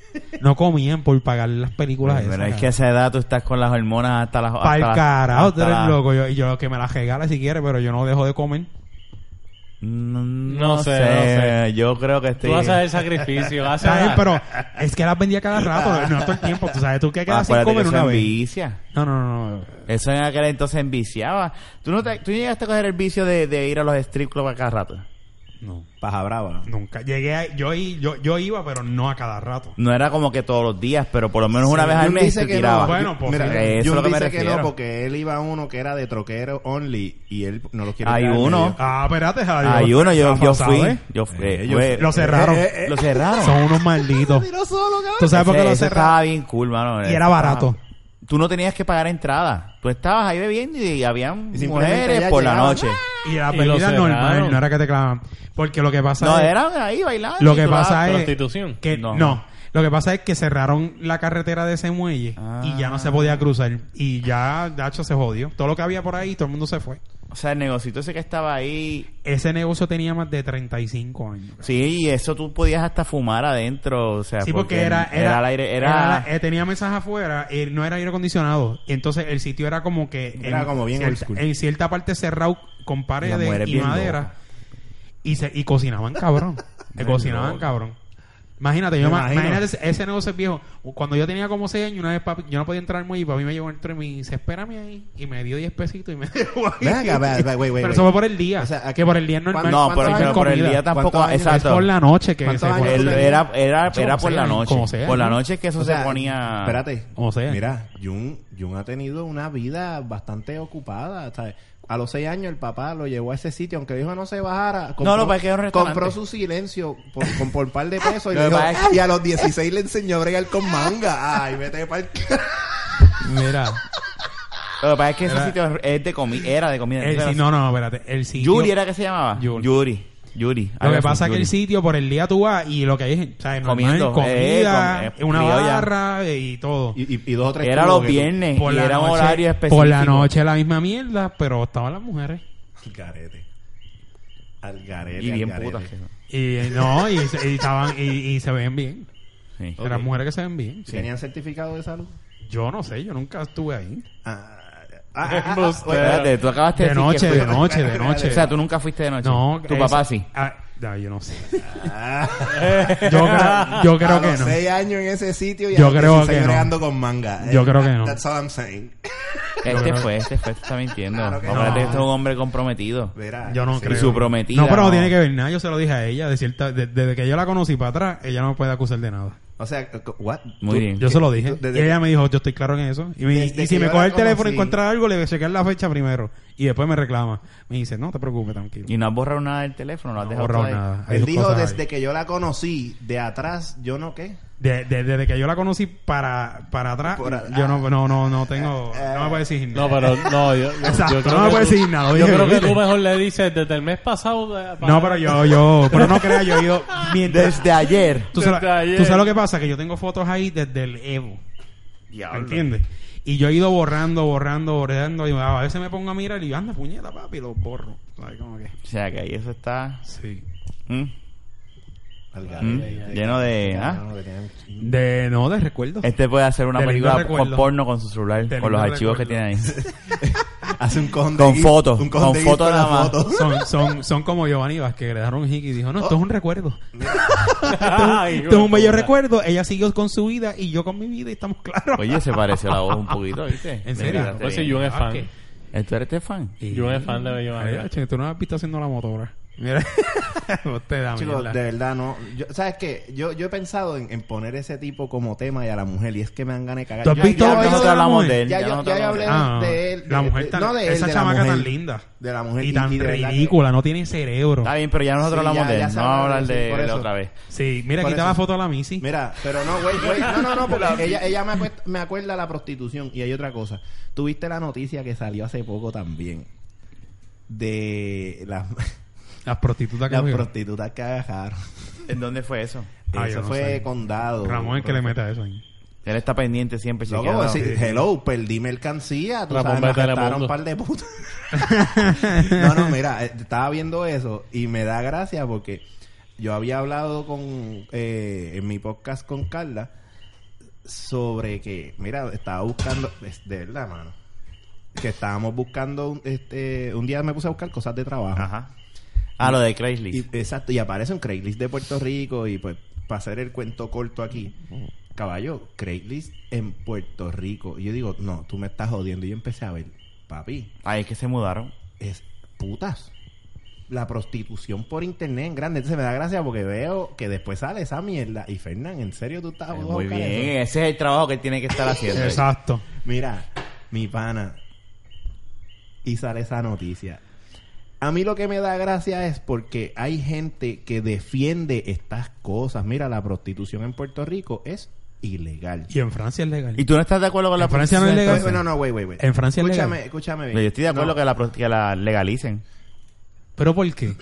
Speaker 2: No comían por pagar las películas
Speaker 1: Pero
Speaker 2: esas.
Speaker 1: es que a esa edad tú estás con las hormonas hasta las... hasta
Speaker 2: Pa'l
Speaker 1: las-
Speaker 2: carajo, tú
Speaker 1: hasta
Speaker 2: eres
Speaker 1: las-
Speaker 2: loco. Yo, y yo que me la regala si quiere, pero yo no dejo de comer.
Speaker 1: Mm, No,
Speaker 4: No sé,
Speaker 1: sé,
Speaker 4: no
Speaker 1: yo creo que estoy...
Speaker 4: Tú haces el sacrificio. haces
Speaker 2: ¿Sabes?
Speaker 4: la-
Speaker 2: Pero es que las vendía cada rato, no todo el tiempo. Tú sabes, tú que quedas sin
Speaker 1: Acuérdate que
Speaker 2: comer
Speaker 1: eso
Speaker 2: una vez.
Speaker 1: envicia.
Speaker 2: No, no, no. no.
Speaker 1: Eso en aquel entonces enviciaba. ¿Tú, no te- tú llegaste a coger el vicio de, de ir a los strip clubs a cada rato?
Speaker 2: No.
Speaker 3: Paja brava.
Speaker 2: Nunca. Llegué a, yo, i- yo, yo iba, pero no a cada rato.
Speaker 1: No era como que todos los días, pero por lo menos una vez al
Speaker 3: Jun
Speaker 1: mes
Speaker 3: dice
Speaker 1: te
Speaker 3: que
Speaker 1: tiraba.
Speaker 3: no.
Speaker 2: Bueno, pues,
Speaker 3: mira,
Speaker 2: sí.
Speaker 1: Eso es
Speaker 3: Jun
Speaker 1: lo que me
Speaker 3: dice que
Speaker 1: refiero.
Speaker 3: no, porque él iba a uno que era de troquero only y él no lo quiere
Speaker 1: Hay
Speaker 3: tirar al
Speaker 1: uno.
Speaker 3: medio.
Speaker 2: Ah, espérate, Javier.
Speaker 1: Hay uno, yo,
Speaker 2: Rafa,
Speaker 1: yo fui.
Speaker 2: ¿sabes?
Speaker 1: Yo fui.
Speaker 3: Eh, yo-
Speaker 1: fue-
Speaker 2: Lo cerraron.
Speaker 1: Lo cerraron.
Speaker 2: Son unos malditos.
Speaker 3: Tiró solo, cabrón.
Speaker 2: ¿Tú sabes por qué
Speaker 1: Ese-
Speaker 2: lo
Speaker 1: ese
Speaker 2: cerraron?
Speaker 1: estaba bien cool, mano.
Speaker 2: Y era barato.
Speaker 1: Tú no tenías que pagar entrada. Tú estabas ahí bebiendo y habían
Speaker 3: Y simplemente
Speaker 1: mujeres
Speaker 3: ya
Speaker 1: por la
Speaker 3: llegaban. Ah,
Speaker 1: noche.
Speaker 2: Y la
Speaker 4: Y lo
Speaker 2: bebida
Speaker 4: cerraron.
Speaker 2: normal, no era que te clavan. Porque lo que pasa
Speaker 1: No,
Speaker 2: es...
Speaker 1: eran ahí bailando.
Speaker 2: Lo
Speaker 1: y
Speaker 2: que
Speaker 1: tú la-
Speaker 2: pasa es...
Speaker 4: Prostitución.
Speaker 3: eh.
Speaker 2: Que,
Speaker 1: No.
Speaker 2: no. Lo que pasa es que cerraron la carretera de ese muelle
Speaker 1: Ah.
Speaker 2: y ya no se podía cruzar. Y ya, Dacho, se jodió. Todo lo que había por ahí, todo el mundo se fue.
Speaker 1: O sea, el negocito ese que estaba ahí...
Speaker 2: Ese negocio tenía más de 35 años.
Speaker 1: Sí, y eso tú podías hasta fumar adentro, o sea,
Speaker 2: Sí, porque, era, era,
Speaker 1: al aire, era,
Speaker 2: era- eh, tenía mesas afuera, eh, no era aire acondicionado. Y entonces el sitio era como que.
Speaker 3: Era
Speaker 2: en
Speaker 3: como bien
Speaker 2: cierta-
Speaker 3: old school.
Speaker 2: En cierta parte cerrado con
Speaker 1: Las
Speaker 2: paredes
Speaker 1: mujeres
Speaker 2: y
Speaker 1: bien
Speaker 2: madera.
Speaker 1: locas.
Speaker 3: [LAUGHS]
Speaker 2: Y, se, y cocinaban cabrón. Eh,
Speaker 1: Bien
Speaker 2: cocinaban
Speaker 1: locas.
Speaker 2: cabrón. Imagínate, yo
Speaker 3: Me
Speaker 2: ma-
Speaker 3: imagino.
Speaker 2: imagínate ese- ese negocio es viejo. Cuando yo tenía como 6 años, una vez papi, yo no podía entrar muy y papi me llevó entre mí y dice, espérame ahí. Y me dio 10 pesitos y me [LAUGHS] dejó ahí.
Speaker 3: Ven acá, ve- ve- güey, güey,
Speaker 2: Pero
Speaker 3: güey.
Speaker 2: eso fue por el día.
Speaker 3: O sea, ¿a
Speaker 2: que por el día es normal.
Speaker 1: No, pero,
Speaker 2: hay
Speaker 1: pero por el
Speaker 2: comida.
Speaker 1: día
Speaker 3: ¿Cuántos
Speaker 1: tampoco.
Speaker 3: años?
Speaker 2: Es
Speaker 1: Exacto.
Speaker 2: por la noche que
Speaker 3: ¿Cuántos
Speaker 2: se
Speaker 3: años
Speaker 1: El-
Speaker 3: tú tenías?
Speaker 1: era, era,
Speaker 2: Como
Speaker 1: era por
Speaker 2: sea,
Speaker 1: la noche.
Speaker 2: como sea,
Speaker 1: por la
Speaker 2: ¿no?
Speaker 1: noche que eso
Speaker 3: O sea,
Speaker 1: se ponía.
Speaker 3: Espérate.
Speaker 2: Como sea.
Speaker 3: Mira, Jun, Jun ha tenido una vida bastante ocupada. ¿sabes? A los seis años el papá lo llevó a ese sitio, aunque dijo no se bajara.
Speaker 1: lo pues, que pasa es que era un restaurante.
Speaker 3: compró su silencio por, con, por un par de pesos y,
Speaker 1: Lo que
Speaker 3: le dijo,
Speaker 1: pasa es
Speaker 3: y a los 16 le enseñó a bregar con manga. Ay, vete para el...
Speaker 2: [LAUGHS] Mira.
Speaker 1: Lo que pasa es que
Speaker 2: Era-
Speaker 1: ese sitio es de comi era de comida.
Speaker 2: el si- no, no, espérate. El sitio.
Speaker 1: Eh, Yuri era que se llamaba.
Speaker 2: Yuri.
Speaker 1: Yuri. Yuri.
Speaker 2: Lo
Speaker 1: Algo
Speaker 2: que
Speaker 1: así,
Speaker 2: pasa es que
Speaker 1: Yuri.
Speaker 2: el sitio por el día tú vas y lo que hay es, ¿sabes? Normal,
Speaker 1: Comiendo, eh,
Speaker 2: comida,
Speaker 1: con- eh,
Speaker 2: una
Speaker 1: criolla.
Speaker 2: barra eh, y todo.
Speaker 3: Y, y- y dos o tres
Speaker 1: Era
Speaker 3: cubos
Speaker 1: los
Speaker 3: que tú-
Speaker 1: viernes
Speaker 2: por
Speaker 1: y
Speaker 2: la
Speaker 1: era un
Speaker 2: noche-
Speaker 1: horario específico.
Speaker 2: Por la noche la misma mierda, pero estaban las mujeres.
Speaker 3: Al garete. Al garete.
Speaker 1: Y
Speaker 3: al
Speaker 1: bien
Speaker 3: garete.
Speaker 1: putas que son.
Speaker 2: Y eh, no, y, se- y estaban, y, y se ven bien.
Speaker 1: Sí.
Speaker 2: Eran
Speaker 3: Ok.
Speaker 2: mujeres que se ven bien.
Speaker 3: ¿Sí ¿Tenían certificado de salud?
Speaker 2: Yo no sé, yo nunca estuve ahí.
Speaker 3: Ah, ah, ah,
Speaker 1: [LAUGHS]
Speaker 3: ah,
Speaker 4: Embustero.
Speaker 3: bueno,
Speaker 1: Pues, Espérate, tú acabaste
Speaker 2: De
Speaker 1: decir que
Speaker 2: noche,
Speaker 1: fue-
Speaker 2: de noche, de noche.
Speaker 1: [LAUGHS] O sea, tú nunca fuiste de noche.
Speaker 2: No,
Speaker 1: Tu
Speaker 2: es-
Speaker 1: papá sí.
Speaker 2: Ah, no, yo no sé.
Speaker 3: ah.
Speaker 2: Yo creo, yo
Speaker 1: Ah,
Speaker 2: creo
Speaker 3: a
Speaker 2: que
Speaker 3: los
Speaker 2: no.
Speaker 3: 6 años en ese sitio y
Speaker 2: Yo
Speaker 3: a los
Speaker 2: creo
Speaker 3: 16
Speaker 2: que no.
Speaker 3: bregando con manga.
Speaker 2: Yo
Speaker 3: Eh,
Speaker 2: creo que
Speaker 3: that-
Speaker 2: no.
Speaker 3: That's all I'm saying.
Speaker 1: Este
Speaker 2: creo-
Speaker 1: fue, este fue, te está mintiendo.
Speaker 3: Claro que no.
Speaker 1: Acuérdate, este es un hombre comprometido.
Speaker 3: Verá,
Speaker 2: Yo no
Speaker 3: sí.
Speaker 2: creo.
Speaker 1: su prometida,
Speaker 2: No, pero no,
Speaker 1: no.
Speaker 2: tiene que ver nada. Yo se lo dije a ella. De cierta, de- desde que yo la conocí para atrás, ella no me puede acusar de nada.
Speaker 3: O sea, what?
Speaker 1: Muy
Speaker 3: Tú-
Speaker 1: bien.
Speaker 2: Yo se lo dije.
Speaker 3: tú- desde
Speaker 2: y ella
Speaker 3: que-
Speaker 2: me dijo, yo estoy claro en eso. Y, me-
Speaker 3: Desde
Speaker 2: y si
Speaker 3: que
Speaker 2: me
Speaker 3: yo
Speaker 2: coge
Speaker 3: la
Speaker 2: el teléfono y
Speaker 3: conocí-
Speaker 2: encuentra algo, le voy a chequear la fecha primero. Y después me reclama. Me dice, no te preocupes, tranquilo.
Speaker 1: Y no has borrado nada del teléfono, no has
Speaker 2: No
Speaker 1: dejado
Speaker 2: borrado
Speaker 1: todo ahí.
Speaker 2: nada. Hay
Speaker 3: Él
Speaker 2: dos
Speaker 3: dijo
Speaker 2: cosas ahí.
Speaker 3: desde que yo la conocí, de atrás, yo no qué.
Speaker 2: De- de- desde que yo la conocí para, para atrás,
Speaker 3: Por a-
Speaker 2: yo no, no, no, no tengo, no me puede decir nada.
Speaker 4: No, pero no, yo, yo-
Speaker 2: Exacto,
Speaker 4: yo creo
Speaker 2: no me
Speaker 4: que
Speaker 2: puedes
Speaker 4: tú-
Speaker 2: decir nada,
Speaker 4: Yo
Speaker 2: oye,
Speaker 4: creo que
Speaker 2: ¿viste?
Speaker 4: tú mejor le dices desde el mes pasado. eh, para-
Speaker 2: No, pero yo, yo, pero no creas, yo he ido mientras-
Speaker 1: Desde ayer.
Speaker 2: tú, sabes,
Speaker 4: desde ayer.
Speaker 2: tú sabes lo que pasa, que yo tengo fotos ahí desde el Evo, ¿me ¿entiendes? Y yo he ido borrando, borrando, borrando, y a veces me pongo a mirar y yo, anda puñeta papi, y los borro. ¿Sabes cómo que?
Speaker 1: O sea, que ahí eso está
Speaker 2: Sí.
Speaker 1: ¿Mm?
Speaker 3: Al
Speaker 1: ¿Mm?
Speaker 3: garete.
Speaker 1: lleno de...
Speaker 3: Ah,
Speaker 1: ¿ah?
Speaker 3: no, que tenían-
Speaker 2: De, no, de recuerdos.
Speaker 1: Este puede hacer una
Speaker 2: De lindo
Speaker 1: película con
Speaker 2: recuerdo.
Speaker 1: porno con su celular,
Speaker 2: De
Speaker 1: con los
Speaker 2: lindo
Speaker 1: archivos
Speaker 2: recuerdo.
Speaker 1: que tiene ahí.
Speaker 3: Hace un cojón de
Speaker 1: Con
Speaker 3: gif,
Speaker 1: fotos,
Speaker 3: un cojón
Speaker 1: con
Speaker 3: de gif
Speaker 1: fotos
Speaker 3: con
Speaker 1: nada
Speaker 3: la
Speaker 1: más.
Speaker 3: foto.
Speaker 2: Son, son, son como Giovanni Vázquez, que le dejaron un hic y dijo, no, esto es un
Speaker 4: [LAUGHS]
Speaker 2: recuerdo.
Speaker 4: Ay,
Speaker 2: Esto es un bello
Speaker 4: puta.
Speaker 2: recuerdo, ella siguió con su vida y yo con mi vida y estamos
Speaker 1: [LAUGHS]
Speaker 2: claros.
Speaker 1: Oye, se pareció la voz un poquito, ¿viste?
Speaker 2: [LAUGHS] ¿En serio?
Speaker 1: Mira,
Speaker 4: Pues
Speaker 1: te-
Speaker 4: si Jun es fan.
Speaker 2: Vázquez.
Speaker 1: ¿Tú eres este fan?
Speaker 4: Yo era fan de Bello
Speaker 2: Ay,
Speaker 4: Mario.
Speaker 2: che, Tú no me has visto haciendo la motora. Mira, [LAUGHS] vos te da
Speaker 3: Chicos,
Speaker 2: Ah, mierda.
Speaker 3: de verdad, no. Yo, ¿Sabes qué? Yo, yo he pensado en, en poner ese tipo como tema y a la mujer, y es que me dan ganas de cagar.
Speaker 2: ¿Tú has
Speaker 3: Ya-
Speaker 2: visto
Speaker 3: ya-
Speaker 2: el
Speaker 1: nosotros
Speaker 2: video de la
Speaker 1: hablamos
Speaker 2: mujer?
Speaker 1: de él.
Speaker 3: Ya, yo-
Speaker 1: nosotros
Speaker 3: ya yo
Speaker 1: hablamos de él.
Speaker 2: Ah,
Speaker 3: de él,
Speaker 2: la
Speaker 3: de-
Speaker 2: mujer
Speaker 3: de-
Speaker 2: tan,
Speaker 3: no, de él,
Speaker 2: esa
Speaker 3: de la
Speaker 2: chamaca tan
Speaker 3: mujer.
Speaker 2: linda
Speaker 3: De la mujer
Speaker 2: y tan
Speaker 3: y de verdad que-
Speaker 2: ridícula, no tiene cerebro.
Speaker 1: Está bien, pero ya nosotros
Speaker 3: Sí,
Speaker 1: hablamos
Speaker 3: ya-
Speaker 1: de
Speaker 3: ya
Speaker 1: él.
Speaker 3: se
Speaker 1: No vamos a hablar
Speaker 3: habló, sí,
Speaker 1: de
Speaker 3: por
Speaker 1: él
Speaker 3: eso.
Speaker 1: otra vez.
Speaker 2: Sí, mira,
Speaker 3: Por
Speaker 2: quita
Speaker 3: eso.
Speaker 2: la foto a la Missy.
Speaker 3: Mira, pero no, güey, güey. No, no, no, porque ella, ella me, acuesta- me acuerda la prostitución. Y hay otra cosa. Tuviste la noticia que salió hace poco también. De las,
Speaker 2: Ah, Las prostitutas que
Speaker 3: las
Speaker 2: cogió.
Speaker 3: prostitutas que agarraron.
Speaker 1: ¿En dónde fue eso?
Speaker 2: Ah, yo
Speaker 3: Eso
Speaker 2: no
Speaker 3: fue
Speaker 2: sé.
Speaker 3: condado.
Speaker 2: Ramón es el que le meta eso ahí.
Speaker 1: Él está pendiente siempre.
Speaker 3: Loco, pues,
Speaker 1: chequeado.
Speaker 3: sí, hello, perdí mercancía. Tú sabes,
Speaker 4: Ramón,
Speaker 3: me
Speaker 4: vete al
Speaker 3: arrestaron
Speaker 4: mundo.
Speaker 3: un par de putas. [LAUGHS] no, no, mira, eh, estaba viendo eso y me da gracia porque yo había hablado con eh, en mi podcast con Carla sobre que, mira, estaba buscando, es de verdad, mano, que estábamos buscando, un- este, un día me puse a buscar cosas de trabajo.
Speaker 1: Ajá. Ah, lo de Craigslist.
Speaker 3: Y- exacto, y aparece un Craigslist de Puerto Rico y pues para hacer el cuento corto aquí, caballo, Craigslist en Puerto Rico. Y yo digo, no, tú me estás jodiendo. Y yo empecé a ver, papi,
Speaker 1: Ahí es que se mudaron.
Speaker 3: es putas. La prostitución por internet en grande. Entonces me da gracia porque veo que después sale esa mierda. Y Fernán, ¿en serio tú estás
Speaker 1: Eh,
Speaker 3: jugando a
Speaker 1: Muy
Speaker 3: buscar
Speaker 1: bien.
Speaker 3: eso?
Speaker 1: Ese es el trabajo que él tiene que estar
Speaker 2: [LAUGHS]
Speaker 1: haciendo.
Speaker 2: Exacto.
Speaker 3: Mira, mi pana. Y sale esa noticia. A mí lo que me da gracia es porque hay gente que defiende estas cosas. Mira, la prostitución en Puerto Rico es ilegal.
Speaker 2: Y en Francia es legal.
Speaker 1: ¿Y tú no estás de acuerdo con la Pues
Speaker 2: En Francia no es legal.
Speaker 3: Entonces, no, no, güey, güey, güey.
Speaker 2: ¿En Francia es
Speaker 3: escúchame,
Speaker 2: legal?
Speaker 3: Escúchame bien.
Speaker 1: Yo estoy de acuerdo
Speaker 3: No,
Speaker 1: que, la, pro- que la legalicen.
Speaker 2: ¿Pero por qué?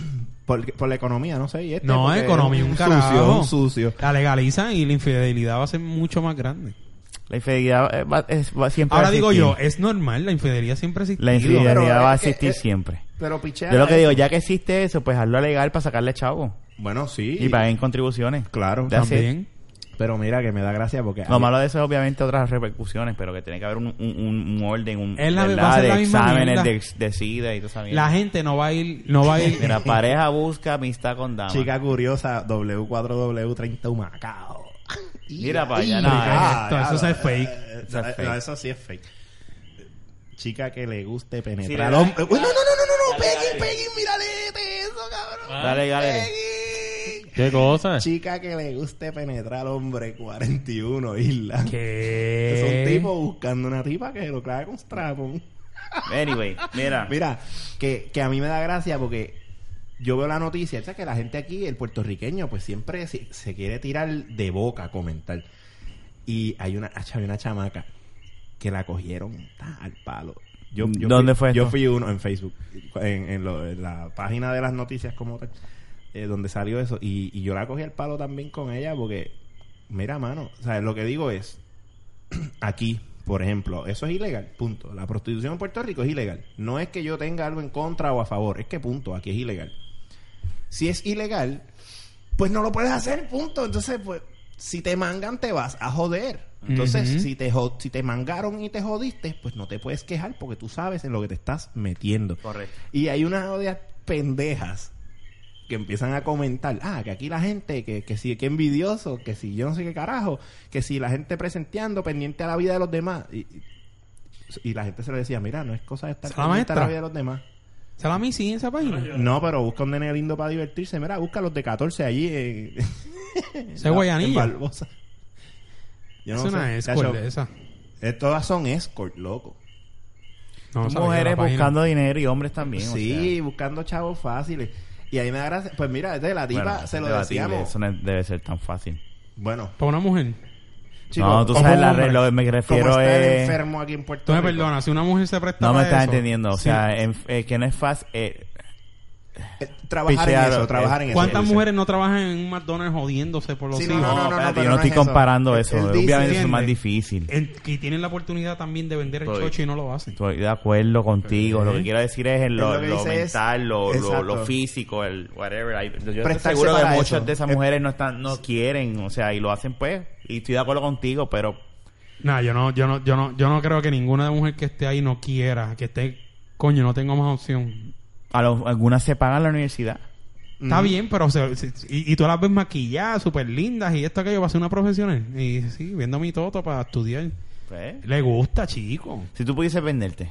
Speaker 3: por, por la economía, no sé. y este,
Speaker 2: No,
Speaker 3: porque
Speaker 2: economía,
Speaker 3: es
Speaker 2: un carajo.
Speaker 3: Sucio, un sucio.
Speaker 2: La legalizan y la infidelidad va a ser mucho más grande.
Speaker 1: La infidelidad eh, va- es- va- siempre va
Speaker 2: Ahora
Speaker 1: a
Speaker 2: digo
Speaker 1: existir.
Speaker 2: yo, eh, es normal, la infidelidad siempre existe.
Speaker 1: La
Speaker 3: Pero, eh,
Speaker 1: infidelidad va a
Speaker 3: eh,
Speaker 1: existir
Speaker 3: eh,
Speaker 1: siempre.
Speaker 3: Pero pichea. eh,
Speaker 1: Yo lo que
Speaker 3: eso.
Speaker 1: digo, ya que existe eso, pues hazlo legal para sacarle chavo.
Speaker 3: Bueno, sí.
Speaker 1: Y paguen contribuciones.
Speaker 3: Claro.
Speaker 1: That's it.
Speaker 2: También.
Speaker 3: Pero mira que me da gracia porque...
Speaker 1: Lo malo de eso es obviamente otras repercusiones, pero que tiene que haber un, un- un- un orden, un
Speaker 2: Es la-
Speaker 1: ¿verdad?
Speaker 2: va a ser
Speaker 1: de
Speaker 2: la misma
Speaker 1: exámenes, de,
Speaker 2: mierda.
Speaker 1: de SIDA y todo esa mierda.
Speaker 2: La gente no va a ir, no va a
Speaker 3: [LAUGHS]
Speaker 2: ir.
Speaker 1: Mira, pareja busca amistad con dama.
Speaker 3: Chica curiosa,
Speaker 2: [LAUGHS]
Speaker 3: W4W30 Humacao.
Speaker 1: Mira para allá,
Speaker 2: Pero
Speaker 1: nada. ¿eh?
Speaker 2: ¿qué es
Speaker 3: ah,
Speaker 2: esto?
Speaker 3: ya,
Speaker 2: eso
Speaker 3: ya,
Speaker 2: es fake.
Speaker 3: Eh,
Speaker 1: Eso es
Speaker 3: eh,
Speaker 1: fake.
Speaker 3: no, eso sí es fake. Chica que le guste penetrar.
Speaker 1: le da-
Speaker 3: al hombre. Uy, no, no, no, no, no,
Speaker 4: Dale,
Speaker 3: Peggy,
Speaker 4: dale.
Speaker 3: Peggy, mírale este, eso, cabrón.
Speaker 1: Dale, dale.
Speaker 3: Peggy.
Speaker 4: ¿Qué cosa?
Speaker 3: Chica que le guste penetrar al hombre 41, Isla.
Speaker 2: ¿Qué?
Speaker 3: Es un tipo buscando una tipa que lo clave con strapón.
Speaker 1: Anyway, mira.
Speaker 3: Mira, que, que a mí me da gracia porque yo veo la noticia, esa que la gente aquí, el puertorriqueño, pues siempre se, se quiere tirar de boca a comentar. Y hay una, hacha, había una chamaca que la cogieron ta, al palo. Yo, yo
Speaker 1: Mm, ¿Dónde
Speaker 3: fui,
Speaker 1: fue
Speaker 3: Yo
Speaker 1: esto?
Speaker 3: fui uno en Facebook, en, en lo- en la página de las noticias como tal, eh, donde salió eso. Y, y yo la cogí al palo también con ella porque, mira, mano, o sea, lo que digo es, aquí, por ejemplo, eso es ilegal, punto. La prostitución en Puerto Rico es ilegal. No es que yo tenga algo en contra o a favor, es que punto, aquí es ilegal. Si es ilegal, pues no lo puedes hacer, punto. Entonces, pues, si te mangan, te vas a joder. Entonces,
Speaker 2: Ujú.
Speaker 3: si, te jo- si te mangaron y te jodiste, pues no te puedes quejar porque tú sabes en lo que te estás metiendo.
Speaker 1: Correcto.
Speaker 3: Y hay unas odias pendejas que empiezan a comentar, ah, que aquí la gente, que, que si, que envidioso, que si yo no sé qué carajo, que si la gente presenteando, pendiente a la vida de los demás. Y, y- y la gente se le decía, mira, no es cosa de estar
Speaker 2: ¿Se la
Speaker 3: pendiente a la
Speaker 2: maestra?
Speaker 3: vida de los demás.
Speaker 2: ¿Se la sí en esa página?
Speaker 3: No, pero busca un nene lindo para divertirse. Mira, busca los de 14 allí en,
Speaker 2: Ese
Speaker 3: en
Speaker 2: guayanillo.
Speaker 3: Barbosa. Yo
Speaker 2: Es
Speaker 3: no sé,
Speaker 2: una escort
Speaker 3: chacho,
Speaker 2: de esa.
Speaker 3: eh, todas son escort, loco.
Speaker 2: No, sabía
Speaker 1: mujeres
Speaker 2: la página.
Speaker 1: buscando dinero y hombres también. o
Speaker 3: sí, buscando chavos fáciles. Y ahí me da gracia. Pues mira, este de la
Speaker 1: sea.
Speaker 3: tipa
Speaker 1: Bueno,
Speaker 3: se lo
Speaker 1: debatible,
Speaker 3: decíamos.
Speaker 1: Eso no debe ser tan fácil.
Speaker 3: Bueno,
Speaker 2: Para una mujer.
Speaker 3: chicos,
Speaker 1: no, tú
Speaker 2: como
Speaker 1: sabes, la,
Speaker 2: hombre,
Speaker 1: re- lo que eh, me
Speaker 3: como
Speaker 1: refiero
Speaker 3: está el
Speaker 1: es...
Speaker 3: enfermo aquí en Puerto
Speaker 2: Tú me
Speaker 3: Rico.
Speaker 2: perdonas, si una mujer se presta
Speaker 1: No me
Speaker 2: para
Speaker 1: estás
Speaker 2: eso,
Speaker 1: entendiendo. O
Speaker 2: sí.
Speaker 1: sea, en- eh, que no es fácil... eh,
Speaker 3: Eh, Trabajar en
Speaker 1: Picheado,
Speaker 3: eso, trabajar
Speaker 1: eh,
Speaker 3: en eso.
Speaker 2: ¿Cuántas
Speaker 3: dice.
Speaker 2: mujeres no trabajan en un McDonald's jodiéndose por los
Speaker 3: Sí,
Speaker 2: hijos?
Speaker 3: no, no, no, no,
Speaker 1: espérate,
Speaker 3: pero
Speaker 1: yo no
Speaker 3: no es
Speaker 1: estoy
Speaker 3: eso.
Speaker 1: comparando eso.
Speaker 3: Él dice,
Speaker 1: Obviamente eso es
Speaker 2: ¿entiendes?
Speaker 1: más difícil.
Speaker 2: En- que tienen la oportunidad también de vender el
Speaker 1: Estoy-
Speaker 2: chocho y no lo hacen.
Speaker 1: Estoy de acuerdo contigo. Lo que
Speaker 2: Ok.
Speaker 1: quiero decir es en lo,
Speaker 3: Es lo que
Speaker 1: lo
Speaker 3: dice es-
Speaker 1: mental, lo, lo,
Speaker 3: Exacto.
Speaker 1: lo físico, el whatever. I- Yo estoy
Speaker 3: Prestarse
Speaker 1: seguro que
Speaker 3: para
Speaker 1: muchas
Speaker 3: eso.
Speaker 1: de esas
Speaker 3: Es-
Speaker 1: mujeres no están, no quieren, o sea, y lo hacen pues. Y estoy de acuerdo contigo, pero
Speaker 2: No, yo no, yo no, yo no, yo no creo que ninguna mujer que esté ahí no quiera, que esté, coño, no tengo más opción.
Speaker 1: a lo- algunas se pagan la universidad.
Speaker 2: Está bien, pero se- se- y, y tú las ves maquilladas, súper lindas y esto aquello, va a ser una profesional. Y sí, viendo mi toto para estudiar.
Speaker 1: Pues,
Speaker 2: Le gusta, chico.
Speaker 1: si tú pudieses venderte.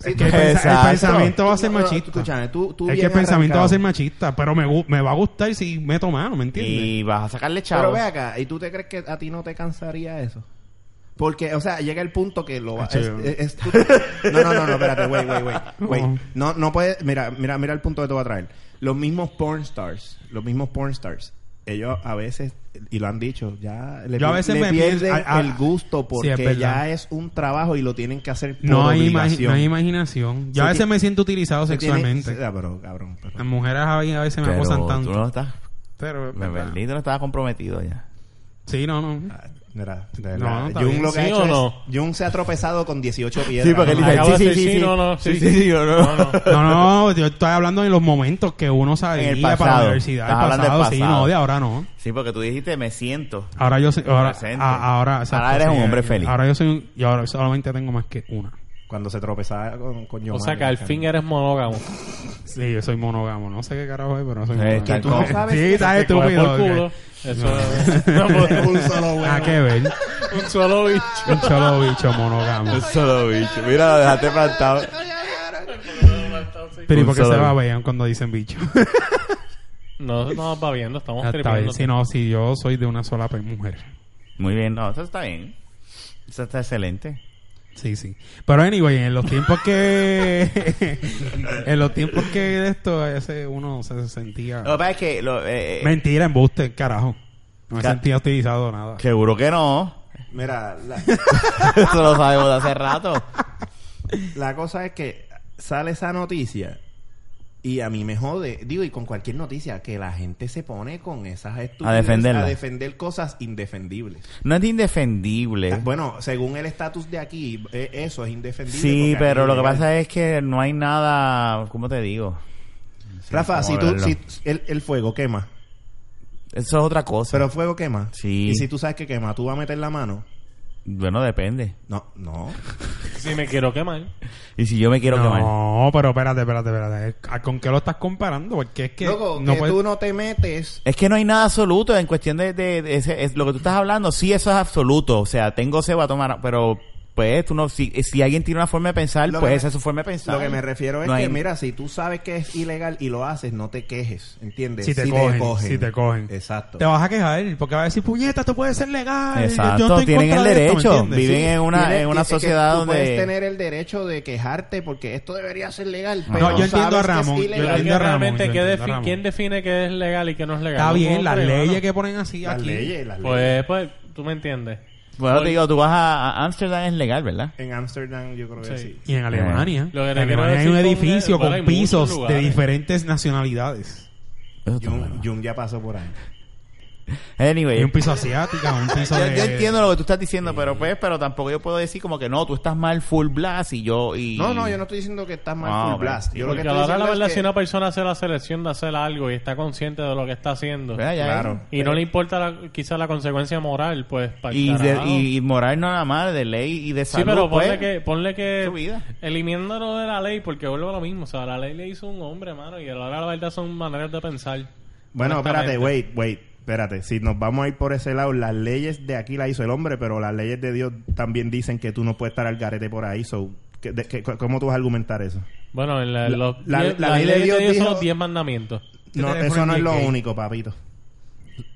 Speaker 3: Sí,
Speaker 2: Es
Speaker 3: tú
Speaker 2: que el, pensa- el
Speaker 1: Exacto.
Speaker 2: pensamiento va a ser
Speaker 3: No, no,
Speaker 2: machista.
Speaker 3: tú, escúchame, tú- tú
Speaker 2: es que el
Speaker 3: bien
Speaker 2: pensamiento va a
Speaker 3: arrancado.
Speaker 2: ser machista, pero me, gu- me va a gustar si meto mano, ¿me entiendes?
Speaker 1: Y vas a sacarle
Speaker 3: Pero
Speaker 1: chavos.
Speaker 3: ve acá, ¿y tú te crees que a ti no te cansaría eso? Porque, o sea, llega el punto que lo va-
Speaker 2: Cacho,
Speaker 3: es-
Speaker 2: yo-
Speaker 3: es- es- tú- No, no, no, no, espérate, güey,
Speaker 2: [LAUGHS]
Speaker 3: güey, güey.
Speaker 2: No.
Speaker 3: güey. No, no puedes... Mira, mira, mira el punto que te voy a traer. Los mismos porn stars, los mismos porn stars, ellos a veces, y lo han dicho, ya le,
Speaker 2: Yo a
Speaker 3: pier-
Speaker 2: veces
Speaker 3: le
Speaker 2: me
Speaker 3: pierden
Speaker 2: pienso- a- a-
Speaker 3: el gusto
Speaker 2: Sí, es
Speaker 3: porque
Speaker 2: verdad.
Speaker 3: ya es un trabajo y lo tienen que hacer por
Speaker 2: no, hay imagi-
Speaker 3: obligación.
Speaker 2: no hay imaginación. Yo a
Speaker 3: Se
Speaker 2: veces
Speaker 3: ti-
Speaker 2: me siento utilizado
Speaker 3: Se tiene-
Speaker 2: sexualmente.
Speaker 3: Ah, pero, cabrón, pero-
Speaker 2: Las mujeres a a veces me
Speaker 1: Pero
Speaker 2: acosan
Speaker 1: tú
Speaker 2: tanto.
Speaker 1: no estás,
Speaker 2: Pero,
Speaker 1: me
Speaker 2: ¿verdad?
Speaker 1: perdí, tú no estabas comprometido ya.
Speaker 2: Sí, no, no.
Speaker 3: Ah, mira, de verdad.
Speaker 2: No, está
Speaker 3: Jung
Speaker 2: bien.
Speaker 3: lo que ha
Speaker 4: ¿Sí
Speaker 3: hecho
Speaker 4: o
Speaker 3: es-
Speaker 4: no?
Speaker 3: Jung se ha tropezado con 18 piedras.
Speaker 1: Sí, porque él
Speaker 3: ¿no?
Speaker 1: dice,
Speaker 4: Acabo de
Speaker 1: sí, sí,
Speaker 4: decir,
Speaker 1: sí,
Speaker 4: no, no,
Speaker 1: sí,
Speaker 4: sí.
Speaker 1: sí, sí, yo no.
Speaker 4: No, no.
Speaker 2: No, no, yo estoy hablando de los momentos que uno sabía
Speaker 1: En el
Speaker 2: para la
Speaker 1: pasado.
Speaker 2: universidad.
Speaker 1: Estás
Speaker 2: El
Speaker 1: hablando del
Speaker 2: pasado, sí,
Speaker 1: pasado.
Speaker 2: no, de ahora no.
Speaker 1: Sí, porque tú dijiste, me siento.
Speaker 2: Ahora yo soy, ahora,
Speaker 1: Presente.
Speaker 2: a- ahora, exacto,
Speaker 1: Ahora eres un hombre
Speaker 2: yo-
Speaker 1: feliz.
Speaker 2: Ahora yo soy un, y ahora solamente tengo más que una.
Speaker 3: Cuando se tropezaba con, con
Speaker 4: O
Speaker 3: Giovanni,
Speaker 4: sea que al
Speaker 3: cabrón.
Speaker 4: fin eres monógamo.
Speaker 2: Sí, yo soy monógamo, no sé qué carajo es, pero no soy
Speaker 1: Eh,
Speaker 2: monógamo.
Speaker 1: que tú
Speaker 3: no sabes
Speaker 2: sí, [LAUGHS]
Speaker 3: que
Speaker 2: estás
Speaker 4: Te coge
Speaker 2: estúpido.
Speaker 4: por culo.
Speaker 2: ok.
Speaker 4: Eso
Speaker 2: [LAUGHS]
Speaker 3: un solo huevo.
Speaker 2: Ah, qué ver.
Speaker 4: un solo bicho.
Speaker 2: Un solo bicho monógamo.
Speaker 1: Solo bicho. Mira, lo dejaste plantado.
Speaker 2: Pero ¿y
Speaker 1: Un
Speaker 2: por qué se
Speaker 1: solo bicho.
Speaker 2: babean cuando dicen bicho?
Speaker 4: No no nos va viendo, estamos
Speaker 2: Ah, Está bien,
Speaker 4: tripeando.
Speaker 2: si no, si yo soy de una sola pe- mujer.
Speaker 1: Muy bien, no, eso está bien. Eso está excelente.
Speaker 2: Sí, sí. Pero anyway, en los tiempos que [LAUGHS] en los tiempos que de esto a veces uno se sentía
Speaker 1: Lo que pasa es que... Lo, eh, eh,
Speaker 2: mentira, embuste, carajo. No me
Speaker 1: Ca-
Speaker 2: sentía utilizado nada.
Speaker 1: seguro que no. [LAUGHS]
Speaker 3: Mira, la,
Speaker 1: Eso lo sabemos de hace rato.
Speaker 3: la cosa es que sale esa noticia y a mí me jode. Digo, y con cualquier noticia, que la gente se pone con esas estupideces.
Speaker 1: defenderla.
Speaker 3: A defender cosas indefendibles.
Speaker 1: No es indefendible.
Speaker 3: Bueno, según el estatus de aquí, eh, eso es indefendible.
Speaker 1: Sí,
Speaker 3: porque
Speaker 1: pero
Speaker 3: aquí
Speaker 1: lo que
Speaker 3: legal.
Speaker 1: pasa es que no hay nada... ¿Cómo te digo?
Speaker 3: Rafa,
Speaker 1: ¿cómo
Speaker 3: si tú...
Speaker 1: verlo?
Speaker 3: Si, el, el fuego quema.
Speaker 1: Eso es otra cosa.
Speaker 3: Pero fuego quema.
Speaker 1: Sí.
Speaker 3: Y si tú sabes que quema, tú vas a meter la mano.
Speaker 1: bueno, depende.
Speaker 3: No, no.
Speaker 4: Si me quiero quemar.
Speaker 1: Y si yo me quiero quemar.
Speaker 2: No, pero espérate, espérate, espérate. Eh, ¿Con qué lo estás comparando? Porque es que.
Speaker 3: Loco,
Speaker 2: no
Speaker 3: que
Speaker 2: puedes-
Speaker 3: tú no te metes.
Speaker 1: Es que no hay nada absoluto en cuestión de, de- de ese- es lo que tú estás hablando. Sí, eso es absoluto. O sea, tengo se va a tomar, pero pues tú no, si, si alguien tiene una forma de pensar,
Speaker 3: Lo
Speaker 1: pues
Speaker 3: que me-
Speaker 1: esa es su forma de pensar.
Speaker 3: Lo que me refiero es
Speaker 1: No
Speaker 3: que,
Speaker 1: hay-
Speaker 3: mira, si tú sabes que es ilegal y lo haces, no te quejes, ¿entiendes?
Speaker 2: Si te cogen, si te cogen.
Speaker 3: Exacto.
Speaker 2: Te vas a quejar porque va a decir, puñeta, esto puede ser legal. yo
Speaker 1: Exacto,
Speaker 2: estoy en
Speaker 1: tienen el
Speaker 2: contra de esto", ¿me
Speaker 1: derecho.
Speaker 2: entiendes?
Speaker 1: Viven en una,
Speaker 3: Tienes-
Speaker 1: en una
Speaker 3: es que
Speaker 1: sociedad
Speaker 3: tú
Speaker 1: donde...
Speaker 3: puedes tener el derecho de quejarte porque esto debería ser legal.
Speaker 1: No,
Speaker 3: Pero
Speaker 1: yo
Speaker 2: entiendo
Speaker 3: sabes
Speaker 2: a
Speaker 3: que es
Speaker 2: Ramón, yo
Speaker 3: ilegal.
Speaker 4: Pero es que
Speaker 2: entiendo a Ramón,
Speaker 4: realmente,
Speaker 2: yo
Speaker 4: ¿qué
Speaker 2: entiendo a
Speaker 4: defi-
Speaker 2: Ramón.
Speaker 4: ¿quién define qué es legal y qué no es legal?
Speaker 2: Está
Speaker 4: Un
Speaker 2: bien, las
Speaker 4: hombre,
Speaker 2: leyes
Speaker 4: mano.
Speaker 2: que ponen así
Speaker 3: Las
Speaker 2: aquí.
Speaker 3: leyes, las leyes.
Speaker 4: Pues, pues, tú me entiendes.
Speaker 1: Bueno, te
Speaker 4: Oye.
Speaker 1: digo, tú vas a a Ámsterdam, es legal, ¿verdad?
Speaker 3: En Ámsterdam yo creo que
Speaker 4: Sí.
Speaker 3: sí.
Speaker 2: Y en Alemania.
Speaker 4: Lo que
Speaker 2: en
Speaker 4: te quiero
Speaker 2: Alemania hay un
Speaker 4: decir con-
Speaker 2: edificio
Speaker 4: bueno,
Speaker 2: con,
Speaker 4: hay muchos
Speaker 2: pisos de
Speaker 4: lugares.
Speaker 2: diferentes nacionalidades.
Speaker 1: Eso está
Speaker 3: Jung,
Speaker 1: bueno.
Speaker 3: Jung ya pasó por ahí.
Speaker 1: Anyway,
Speaker 2: Hay un piso asiático, un
Speaker 1: [LAUGHS]
Speaker 2: piso
Speaker 1: yo,
Speaker 2: de...
Speaker 1: yo entiendo lo que tú estás diciendo, pero pues, pero tampoco yo puedo decir como que no, tú estás mal full blast y yo y
Speaker 3: No, no, yo no estoy diciendo que estás mal
Speaker 1: Ah,
Speaker 3: full
Speaker 1: ok.
Speaker 3: blast. Yo lo que
Speaker 4: Porque
Speaker 3: estoy
Speaker 4: ahora la
Speaker 3: diciendo
Speaker 4: verdad,
Speaker 3: es
Speaker 4: si una
Speaker 3: que...
Speaker 4: persona hace la selección de hacer algo y está consciente de lo que está haciendo
Speaker 1: Pues, allá
Speaker 3: Claro.
Speaker 1: es.
Speaker 4: y no le importa la- quizá la consecuencia moral, pues para
Speaker 1: Y, de- y, y moral no nada más, de ley y de
Speaker 4: Sí,
Speaker 1: salud.
Speaker 4: pero ponle
Speaker 1: pues.
Speaker 4: que, ponle
Speaker 1: su vida.
Speaker 4: que eliminándolo de la ley, porque vuelvo a lo mismo. O sea, la ley le hizo un hombre, mano, y ahora la verdad son maneras de pensar.
Speaker 3: Bueno, espérate,
Speaker 4: Honestamente.
Speaker 3: wait, wait. Espérate, si nos vamos a ir por ese lado, las leyes de aquí las hizo el hombre, pero las leyes de Dios también dicen que tú no puedes estar al garete por ahí. So, ¿qué- de- qué- ¿Cómo tú vas a argumentar eso?
Speaker 4: Bueno, en la,
Speaker 3: La-
Speaker 4: los,
Speaker 3: la-
Speaker 4: diez-
Speaker 3: la
Speaker 4: las
Speaker 3: ley de
Speaker 4: leyes
Speaker 3: Dios
Speaker 4: de Dios
Speaker 3: dijo-
Speaker 4: son los diez mandamientos.
Speaker 3: No,
Speaker 2: teléfono
Speaker 3: eso no
Speaker 2: es
Speaker 3: es lo
Speaker 2: gay.
Speaker 3: único, papito.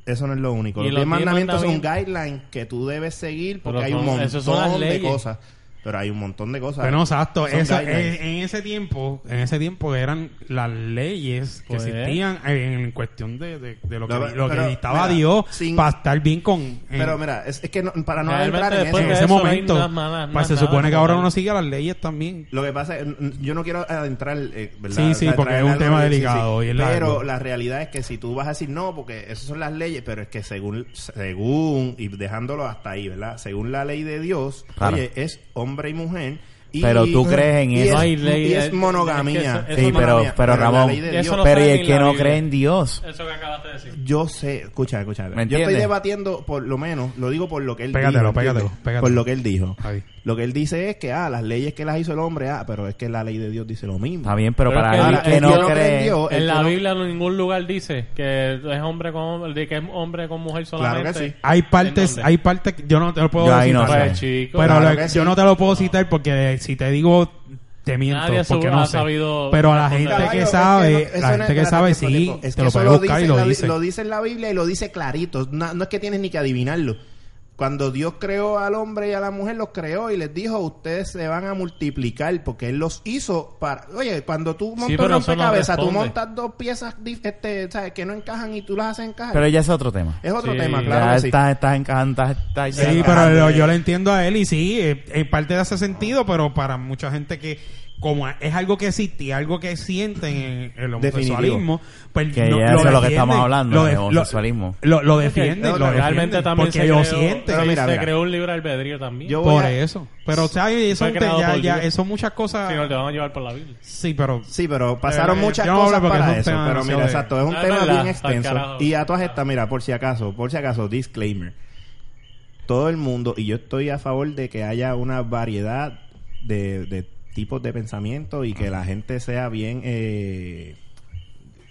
Speaker 3: Eso no es lo único.
Speaker 4: Y
Speaker 3: Los
Speaker 4: los
Speaker 3: diez
Speaker 4: diez
Speaker 3: mandamientos son guidelines que tú debes seguir porque
Speaker 4: Pero
Speaker 3: hay un
Speaker 4: son- esas son
Speaker 3: montón
Speaker 4: las
Speaker 3: de
Speaker 4: leyes.
Speaker 3: cosas. Pero hay un montón de cosas.
Speaker 2: Bueno, exacto.
Speaker 3: Son
Speaker 2: Eso- eh,
Speaker 3: guidelines.
Speaker 2: en, en ese tiempo, en ese tiempo eran las leyes que
Speaker 4: Pues.
Speaker 2: existían eh, en, en cuestión de, de- de lo que,
Speaker 3: Pero-
Speaker 2: lo que
Speaker 3: pero,
Speaker 2: dictaba
Speaker 3: mira,
Speaker 2: Dios
Speaker 3: sin-
Speaker 2: para estar bien con. en-
Speaker 3: Pero mira, es, es que no- para no
Speaker 4: Realmente
Speaker 3: entrar en
Speaker 4: después
Speaker 2: en
Speaker 3: eso,
Speaker 4: de
Speaker 2: ese
Speaker 4: eso no hay
Speaker 2: momento,
Speaker 4: nada más,
Speaker 2: pues se
Speaker 4: nada
Speaker 2: supone que ahora
Speaker 4: moral.
Speaker 2: uno sigue las leyes también.
Speaker 3: Lo que pasa es, mm, yo no quiero adentrar, eh, ¿verdad?
Speaker 2: Sí, sí, porque
Speaker 3: traer
Speaker 2: es un
Speaker 3: algo-
Speaker 2: tema
Speaker 3: sí, sí.
Speaker 2: delicado y es largo.
Speaker 3: Pero la realidad es que si tú vas a decir no, porque esas son las leyes, pero es que según, según, y dejándolo hasta ahí, ¿verdad? Según la ley de Dios,
Speaker 1: Claro.
Speaker 3: oye, es hombre y mujer. Y,
Speaker 1: Pero tú crees en
Speaker 3: y
Speaker 1: eso.
Speaker 3: es-
Speaker 4: No hay ley,
Speaker 3: y
Speaker 4: es-
Speaker 3: es
Speaker 4: es
Speaker 3: monogamia.
Speaker 4: que eso-
Speaker 3: es
Speaker 4: eso
Speaker 1: Sí,
Speaker 4: no-
Speaker 1: pero,
Speaker 3: monogamia,
Speaker 1: pero
Speaker 3: la
Speaker 1: Ramón,
Speaker 3: ley de
Speaker 4: Eso
Speaker 3: Dios-
Speaker 4: no
Speaker 1: pero
Speaker 4: sale
Speaker 1: y
Speaker 4: ni
Speaker 1: el
Speaker 4: en
Speaker 1: que
Speaker 4: la
Speaker 1: no
Speaker 4: Biblia.
Speaker 1: cree en Dios.
Speaker 4: Eso que acabaste de decir.
Speaker 3: Yo sé, escucha, escucha.
Speaker 1: ¿Me
Speaker 3: Yo estoy
Speaker 1: entiendes?
Speaker 3: debatiendo, por lo menos, lo digo por lo que él
Speaker 2: Pégatelo,
Speaker 3: dijo. ¿entiendes?
Speaker 2: pégatelo, pégatelo.
Speaker 3: Por lo que él dijo.
Speaker 2: Ahí.
Speaker 3: Lo que él dice es que, ah, las leyes que las hizo el hombre, ah, pero es que la ley de Dios dice lo mismo.
Speaker 1: Está bien, pero,
Speaker 4: Pero
Speaker 1: para
Speaker 4: es que
Speaker 1: alguien
Speaker 4: el-
Speaker 1: que
Speaker 4: el que
Speaker 1: no
Speaker 4: no
Speaker 3: cree en
Speaker 1: cree.
Speaker 3: Dios- el
Speaker 4: En la
Speaker 3: que no-
Speaker 4: Biblia en ningún lugar dice que es hombre con hombre, de que es hombre con mujer
Speaker 3: Claro
Speaker 4: solamente.
Speaker 3: que sí.
Speaker 2: Hay
Speaker 4: ¿En
Speaker 2: partes,
Speaker 4: dónde?
Speaker 2: hay partes que yo no te lo puedo
Speaker 1: Yo ahí
Speaker 2: decir.
Speaker 1: no
Speaker 2: pero-
Speaker 1: sé.
Speaker 4: Pues, chico,
Speaker 2: pero
Speaker 3: claro
Speaker 2: lo-
Speaker 3: que sí.
Speaker 2: yo no te lo puedo citar porque si te digo te miento
Speaker 4: Nadie ha sab-
Speaker 2: porque
Speaker 4: ha
Speaker 2: no sé.
Speaker 4: sabido
Speaker 2: Pero la
Speaker 4: responder.
Speaker 2: gente
Speaker 4: Caballo,
Speaker 2: que
Speaker 3: es
Speaker 2: sabe,
Speaker 3: que no- eso
Speaker 2: la
Speaker 3: no
Speaker 2: gente que
Speaker 3: es-
Speaker 2: sabe
Speaker 3: espérate,
Speaker 2: sí,
Speaker 3: Filipo, es
Speaker 2: te
Speaker 3: que
Speaker 2: lo
Speaker 3: eso
Speaker 2: puede buscar y
Speaker 3: en
Speaker 2: lo
Speaker 3: la Bi-
Speaker 2: dice.
Speaker 3: Lo dice en la Biblia y lo dice clarito. No, no es que tienes ni que adivinarlo. Cuando Dios creó al hombre y a la mujer, los creó y les dijo, ustedes se van a multiplicar porque Él los hizo para... Oye, cuando tú montas
Speaker 4: pero
Speaker 3: un
Speaker 4: eso no
Speaker 3: rompecabezas, tú
Speaker 4: responde.
Speaker 3: montas dos piezas dif- este, ¿sabes? que no encajan y tú las haces
Speaker 2: ah.
Speaker 3: encajar.
Speaker 1: Pero ya es otro tema.
Speaker 3: es otro
Speaker 4: Sí,
Speaker 3: tema,
Speaker 1: ya
Speaker 3: claro que sí.
Speaker 1: estás, estás encajando, estás- estás-
Speaker 2: Sí,
Speaker 1: ya-
Speaker 2: pero
Speaker 3: Ajá,
Speaker 2: lo-
Speaker 3: eh.
Speaker 2: yo le entiendo a él y sí, eh, en parte hace sentido, pero para mucha gente que como a- es algo que existe y algo que sienten en el homosexualismo, pues
Speaker 1: Que
Speaker 2: no,
Speaker 1: ya eso es lo que estamos
Speaker 2: defienden,
Speaker 1: hablando,
Speaker 2: lo
Speaker 1: de
Speaker 2: def- lo-
Speaker 1: homosexualismo.
Speaker 2: Lo, lo defienden,
Speaker 3: Ok,
Speaker 2: lo
Speaker 4: Realmente
Speaker 2: defienden,
Speaker 4: también
Speaker 2: porque
Speaker 4: se
Speaker 2: lo
Speaker 4: creó,
Speaker 2: sienten.
Speaker 4: se,
Speaker 3: Pero mira,
Speaker 4: se
Speaker 3: mira.
Speaker 4: creó un libre albedrío también.
Speaker 3: Yo voy
Speaker 2: por
Speaker 3: a-
Speaker 2: eso. Pero, ¿sabes? Eso
Speaker 4: Fue
Speaker 2: te-
Speaker 4: creado
Speaker 2: ya,
Speaker 4: por
Speaker 2: ya,
Speaker 4: Dios.
Speaker 2: eso muchas cosas.
Speaker 4: Si no, te van a llevar por la Biblia.
Speaker 2: Sí, pero
Speaker 3: Sí, pero pasaron
Speaker 2: Eh,
Speaker 3: muchas
Speaker 2: yo no hablo
Speaker 3: cosas
Speaker 2: porque
Speaker 3: para
Speaker 2: es un
Speaker 3: eso.
Speaker 2: tema
Speaker 3: Pero mira,
Speaker 2: demasiado
Speaker 3: exacto, es un
Speaker 4: No,
Speaker 3: tema
Speaker 4: no, la-
Speaker 3: bien
Speaker 4: al
Speaker 3: extenso.
Speaker 4: carajo.
Speaker 3: Y a todas estas, mira, por si acaso, por si acaso, disclaimer. Todo el mundo, y yo estoy a favor de que haya una variedad de, de tipos de pensamiento y que la gente sea bien... eh,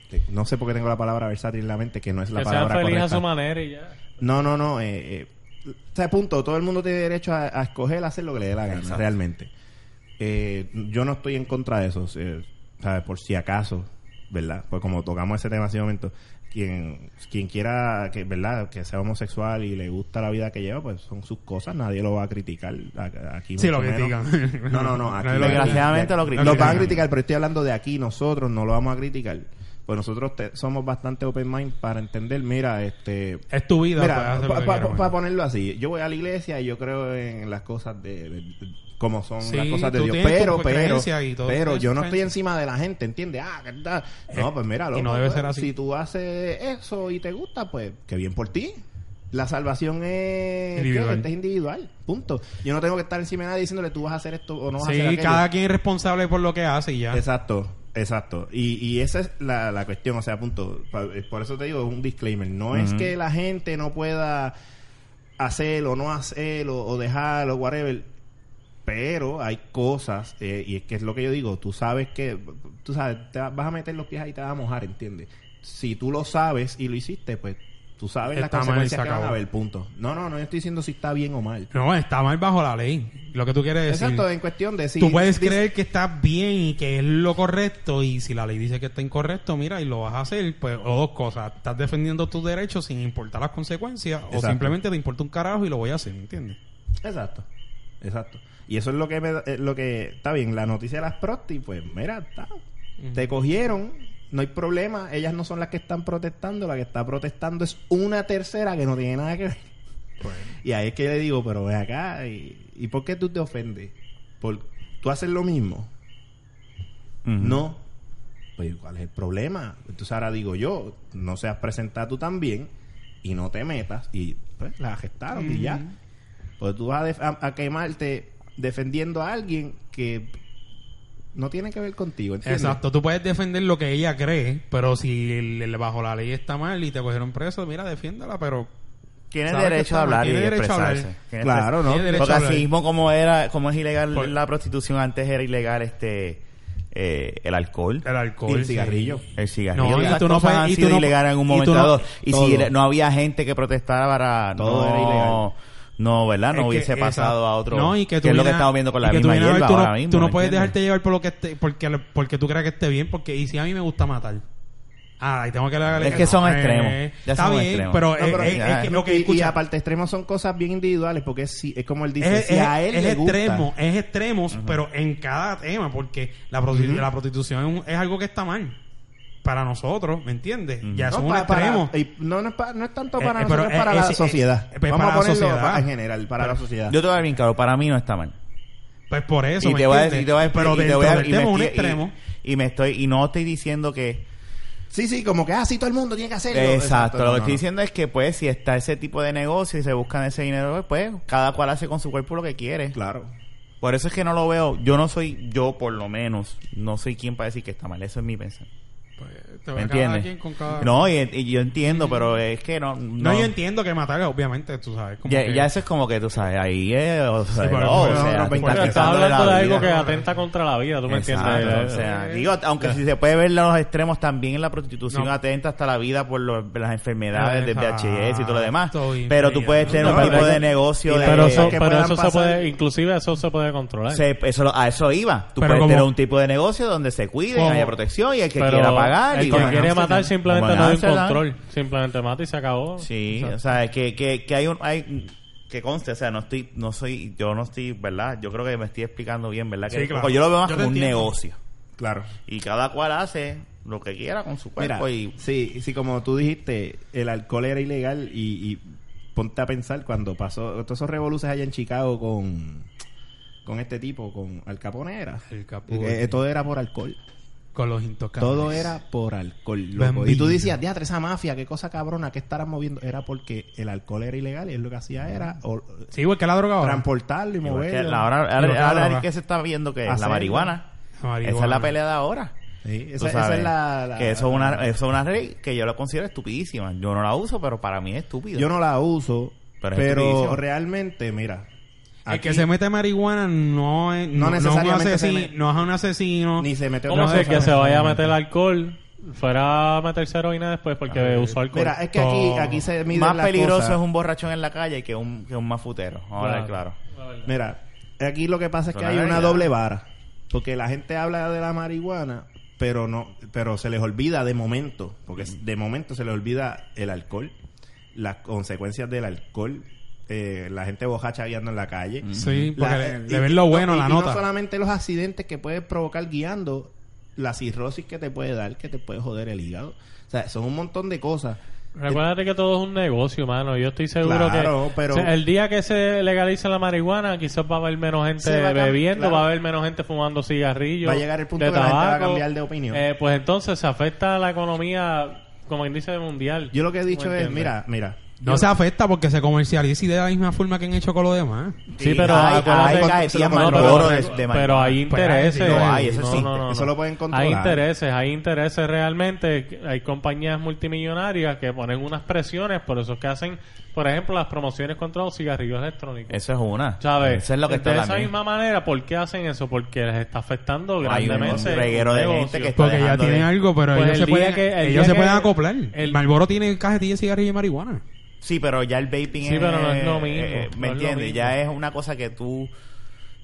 Speaker 3: que- no sé por qué tengo la palabra versátil en la mente, que no es la
Speaker 4: que sean
Speaker 3: palabra
Speaker 4: felices
Speaker 3: correcta.
Speaker 4: a su manera y ya.
Speaker 3: No, no, no. Eh, eh, o sea, punto. Todo el mundo tiene derecho a, a escoger, a hacer lo que le dé la gana, realmente. Eh, yo no estoy en contra de eso, eh, ¿sabes? Por si acaso, ¿verdad? Pues como tocamos ese tema hace un momento, quien, quien quiera, que, ¿verdad? Que sea homosexual y le gusta la vida que lleva, pues son sus cosas, nadie lo va a criticar. a- a- Aquí
Speaker 2: Sí, lo
Speaker 3: mucho menos.
Speaker 2: critican. [LAUGHS]
Speaker 3: No, no, no. Aquí,
Speaker 2: Nadie lo
Speaker 1: Desgraciadamente lo critican.
Speaker 3: Lo van a criticar, pero estoy hablando de aquí, nosotros no lo vamos a criticar. Pues nosotros te- somos bastante open mind para entender, mira, este,
Speaker 2: es tu vida. puedes
Speaker 3: Mira,
Speaker 2: hacer lo
Speaker 3: para
Speaker 2: que quieras, pues. man.
Speaker 3: ponerlo así, yo voy a la iglesia y yo creo en las cosas de, de- de- como son
Speaker 2: Sí,
Speaker 3: las cosas de
Speaker 2: tú
Speaker 3: Dios,
Speaker 2: tienes
Speaker 3: pero
Speaker 2: tu
Speaker 3: pero
Speaker 2: creencia y todo,
Speaker 3: pero
Speaker 2: tienes
Speaker 3: yo
Speaker 2: tu
Speaker 3: no estoy
Speaker 2: creencia.
Speaker 3: encima de la gente, ¿entiendes? Ah, que tal. No, pues mira,
Speaker 2: y
Speaker 3: loco,
Speaker 2: no debe
Speaker 3: pues,
Speaker 2: ser así.
Speaker 3: si tú haces eso y te gusta, pues qué bien por ti. La salvación es
Speaker 2: Individual.
Speaker 3: ¿qué? es individual, punto. Yo no tengo que estar encima de nadie diciéndole tú vas a hacer esto o no vas a hacer
Speaker 2: Sí,
Speaker 3: aquello.
Speaker 2: cada quien es responsable por lo que hace y ya.
Speaker 3: Exacto. Exacto. Y, y esa es la, la cuestión, o sea, punto. Pa- eh, Por eso te digo, es un disclaimer. No es que la gente no pueda hacerlo, no hacerlo, o dejarlo, whatever. Pero hay cosas, eh, y es que es lo que yo digo, tú sabes que, tú sabes, te vas a meter los pies ahí y te vas a mojar, ¿entiendes? Si tú lo sabes y lo hiciste, pues tú sabes las
Speaker 2: Está mal y
Speaker 3: consecuencias
Speaker 2: se
Speaker 3: que van a
Speaker 2: acabó.
Speaker 3: haber, punto. No, no, no yo estoy diciendo si está bien o mal.
Speaker 2: No, está mal bajo la ley. Lo que tú quieres decir.
Speaker 3: Exacto, en cuestión de si...
Speaker 2: tú puedes
Speaker 3: dice-
Speaker 2: creer que estás bien y que es lo correcto y si la ley dice que está incorrecto, mira, y lo vas a hacer, pues o dos cosas, estás defendiendo tus derechos sin importar las consecuencias o
Speaker 3: Exacto.
Speaker 2: simplemente te importa un carajo y lo voy a hacer, ¿entiendes?
Speaker 3: Exacto, exacto. Y eso es lo que me, da- eh, lo que está bien, la noticia de las prostis, pues mira, está, te cogieron, no hay problema, ellas no son las que están protestando, la que está protestando es una tercera que no tiene nada que ver. Y ahí es que le digo, pero ve acá, ¿y, y por qué tú te ofendes? Por, ¿Tú haces lo mismo? No. Pues, ¿cuál es el problema? Entonces ahora digo yo, no seas presentada tú también y no te metas y pues la gestaron y ya. Pues tú vas a def- a, a quemarte defendiendo a alguien que no tiene que ver contigo, ¿entiendes?
Speaker 2: Exacto, tú puedes defender lo que ella cree, pero si el- el bajo la ley está mal y te cogieron preso, mira, defiéndala, pero
Speaker 1: Tienen
Speaker 2: Sabes que
Speaker 1: derecho a
Speaker 2: está mal,
Speaker 1: hablar y
Speaker 2: tiene derecho a hablar.
Speaker 1: expresarse. Tienen
Speaker 3: Claro, ¿no?
Speaker 2: Tiene derecho
Speaker 1: Porque
Speaker 2: a hablar.
Speaker 1: así mismo como era, como es ilegal
Speaker 2: Por-
Speaker 1: la prostitución, antes era ilegal este eh, el alcohol,
Speaker 2: el
Speaker 3: Y
Speaker 2: alcohol,
Speaker 3: el
Speaker 2: sí.
Speaker 3: cigarrillo.
Speaker 1: el cigarrillo.
Speaker 2: No, y
Speaker 1: Esas
Speaker 2: tú no
Speaker 1: cosas
Speaker 2: puedes-
Speaker 1: han
Speaker 2: y tú
Speaker 1: sido
Speaker 2: no-
Speaker 1: ilegales en un
Speaker 2: y tú
Speaker 1: momento
Speaker 2: no-
Speaker 1: dado. Y
Speaker 2: todo.
Speaker 1: si era- no había gente que protestara para
Speaker 3: Todo
Speaker 1: no,
Speaker 3: era ilegal.
Speaker 1: no, ¿verdad? No
Speaker 2: Es que,
Speaker 1: hubiese pasado
Speaker 2: exacto.
Speaker 1: a otro.
Speaker 2: No, y que, tú
Speaker 1: es lo que
Speaker 2: vienes a-
Speaker 1: estamos viendo con
Speaker 2: y
Speaker 1: la
Speaker 2: que tú
Speaker 1: misma
Speaker 2: vienes a ver,
Speaker 1: hierba
Speaker 2: tú no-
Speaker 1: ahora mismo.
Speaker 2: Tú no
Speaker 1: ¿me
Speaker 2: puedes
Speaker 1: entiendes?
Speaker 2: dejarte llevar por lo que esté, porque, porque tú creas que esté bien, porque y si a mí me gusta matar. Ah, y tengo que darle
Speaker 1: Es que son
Speaker 2: Eh,
Speaker 1: extremos. Ya
Speaker 2: está
Speaker 1: son
Speaker 2: bien,
Speaker 1: extremos.
Speaker 2: pero,
Speaker 1: No,
Speaker 2: eh,
Speaker 1: pero-
Speaker 2: eh, es,
Speaker 1: ya,
Speaker 2: que
Speaker 1: eh.
Speaker 2: lo que
Speaker 3: y, y
Speaker 2: escucha,
Speaker 3: aparte extremos son cosas bien individuales porque es, si- es como él dice,
Speaker 2: es,
Speaker 3: si
Speaker 2: es-
Speaker 3: a él
Speaker 2: es
Speaker 3: le gusta,
Speaker 2: extremo, es extremos, pero en cada tema, porque la, prostitu- la prostitución es, un- es algo que está mal para nosotros, ¿me entiendes? Ya
Speaker 3: No,
Speaker 2: son un
Speaker 3: pa- para-
Speaker 2: extremo.
Speaker 3: y no, no es pa- no es tanto
Speaker 2: Eh,
Speaker 3: para
Speaker 2: eh, pero
Speaker 3: nosotros,
Speaker 2: es-
Speaker 3: para la
Speaker 2: es-
Speaker 3: sociedad.
Speaker 2: eh, pues
Speaker 3: Vamos
Speaker 2: para
Speaker 3: a
Speaker 2: la
Speaker 3: ponerlo
Speaker 2: sociedad.
Speaker 3: pa- en general, para la sociedad.
Speaker 1: Yo te voy a bien claro, para mí no está mal.
Speaker 2: Pues por eso,
Speaker 1: y
Speaker 2: ¿me
Speaker 1: te voy a
Speaker 2: entiendes?
Speaker 1: y te voy a-
Speaker 2: pero
Speaker 1: y te
Speaker 2: dentro
Speaker 1: voy a-
Speaker 2: del
Speaker 1: y me
Speaker 2: tema es un
Speaker 1: estoy- y-
Speaker 2: extremo.
Speaker 1: y me estoy y no estoy diciendo que
Speaker 3: sí, sí, como que así todo el mundo tiene que hacerlo.
Speaker 1: Exacto, lo que
Speaker 3: no, no,
Speaker 1: estoy
Speaker 3: no.
Speaker 1: diciendo es que pues si está ese tipo de negocio y se buscan ese dinero, pues cada cual hace con su cuerpo lo que quiere.
Speaker 3: Claro.
Speaker 1: Por eso es que no lo veo, yo no soy, yo por lo menos, no soy quien para decir que está mal, eso es mi pensamiento.
Speaker 2: Pues, te voy
Speaker 1: ¿Me
Speaker 2: a cada
Speaker 1: entiendes?
Speaker 2: quien con cada-
Speaker 1: No, y, y yo entiendo, pero es que no...
Speaker 2: No,
Speaker 1: no.
Speaker 2: yo entiendo que matar, obviamente, tú sabes. como
Speaker 1: Ya,
Speaker 2: que-
Speaker 1: ya eso es como que tú sabes, ahí es... O sea,
Speaker 2: pero-
Speaker 1: no, o
Speaker 2: pero-
Speaker 1: sea, tú
Speaker 3: pero- pero-
Speaker 1: estás
Speaker 4: Bueno, estás
Speaker 1: quitándole
Speaker 4: hablando de
Speaker 1: la
Speaker 4: algo que
Speaker 1: vida.
Speaker 4: atenta contra la vida, tú me
Speaker 1: Exacto,
Speaker 4: entiendes. Eh,
Speaker 1: o sea, digo, aunque si se puede ver los extremos también en la prostitución
Speaker 2: No.
Speaker 1: atenta hasta la vida por los- las enfermedades del
Speaker 2: Exacto,
Speaker 1: VHS y todo lo demás,
Speaker 2: bien,
Speaker 1: pero tú
Speaker 2: bien.
Speaker 1: puedes tener
Speaker 4: No,
Speaker 1: un
Speaker 4: pero
Speaker 1: tipo
Speaker 4: eso-
Speaker 1: de negocio de
Speaker 4: pero eso,
Speaker 1: que
Speaker 4: pero
Speaker 1: puedan
Speaker 4: eso se
Speaker 1: pasar-
Speaker 4: puede, inclusive eso se puede controlar.
Speaker 1: se- eso lo- a eso iba. Tú
Speaker 2: Pero
Speaker 1: puedes
Speaker 2: como-
Speaker 1: tener un tipo de negocio donde se cuide,
Speaker 4: Como-
Speaker 1: haya protección y el que
Speaker 4: Pero
Speaker 1: quiera pagar.
Speaker 4: El
Speaker 1: y
Speaker 4: que
Speaker 1: como en
Speaker 4: quiere
Speaker 1: Amsterdam.
Speaker 4: matar simplemente
Speaker 1: Como en
Speaker 4: no hay un
Speaker 1: Amsterdam.
Speaker 4: control. Simplemente mata y se acabó.
Speaker 1: Sí,
Speaker 4: O sea,
Speaker 1: o sea, que, que, que hay un... Hay, que conste, o sea, no estoy, no soy, yo no estoy, ¿verdad? Yo creo que me estoy explicando bien, ¿verdad?
Speaker 2: Sí,
Speaker 1: Que-
Speaker 2: claro.
Speaker 1: porque Yo lo veo más
Speaker 2: Yo te
Speaker 1: como un
Speaker 2: entiendo.
Speaker 1: negocio.
Speaker 3: Claro.
Speaker 1: Y cada cual hace lo que quiera con su
Speaker 3: Mira,
Speaker 1: cuerpo y
Speaker 3: sí, sí, como tú dijiste, el alcohol era ilegal y, y ponte a pensar cuando pasó todos esos revoluciones allá en Chicago con, con este tipo, con Al Capone era.
Speaker 2: El capo-
Speaker 3: Eh, eh, todo era por alcohol.
Speaker 2: Con los intocables.
Speaker 3: Todo era por alcohol, loco.
Speaker 2: Bambino.
Speaker 3: Y tú decías, diatre, esa mafia, qué cosa cabrona, que estarán moviendo. Era porque el alcohol era ilegal y él lo que hacía era o-
Speaker 2: Sí, igual que la droga ahora.
Speaker 3: transportarlo y
Speaker 1: Igual que
Speaker 3: moverlo.
Speaker 1: la- ahora,
Speaker 2: Igual que la
Speaker 1: ahora, ahora
Speaker 2: droga.
Speaker 1: que se está viendo que es la
Speaker 3: Hacerlo.
Speaker 1: marihuana.
Speaker 2: La marihuana.
Speaker 1: Esa es la pelea de ahora.
Speaker 3: Sí,
Speaker 1: Tú
Speaker 3: esa, esa
Speaker 1: sabes,
Speaker 3: es la... la-
Speaker 1: que eso es una eso es una ley que yo la considero estupidísima. Yo no la uso, pero para mí es estúpido.
Speaker 3: Yo no la uso,
Speaker 1: Pero
Speaker 3: pero,
Speaker 1: es estupidísimo.
Speaker 3: realmente, mira...
Speaker 2: El que
Speaker 3: aquí
Speaker 2: se mete marihuana no es, no, no es un
Speaker 3: necesariamente se
Speaker 2: asesino,
Speaker 3: mete.
Speaker 2: no es un asesino.
Speaker 3: Ni se mete
Speaker 4: como
Speaker 3: otra
Speaker 4: si el
Speaker 3: cosa.
Speaker 4: que se vaya a meter alcohol fuera a meterse heroína después porque usó alcohol.
Speaker 3: Mira, es que aquí, aquí se mide
Speaker 1: Más
Speaker 3: la
Speaker 1: peligroso
Speaker 3: cosa.
Speaker 1: es un borrachón en la calle que un, que un mafutero. Ahora, claro.
Speaker 3: Mira, aquí lo que pasa es
Speaker 1: Con
Speaker 3: que
Speaker 1: la
Speaker 3: hay una
Speaker 1: realidad.
Speaker 3: doble vara. Porque la gente habla de la marihuana, pero no, pero se les olvida de momento, porque de momento se les olvida el alcohol, las consecuencias del alcohol, eh, la gente bojacha guiando en la calle.
Speaker 2: Sí, porque
Speaker 3: La- e-
Speaker 1: eh,
Speaker 2: le,
Speaker 3: y-
Speaker 2: le ven lo
Speaker 3: y-
Speaker 2: bueno
Speaker 3: y-
Speaker 2: la
Speaker 3: y
Speaker 2: nota.
Speaker 3: No solamente los accidentes que puede provocar guiando, la cirrosis que te puede dar, que te puede joder el hígado. O sea, son un montón de cosas.
Speaker 4: Recuérdate que todo es un negocio, mano. Yo estoy seguro
Speaker 3: Claro,
Speaker 4: que
Speaker 3: pero-
Speaker 4: o sea, el día que se legalice la marihuana, quizás va a haber menos gente
Speaker 3: Se va a cam-
Speaker 4: bebiendo,
Speaker 3: claro.
Speaker 4: va a haber menos gente fumando cigarrillos.
Speaker 3: Va a llegar el punto
Speaker 4: de
Speaker 3: que la gente va a
Speaker 4: tabaco.
Speaker 3: cambiar de opinión.
Speaker 4: Eh, pues entonces se afecta a la economía, como quien dice, mundial.
Speaker 3: Yo lo que he dicho
Speaker 4: ¿Me
Speaker 3: es,
Speaker 4: entiendes?
Speaker 3: mira, mira,
Speaker 2: No se afecta porque se comercializa y de la misma forma que han hecho con lo demás.
Speaker 4: Sí, pero
Speaker 1: hay,
Speaker 4: acuérdate-
Speaker 1: hay cajetillas
Speaker 4: No,
Speaker 1: Marlboro
Speaker 4: pero-
Speaker 1: de, de Marlboro.
Speaker 4: pero hay
Speaker 2: Pues hay,
Speaker 4: intereses.
Speaker 2: no
Speaker 1: hay, eso sí.
Speaker 3: Eso lo pueden controlar.
Speaker 4: Hay intereses, hay intereses realmente. Hay compañías multimillonarias que ponen unas presiones por eso es que hacen, por ejemplo, las promociones contra los cigarrillos electrónicos.
Speaker 1: Eso es una.
Speaker 4: ¿Sabes?
Speaker 1: Eso es lo que
Speaker 4: De
Speaker 1: está
Speaker 4: esa
Speaker 1: también.
Speaker 4: misma manera, ¿por qué hacen eso? Porque les está afectando
Speaker 1: Hay un
Speaker 4: grandemente.
Speaker 1: reguero de gente que está
Speaker 2: Porque ya
Speaker 1: dejando
Speaker 2: tienen
Speaker 1: de-
Speaker 2: algo, pero
Speaker 4: Pues
Speaker 2: ellos se
Speaker 4: el día
Speaker 2: pueden,
Speaker 4: que- el día
Speaker 2: ellos se
Speaker 4: que-
Speaker 2: pueden acoplar.
Speaker 4: el-
Speaker 2: El Marlboro tiene cajetilla de cigarrillo y marihuana.
Speaker 1: Sí, pero ya el vaping eh,
Speaker 4: Sí, pero no es lo mismo, no
Speaker 1: ¿Me
Speaker 4: es lo
Speaker 1: entiendes?
Speaker 4: mismo.
Speaker 1: Ya es una cosa que tú...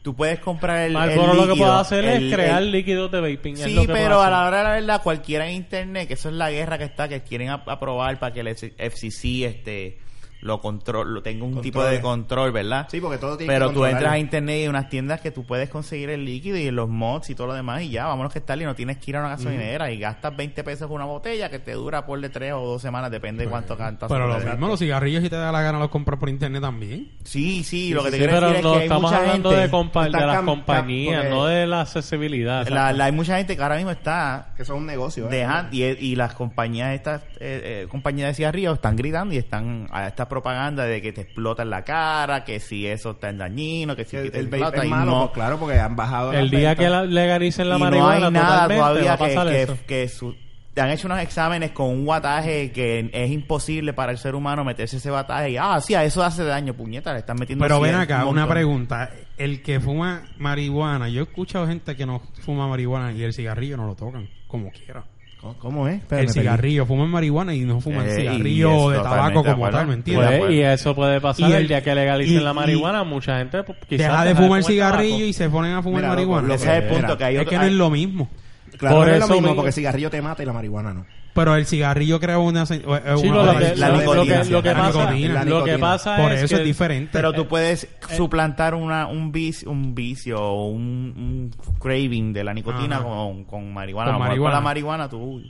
Speaker 1: Tú puedes comprar el, el
Speaker 4: Marlboro
Speaker 1: líquido.
Speaker 4: lo que puede hacer
Speaker 1: el-
Speaker 4: es crear
Speaker 1: el-
Speaker 4: líquidos de vaping. es
Speaker 1: Sí,
Speaker 4: lo que
Speaker 1: pero
Speaker 4: puede
Speaker 1: a la
Speaker 4: hacer.
Speaker 1: hora de la verdad, cualquiera en internet, que eso es la guerra que está, que quieren ap- aprobar para que el FCC este, lo control, lo tenga un tipo de control, ¿verdad?
Speaker 3: Sí, porque todo tiene
Speaker 1: Pero
Speaker 3: que
Speaker 1: tú entras a
Speaker 3: controlarlo.
Speaker 1: internet y hay unas tiendas que tú puedes conseguir el líquido y los mods y todo lo demás y ya, vámonos que tal y no tienes que ir a una gasolinera y gastas 20 pesos por una botella que te dura por de 3 o 2 semanas, depende de cuánto cantas.
Speaker 2: Pero lo mismo, los cigarrillos si te da la gana los compras por internet también.
Speaker 1: Sí, sí, lo que te
Speaker 4: Sí,
Speaker 1: quiero
Speaker 4: pero
Speaker 1: decir es
Speaker 4: no,
Speaker 1: que hay
Speaker 4: estamos
Speaker 1: mucha
Speaker 4: hablando
Speaker 1: gente...
Speaker 4: de, compa-
Speaker 3: está
Speaker 4: de las
Speaker 3: cam-
Speaker 4: compañías,
Speaker 3: porque-
Speaker 4: no de la accesibilidad.
Speaker 1: la- la- hay mucha gente que ahora mismo está
Speaker 3: Que son un negocio. ¿eh?
Speaker 1: dejan y, y las compañías estas eh, eh, compañías de cigarrillos están gritando y están a esta propaganda de que te explotan la cara que si eso está dañino que si
Speaker 3: Que
Speaker 1: que
Speaker 3: el,
Speaker 1: te
Speaker 3: el vape
Speaker 1: explota,
Speaker 3: es
Speaker 1: y
Speaker 3: malo,
Speaker 1: no-
Speaker 3: pues claro, porque han bajado
Speaker 4: el
Speaker 3: las
Speaker 4: día que
Speaker 3: ventas.
Speaker 4: la- legalicen la
Speaker 1: y no
Speaker 4: marihuana,
Speaker 1: hay nada
Speaker 4: totalmente, va
Speaker 1: todavía
Speaker 4: a pasar
Speaker 1: que,
Speaker 4: eso.
Speaker 1: que, que su- te han hecho unos exámenes con un wataje que es imposible para el ser humano meterse ese wataje y ah sí a eso hace daño puñeta le están metiendo
Speaker 2: Pero ven
Speaker 1: cien,
Speaker 2: acá,
Speaker 1: un
Speaker 2: una
Speaker 1: montón.
Speaker 2: pregunta. El que fuma marihuana, yo he escuchado gente que no fuma marihuana y el cigarrillo no lo tocan, como quiera.
Speaker 3: ¿Cómo, cómo es? Espérate,
Speaker 2: El
Speaker 3: perdí.
Speaker 2: cigarrillo, fuman marihuana y no fuman
Speaker 1: Eh, y
Speaker 2: cigarrillo
Speaker 1: es
Speaker 2: de
Speaker 1: totalmente
Speaker 2: tabaco
Speaker 1: de
Speaker 2: como
Speaker 1: acuerdo.
Speaker 2: tal, ¿me
Speaker 4: Pues,
Speaker 2: entiendes?
Speaker 1: de acuerdo.
Speaker 4: y eso puede pasar
Speaker 2: Y
Speaker 4: el,
Speaker 2: el-
Speaker 4: día que legalicen
Speaker 2: y-
Speaker 4: la
Speaker 2: y-
Speaker 4: marihuana, mucha gente pues, quizás
Speaker 2: Deja de fumar cigarrillo y se ponen a fumar
Speaker 3: Mira,
Speaker 2: marihuana.
Speaker 3: lo-
Speaker 1: ese es el
Speaker 3: Mira,
Speaker 1: punto que hay
Speaker 2: es
Speaker 1: otro-
Speaker 2: que no
Speaker 1: hay-
Speaker 2: es lo mismo.
Speaker 3: Claro,
Speaker 4: Por
Speaker 3: no es lo
Speaker 4: eso
Speaker 3: mismo,
Speaker 4: mismo-
Speaker 3: porque el cigarrillo te mata y la marihuana no.
Speaker 2: Pero el cigarrillo crea una... se- o- o
Speaker 4: Chico,
Speaker 2: una-
Speaker 4: lo que,
Speaker 1: La
Speaker 4: lo- lo
Speaker 1: nicotina,
Speaker 4: que- lo que
Speaker 2: la
Speaker 4: pasa,
Speaker 2: nicotina.
Speaker 3: la
Speaker 4: lo que
Speaker 3: nicotina.
Speaker 4: pasa
Speaker 2: Por
Speaker 4: es
Speaker 2: eso es
Speaker 4: que
Speaker 2: diferente.
Speaker 1: Pero tú
Speaker 2: eh,
Speaker 1: puedes suplantar una, un, vicio, un vicio o un, un craving de la nicotina
Speaker 2: Ajá.
Speaker 1: con, con marihuana. A
Speaker 2: Con
Speaker 1: lo mejor
Speaker 2: marihuana.
Speaker 1: la marihuana tú...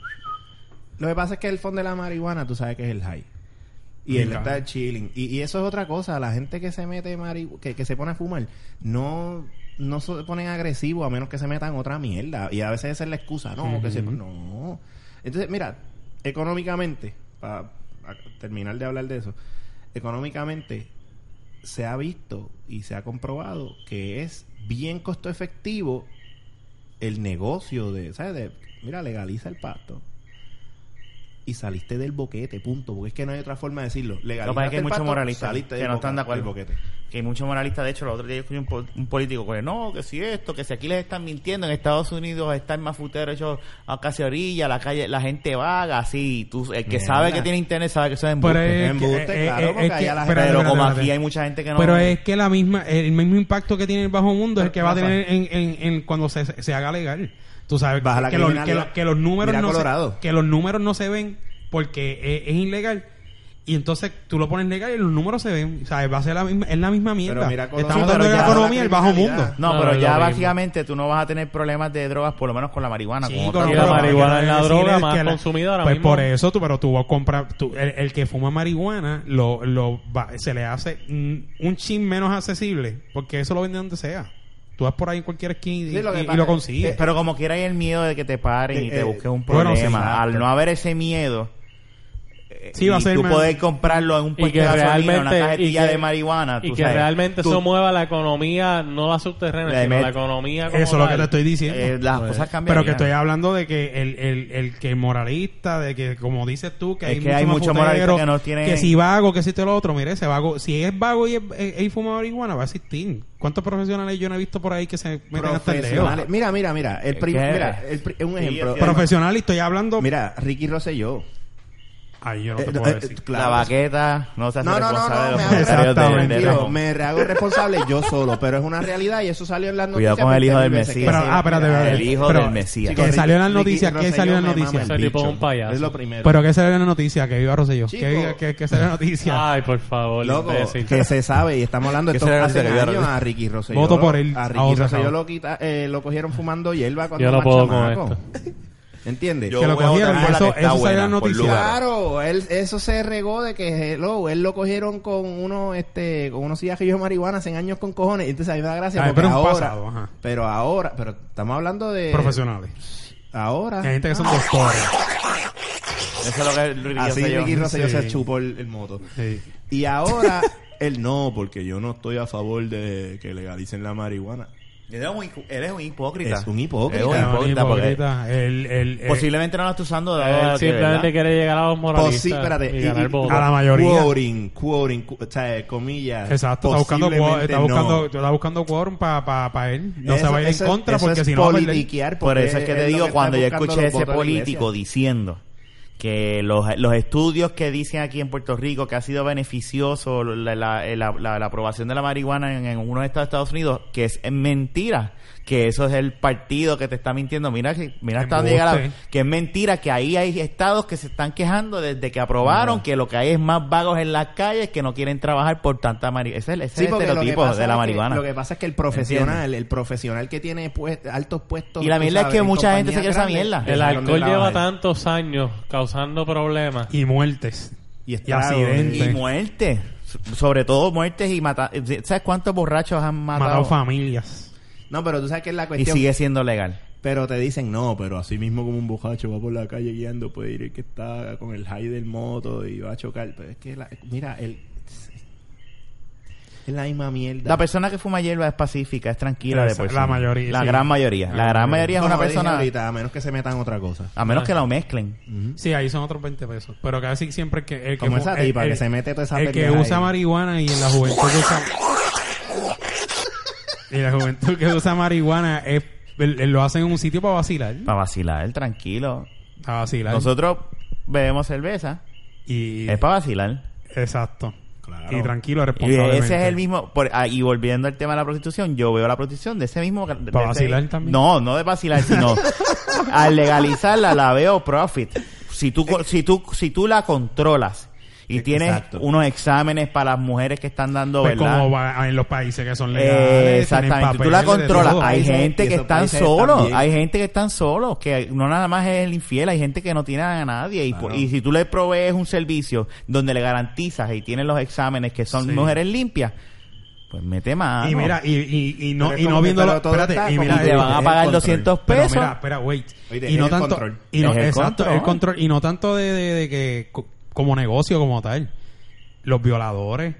Speaker 3: Lo que pasa es que el fondo de la marihuana, tú sabes que es el high. Y el
Speaker 2: Claro.
Speaker 3: estar chilling. Y, y eso es otra cosa. La gente que se mete marihuana, que, que se pone a fumar, no, no se ponen agresivos a menos que se metan otra mierda. Y a veces esa es la excusa. No, que se- No. Entonces, mira, económicamente, para terminar de hablar de eso, económicamente se ha visto y se ha comprobado que es bien costo efectivo el negocio de, ¿sabes? De, mira, legaliza el pasto. Y saliste del boquete, punto. Porque es que no hay otra forma de decirlo. Legaliza
Speaker 1: Lo que pasa es que hay muchos moralistas
Speaker 3: saliste
Speaker 1: que
Speaker 3: del
Speaker 1: no están de
Speaker 3: boca- del
Speaker 1: acuerdo.
Speaker 3: boquete.
Speaker 1: Que hay muchos moralistas. De hecho, el otro día escuché un, po- un político que no, que si esto, que si aquí les están mintiendo. En Estados Unidos están más futeros hechos a casi orilla, la calle, la gente vaga, así. Tú, el que
Speaker 3: Mierda.
Speaker 1: sabe que tiene internet sabe que eso es
Speaker 2: Pero
Speaker 1: embuste.
Speaker 2: es que-
Speaker 3: Embuste,
Speaker 2: eh,
Speaker 3: claro,
Speaker 2: eh,
Speaker 3: porque
Speaker 2: es
Speaker 3: ahí
Speaker 2: que-
Speaker 1: Pero,
Speaker 3: a la gente-
Speaker 2: espérate, espérate,
Speaker 1: como
Speaker 2: espérate.
Speaker 1: aquí hay mucha gente que no...
Speaker 2: Pero es que la misma, el mismo impacto que tiene el bajo mundo es el que va a
Speaker 3: Rafa.
Speaker 2: tener en, en- en cuando se, se haga legal. Tú sabes
Speaker 3: Baja la
Speaker 2: que, los, que,
Speaker 3: criminalidad.
Speaker 2: los- que los números
Speaker 3: Mira
Speaker 2: no se,
Speaker 3: Colorado.
Speaker 2: que los números no se ven porque es, es ilegal. Y entonces tú lo pones legal y los números se ven. O sea, va a ser la misma, es la misma mierda.
Speaker 3: Pero mira Colorado.
Speaker 2: Estamos
Speaker 1: Sí, pero
Speaker 2: hablando de la
Speaker 1: ya-
Speaker 2: economía el bajo mundo.
Speaker 3: criminalidad.
Speaker 1: No,
Speaker 4: No, no
Speaker 1: pero
Speaker 4: es
Speaker 1: ya
Speaker 4: lo mismo.
Speaker 1: básicamente tú no vas a tener problemas de drogas, por lo menos con la marihuana.
Speaker 2: Sí,
Speaker 1: con
Speaker 2: con
Speaker 1: otras
Speaker 2: los
Speaker 4: Y la
Speaker 1: drogas.
Speaker 2: problemas.
Speaker 4: marihuana es la
Speaker 2: Lo que
Speaker 4: droga
Speaker 2: quiero decir
Speaker 4: más
Speaker 2: es que la-
Speaker 4: consumida ahora
Speaker 2: pues
Speaker 4: mismo.
Speaker 2: por eso, tú, pero tú vas a comprar... tú- el, el que fuma marihuana lo, lo va- se le hace mm, un chin menos accesible porque eso lo venden donde sea. Tú vas por ahí en cualquier esquina y,
Speaker 3: Sí, lo que
Speaker 2: y- y
Speaker 3: pasa-
Speaker 2: lo consigues.
Speaker 1: Eh, Pero como quiera hay el miedo de que te paren y
Speaker 3: Eh,
Speaker 1: te
Speaker 3: eh,
Speaker 1: busques un
Speaker 2: bueno,
Speaker 1: problema.
Speaker 2: sí,
Speaker 1: Al
Speaker 3: exacto.
Speaker 1: no haber ese miedo, eh,
Speaker 2: Sí, va a
Speaker 1: y
Speaker 2: ser
Speaker 1: tú
Speaker 2: más-
Speaker 1: poder comprarlo en un
Speaker 4: y
Speaker 1: puesto de
Speaker 4: que
Speaker 1: Pues gasolina, una
Speaker 4: realmente y
Speaker 1: cajetilla
Speaker 4: que-
Speaker 1: de marihuana.
Speaker 4: y
Speaker 1: tú
Speaker 4: que
Speaker 1: sabes,
Speaker 4: realmente
Speaker 1: tú-
Speaker 4: eso mueva la economía no la subterránea
Speaker 1: Le
Speaker 4: sino la
Speaker 1: met-
Speaker 4: economía como
Speaker 2: Eso es lo que
Speaker 4: tal.
Speaker 2: te estoy diciendo.
Speaker 1: eh, las
Speaker 3: Pues,
Speaker 1: cosas cambian.
Speaker 2: pero que estoy hablando de que el, el, el que moralista, de que como dices tú, que
Speaker 1: Es
Speaker 2: hay
Speaker 1: que hay mucho
Speaker 2: muchos
Speaker 1: moralista
Speaker 2: moralistas
Speaker 1: que no tienen-
Speaker 2: Que si vago, que si te lo otro, mire, ese vago, si es vago y, es, eh, y fuma marihuana, va a existir. ¿Cuántos profesionales yo no he visto por ahí que se meten hasta el dedo?
Speaker 3: Profesionales. Mira, mira, mira. El prim-
Speaker 1: ¿Qué?
Speaker 3: mira, el pri-
Speaker 1: Sí,
Speaker 3: un ejemplo. Eh,
Speaker 1: sí,
Speaker 2: Profesional y estoy hablando...
Speaker 3: Mira, Ricky Rosselló.
Speaker 2: Ay, yo no
Speaker 3: Eh,
Speaker 2: te
Speaker 3: eh,
Speaker 2: puedo decir.
Speaker 1: La vaqueta no se hace
Speaker 3: No, no, no,
Speaker 1: responsable
Speaker 3: no, me
Speaker 1: de los comentarios de-
Speaker 2: hago-
Speaker 1: de,
Speaker 2: Exactamente.
Speaker 1: Ramón.
Speaker 3: Tranquilo, me hago responsable yo solo, pero es una realidad y eso salió en las noticias.
Speaker 1: Cuidado con el hijo del
Speaker 3: 20.000 veces,
Speaker 1: Mesías.
Speaker 3: que
Speaker 2: Pero, ah, espérate,
Speaker 3: mira,
Speaker 2: espérate.
Speaker 1: El hijo
Speaker 2: Pero-
Speaker 1: del Mesías.
Speaker 2: Que
Speaker 3: Ricky-
Speaker 2: salió en las
Speaker 3: Ricky
Speaker 2: noticias, que
Speaker 3: Rosselló
Speaker 2: salió en las
Speaker 3: me mama
Speaker 2: noticias.
Speaker 3: el
Speaker 4: Ese tipo es
Speaker 3: bicho.
Speaker 4: un payaso.
Speaker 3: Es lo primero.
Speaker 2: Pero que salió en la noticia, que viva Rosselló.
Speaker 3: eh, Chico. Ah,
Speaker 2: Que, que, que salió en la noticia.
Speaker 4: ay por favor
Speaker 3: Loco,
Speaker 4: imbécil.
Speaker 3: que se sabe y estamos hablando de
Speaker 1: Que
Speaker 3: esto
Speaker 1: se
Speaker 3: hace
Speaker 1: le olvida
Speaker 3: años
Speaker 1: que-
Speaker 3: a Ricky Rosselló.
Speaker 2: Voto por él,
Speaker 3: A Ricky
Speaker 2: a otro
Speaker 3: Rosselló
Speaker 2: cabrón.
Speaker 3: lo, quita- eh, lo cogieron fumando hierba cuando
Speaker 4: Yo no
Speaker 3: era
Speaker 4: puedo con
Speaker 3: chamaco.
Speaker 4: esto.
Speaker 3: ¿Entiendes?
Speaker 1: Yo
Speaker 2: que lo
Speaker 1: voy a
Speaker 2: cogieron,
Speaker 1: votar por la
Speaker 2: eso-
Speaker 1: que está
Speaker 2: eso salió en
Speaker 1: buena,
Speaker 2: las
Speaker 1: por
Speaker 2: noticias.
Speaker 1: lugar.
Speaker 3: Claro, él, eso se regó de que hello, él lo cogieron con unos este con unos cigarrillos de marihuana hace años con cojones, entonces a mí me da gracia
Speaker 2: Ay,
Speaker 3: porque
Speaker 2: pero un
Speaker 3: ahora,
Speaker 2: pasado, ajá.
Speaker 3: pero ahora, pero estamos hablando de
Speaker 2: Profesionales.
Speaker 3: ahora. Ah, [LAUGHS]
Speaker 2: Hay gente que son doctores.
Speaker 1: Eso es lo que Ricky
Speaker 3: Así
Speaker 1: Rosselló-
Speaker 3: Ricky Rosselló
Speaker 2: Sí.
Speaker 3: se chupó el, el moto.
Speaker 2: Sí.
Speaker 3: Y ahora, [LAUGHS] él no, porque yo no estoy a favor de que legalicen la marihuana.
Speaker 1: Eres un, hipo- eres un hipócrita.
Speaker 3: Es un hipócrita.
Speaker 1: Eres un
Speaker 2: Era un
Speaker 1: hipócrita, porque
Speaker 2: hipócrita. El- el- el-
Speaker 1: posiblemente no lo estás usando. Ah, de
Speaker 4: Él
Speaker 1: ahora que,
Speaker 4: Eh, simplemente
Speaker 1: ¿verdad?
Speaker 4: quiere llegar a los moralistas
Speaker 3: Posi- espérate,
Speaker 4: y
Speaker 3: y-
Speaker 4: ganar
Speaker 3: y-
Speaker 4: votos.
Speaker 2: A la mayoría.
Speaker 3: Quoting, quoting, cu- o sea, comillas.
Speaker 2: Exacto, está buscando, quo-
Speaker 3: Posiblemente
Speaker 2: está
Speaker 3: no.
Speaker 2: buscando, está buscando quórum para él. No
Speaker 3: Eso-
Speaker 2: se va a ir en
Speaker 3: eso-
Speaker 2: contra
Speaker 3: eso
Speaker 2: porque
Speaker 3: es
Speaker 2: si no va a perder.
Speaker 3: politiquear,
Speaker 1: Por
Speaker 3: porque
Speaker 1: eso es que
Speaker 3: es
Speaker 1: te
Speaker 3: lo
Speaker 1: digo,
Speaker 3: que
Speaker 1: cuando yo
Speaker 3: está buscando
Speaker 1: escuché
Speaker 3: los
Speaker 1: ese
Speaker 3: votos de la iglesia.
Speaker 1: político diciendo que los, los estudios que dicen aquí en Puerto Rico que ha sido beneficioso la, la- la- la- la aprobación de la marihuana en, en uno de Estados, Estados Unidos, que es mentira, que eso es el partido que te está mintiendo. Mira, que- mira hasta dónde llega la-
Speaker 2: Embuste.
Speaker 1: que es mentira, que ahí hay estados que se están quejando desde que aprobaron, que lo que hay es más vagos en las calles que no quieren trabajar por tanta marihuana. Ese es el, ese
Speaker 3: Sí,
Speaker 1: es el
Speaker 3: porque lo que
Speaker 1: estereotipo
Speaker 3: pasa
Speaker 1: de la
Speaker 3: es que-
Speaker 1: marihuana.
Speaker 3: lo que pasa es que el profesional, el profesional que tiene pues, altos puestos.
Speaker 1: Y la
Speaker 3: tú
Speaker 1: mierda es
Speaker 3: sabes,
Speaker 1: que
Speaker 3: en
Speaker 1: mucha gente se
Speaker 3: compañías
Speaker 1: cree esa
Speaker 3: grandes,
Speaker 1: mierda.
Speaker 4: El
Speaker 3: dejaron de
Speaker 4: alcohol lleva
Speaker 3: trabajar.
Speaker 4: tantos años causando problemas.
Speaker 2: Y muertes.
Speaker 3: Y,
Speaker 1: Y
Speaker 2: accidentes. Sí.
Speaker 3: accidentes.
Speaker 1: muertes. So- Sobre todo muertes y matar. ¿Sabes cuántos borrachos han matado?
Speaker 2: Matado familias.
Speaker 3: No, pero tú sabes que es la
Speaker 1: y
Speaker 3: cuestión.
Speaker 1: sigue siendo legal.
Speaker 3: Pero te dicen, no, pero así mismo como un bojacho va por la calle guiando, puede ir el que está con el high del moto y va a chocar. Pero es que, la- mira, el, es la misma mierda.
Speaker 1: La persona que fuma hierba es pacífica, es tranquila de
Speaker 2: Esa-
Speaker 1: por sí.
Speaker 2: la mayoría,
Speaker 1: La
Speaker 2: sí.
Speaker 1: gran mayoría. La
Speaker 2: Ah,
Speaker 1: gran
Speaker 2: sí.
Speaker 1: mayoría es
Speaker 3: Como
Speaker 1: una
Speaker 3: dije
Speaker 1: persona.
Speaker 3: ahorita, a menos que se metan otra cosa.
Speaker 1: A
Speaker 2: Ah.
Speaker 1: menos que la mezclen.
Speaker 2: Sí, ahí son otros 20 pesos. Pero casi siempre que. El que
Speaker 3: Como
Speaker 2: mu-
Speaker 3: esa
Speaker 2: el-
Speaker 3: tipa que
Speaker 2: el-
Speaker 3: se mete toda esa
Speaker 2: El que
Speaker 3: pendeja
Speaker 2: usa
Speaker 3: ahí.
Speaker 2: marihuana y en la juventud que usa. y la juventud que usa marihuana es, el- el- lo hacen en un sitio para vacilar.
Speaker 1: Para vacilar, tranquilo.
Speaker 2: Para vacilar.
Speaker 1: Nosotros bebemos cerveza.
Speaker 2: y,
Speaker 1: Es para vacilar.
Speaker 2: Exacto.
Speaker 3: Claro.
Speaker 2: Y tranquilo,
Speaker 1: Y
Speaker 2: responsablemente.
Speaker 1: ese es el mismo. por- ah, y volviendo al tema de la prostitución, yo veo la prostitución de ese mismo. de
Speaker 2: ¿Para
Speaker 1: ese-
Speaker 2: vacilar también?
Speaker 1: No, no de vacilar,
Speaker 2: [LAUGHS]
Speaker 1: sino al legalizarla la veo profit. Si tú,
Speaker 2: Eh,
Speaker 1: co- si tú, si tú la controlas y tienes
Speaker 3: Exacto.
Speaker 1: unos exámenes para las mujeres que están dando,
Speaker 2: Pues
Speaker 1: ¿verdad?
Speaker 2: como va en los países que son
Speaker 1: Eh,
Speaker 2: legales.
Speaker 1: Exactamente,
Speaker 2: tienen
Speaker 1: tú la
Speaker 2: papeles, de
Speaker 1: controlas.
Speaker 2: todo.
Speaker 1: Hay
Speaker 3: Esos-
Speaker 1: gente que
Speaker 3: esos
Speaker 1: están
Speaker 3: países
Speaker 1: solos,
Speaker 3: también.
Speaker 1: hay gente que están solos, que no nada más es el infiel, hay gente que no tiene a nadie. Y,
Speaker 3: Claro.
Speaker 1: po- y si tú le provees un servicio donde le garantizas y tienen los exámenes que son
Speaker 2: Sí.
Speaker 1: mujeres limpias, pues mete mano.
Speaker 2: Y mira, y, y, y no,
Speaker 3: Pero
Speaker 2: y
Speaker 3: es
Speaker 2: no
Speaker 3: como que
Speaker 2: viéndolo.
Speaker 3: todo- todo
Speaker 2: Espérate,
Speaker 3: está
Speaker 2: y
Speaker 3: como
Speaker 2: mira,
Speaker 1: y te
Speaker 3: eh,
Speaker 1: van a
Speaker 3: es
Speaker 1: pagar
Speaker 3: control.
Speaker 1: 200
Speaker 2: Pero
Speaker 1: pesos.
Speaker 2: mira, espera, wait.
Speaker 3: Oye,
Speaker 2: y no
Speaker 3: es el
Speaker 2: tanto,
Speaker 3: control.
Speaker 2: y no,
Speaker 1: Es el
Speaker 2: exacto,
Speaker 1: control.
Speaker 2: el control y no tanto de, de- de que co- como negocio como tal, los violadores,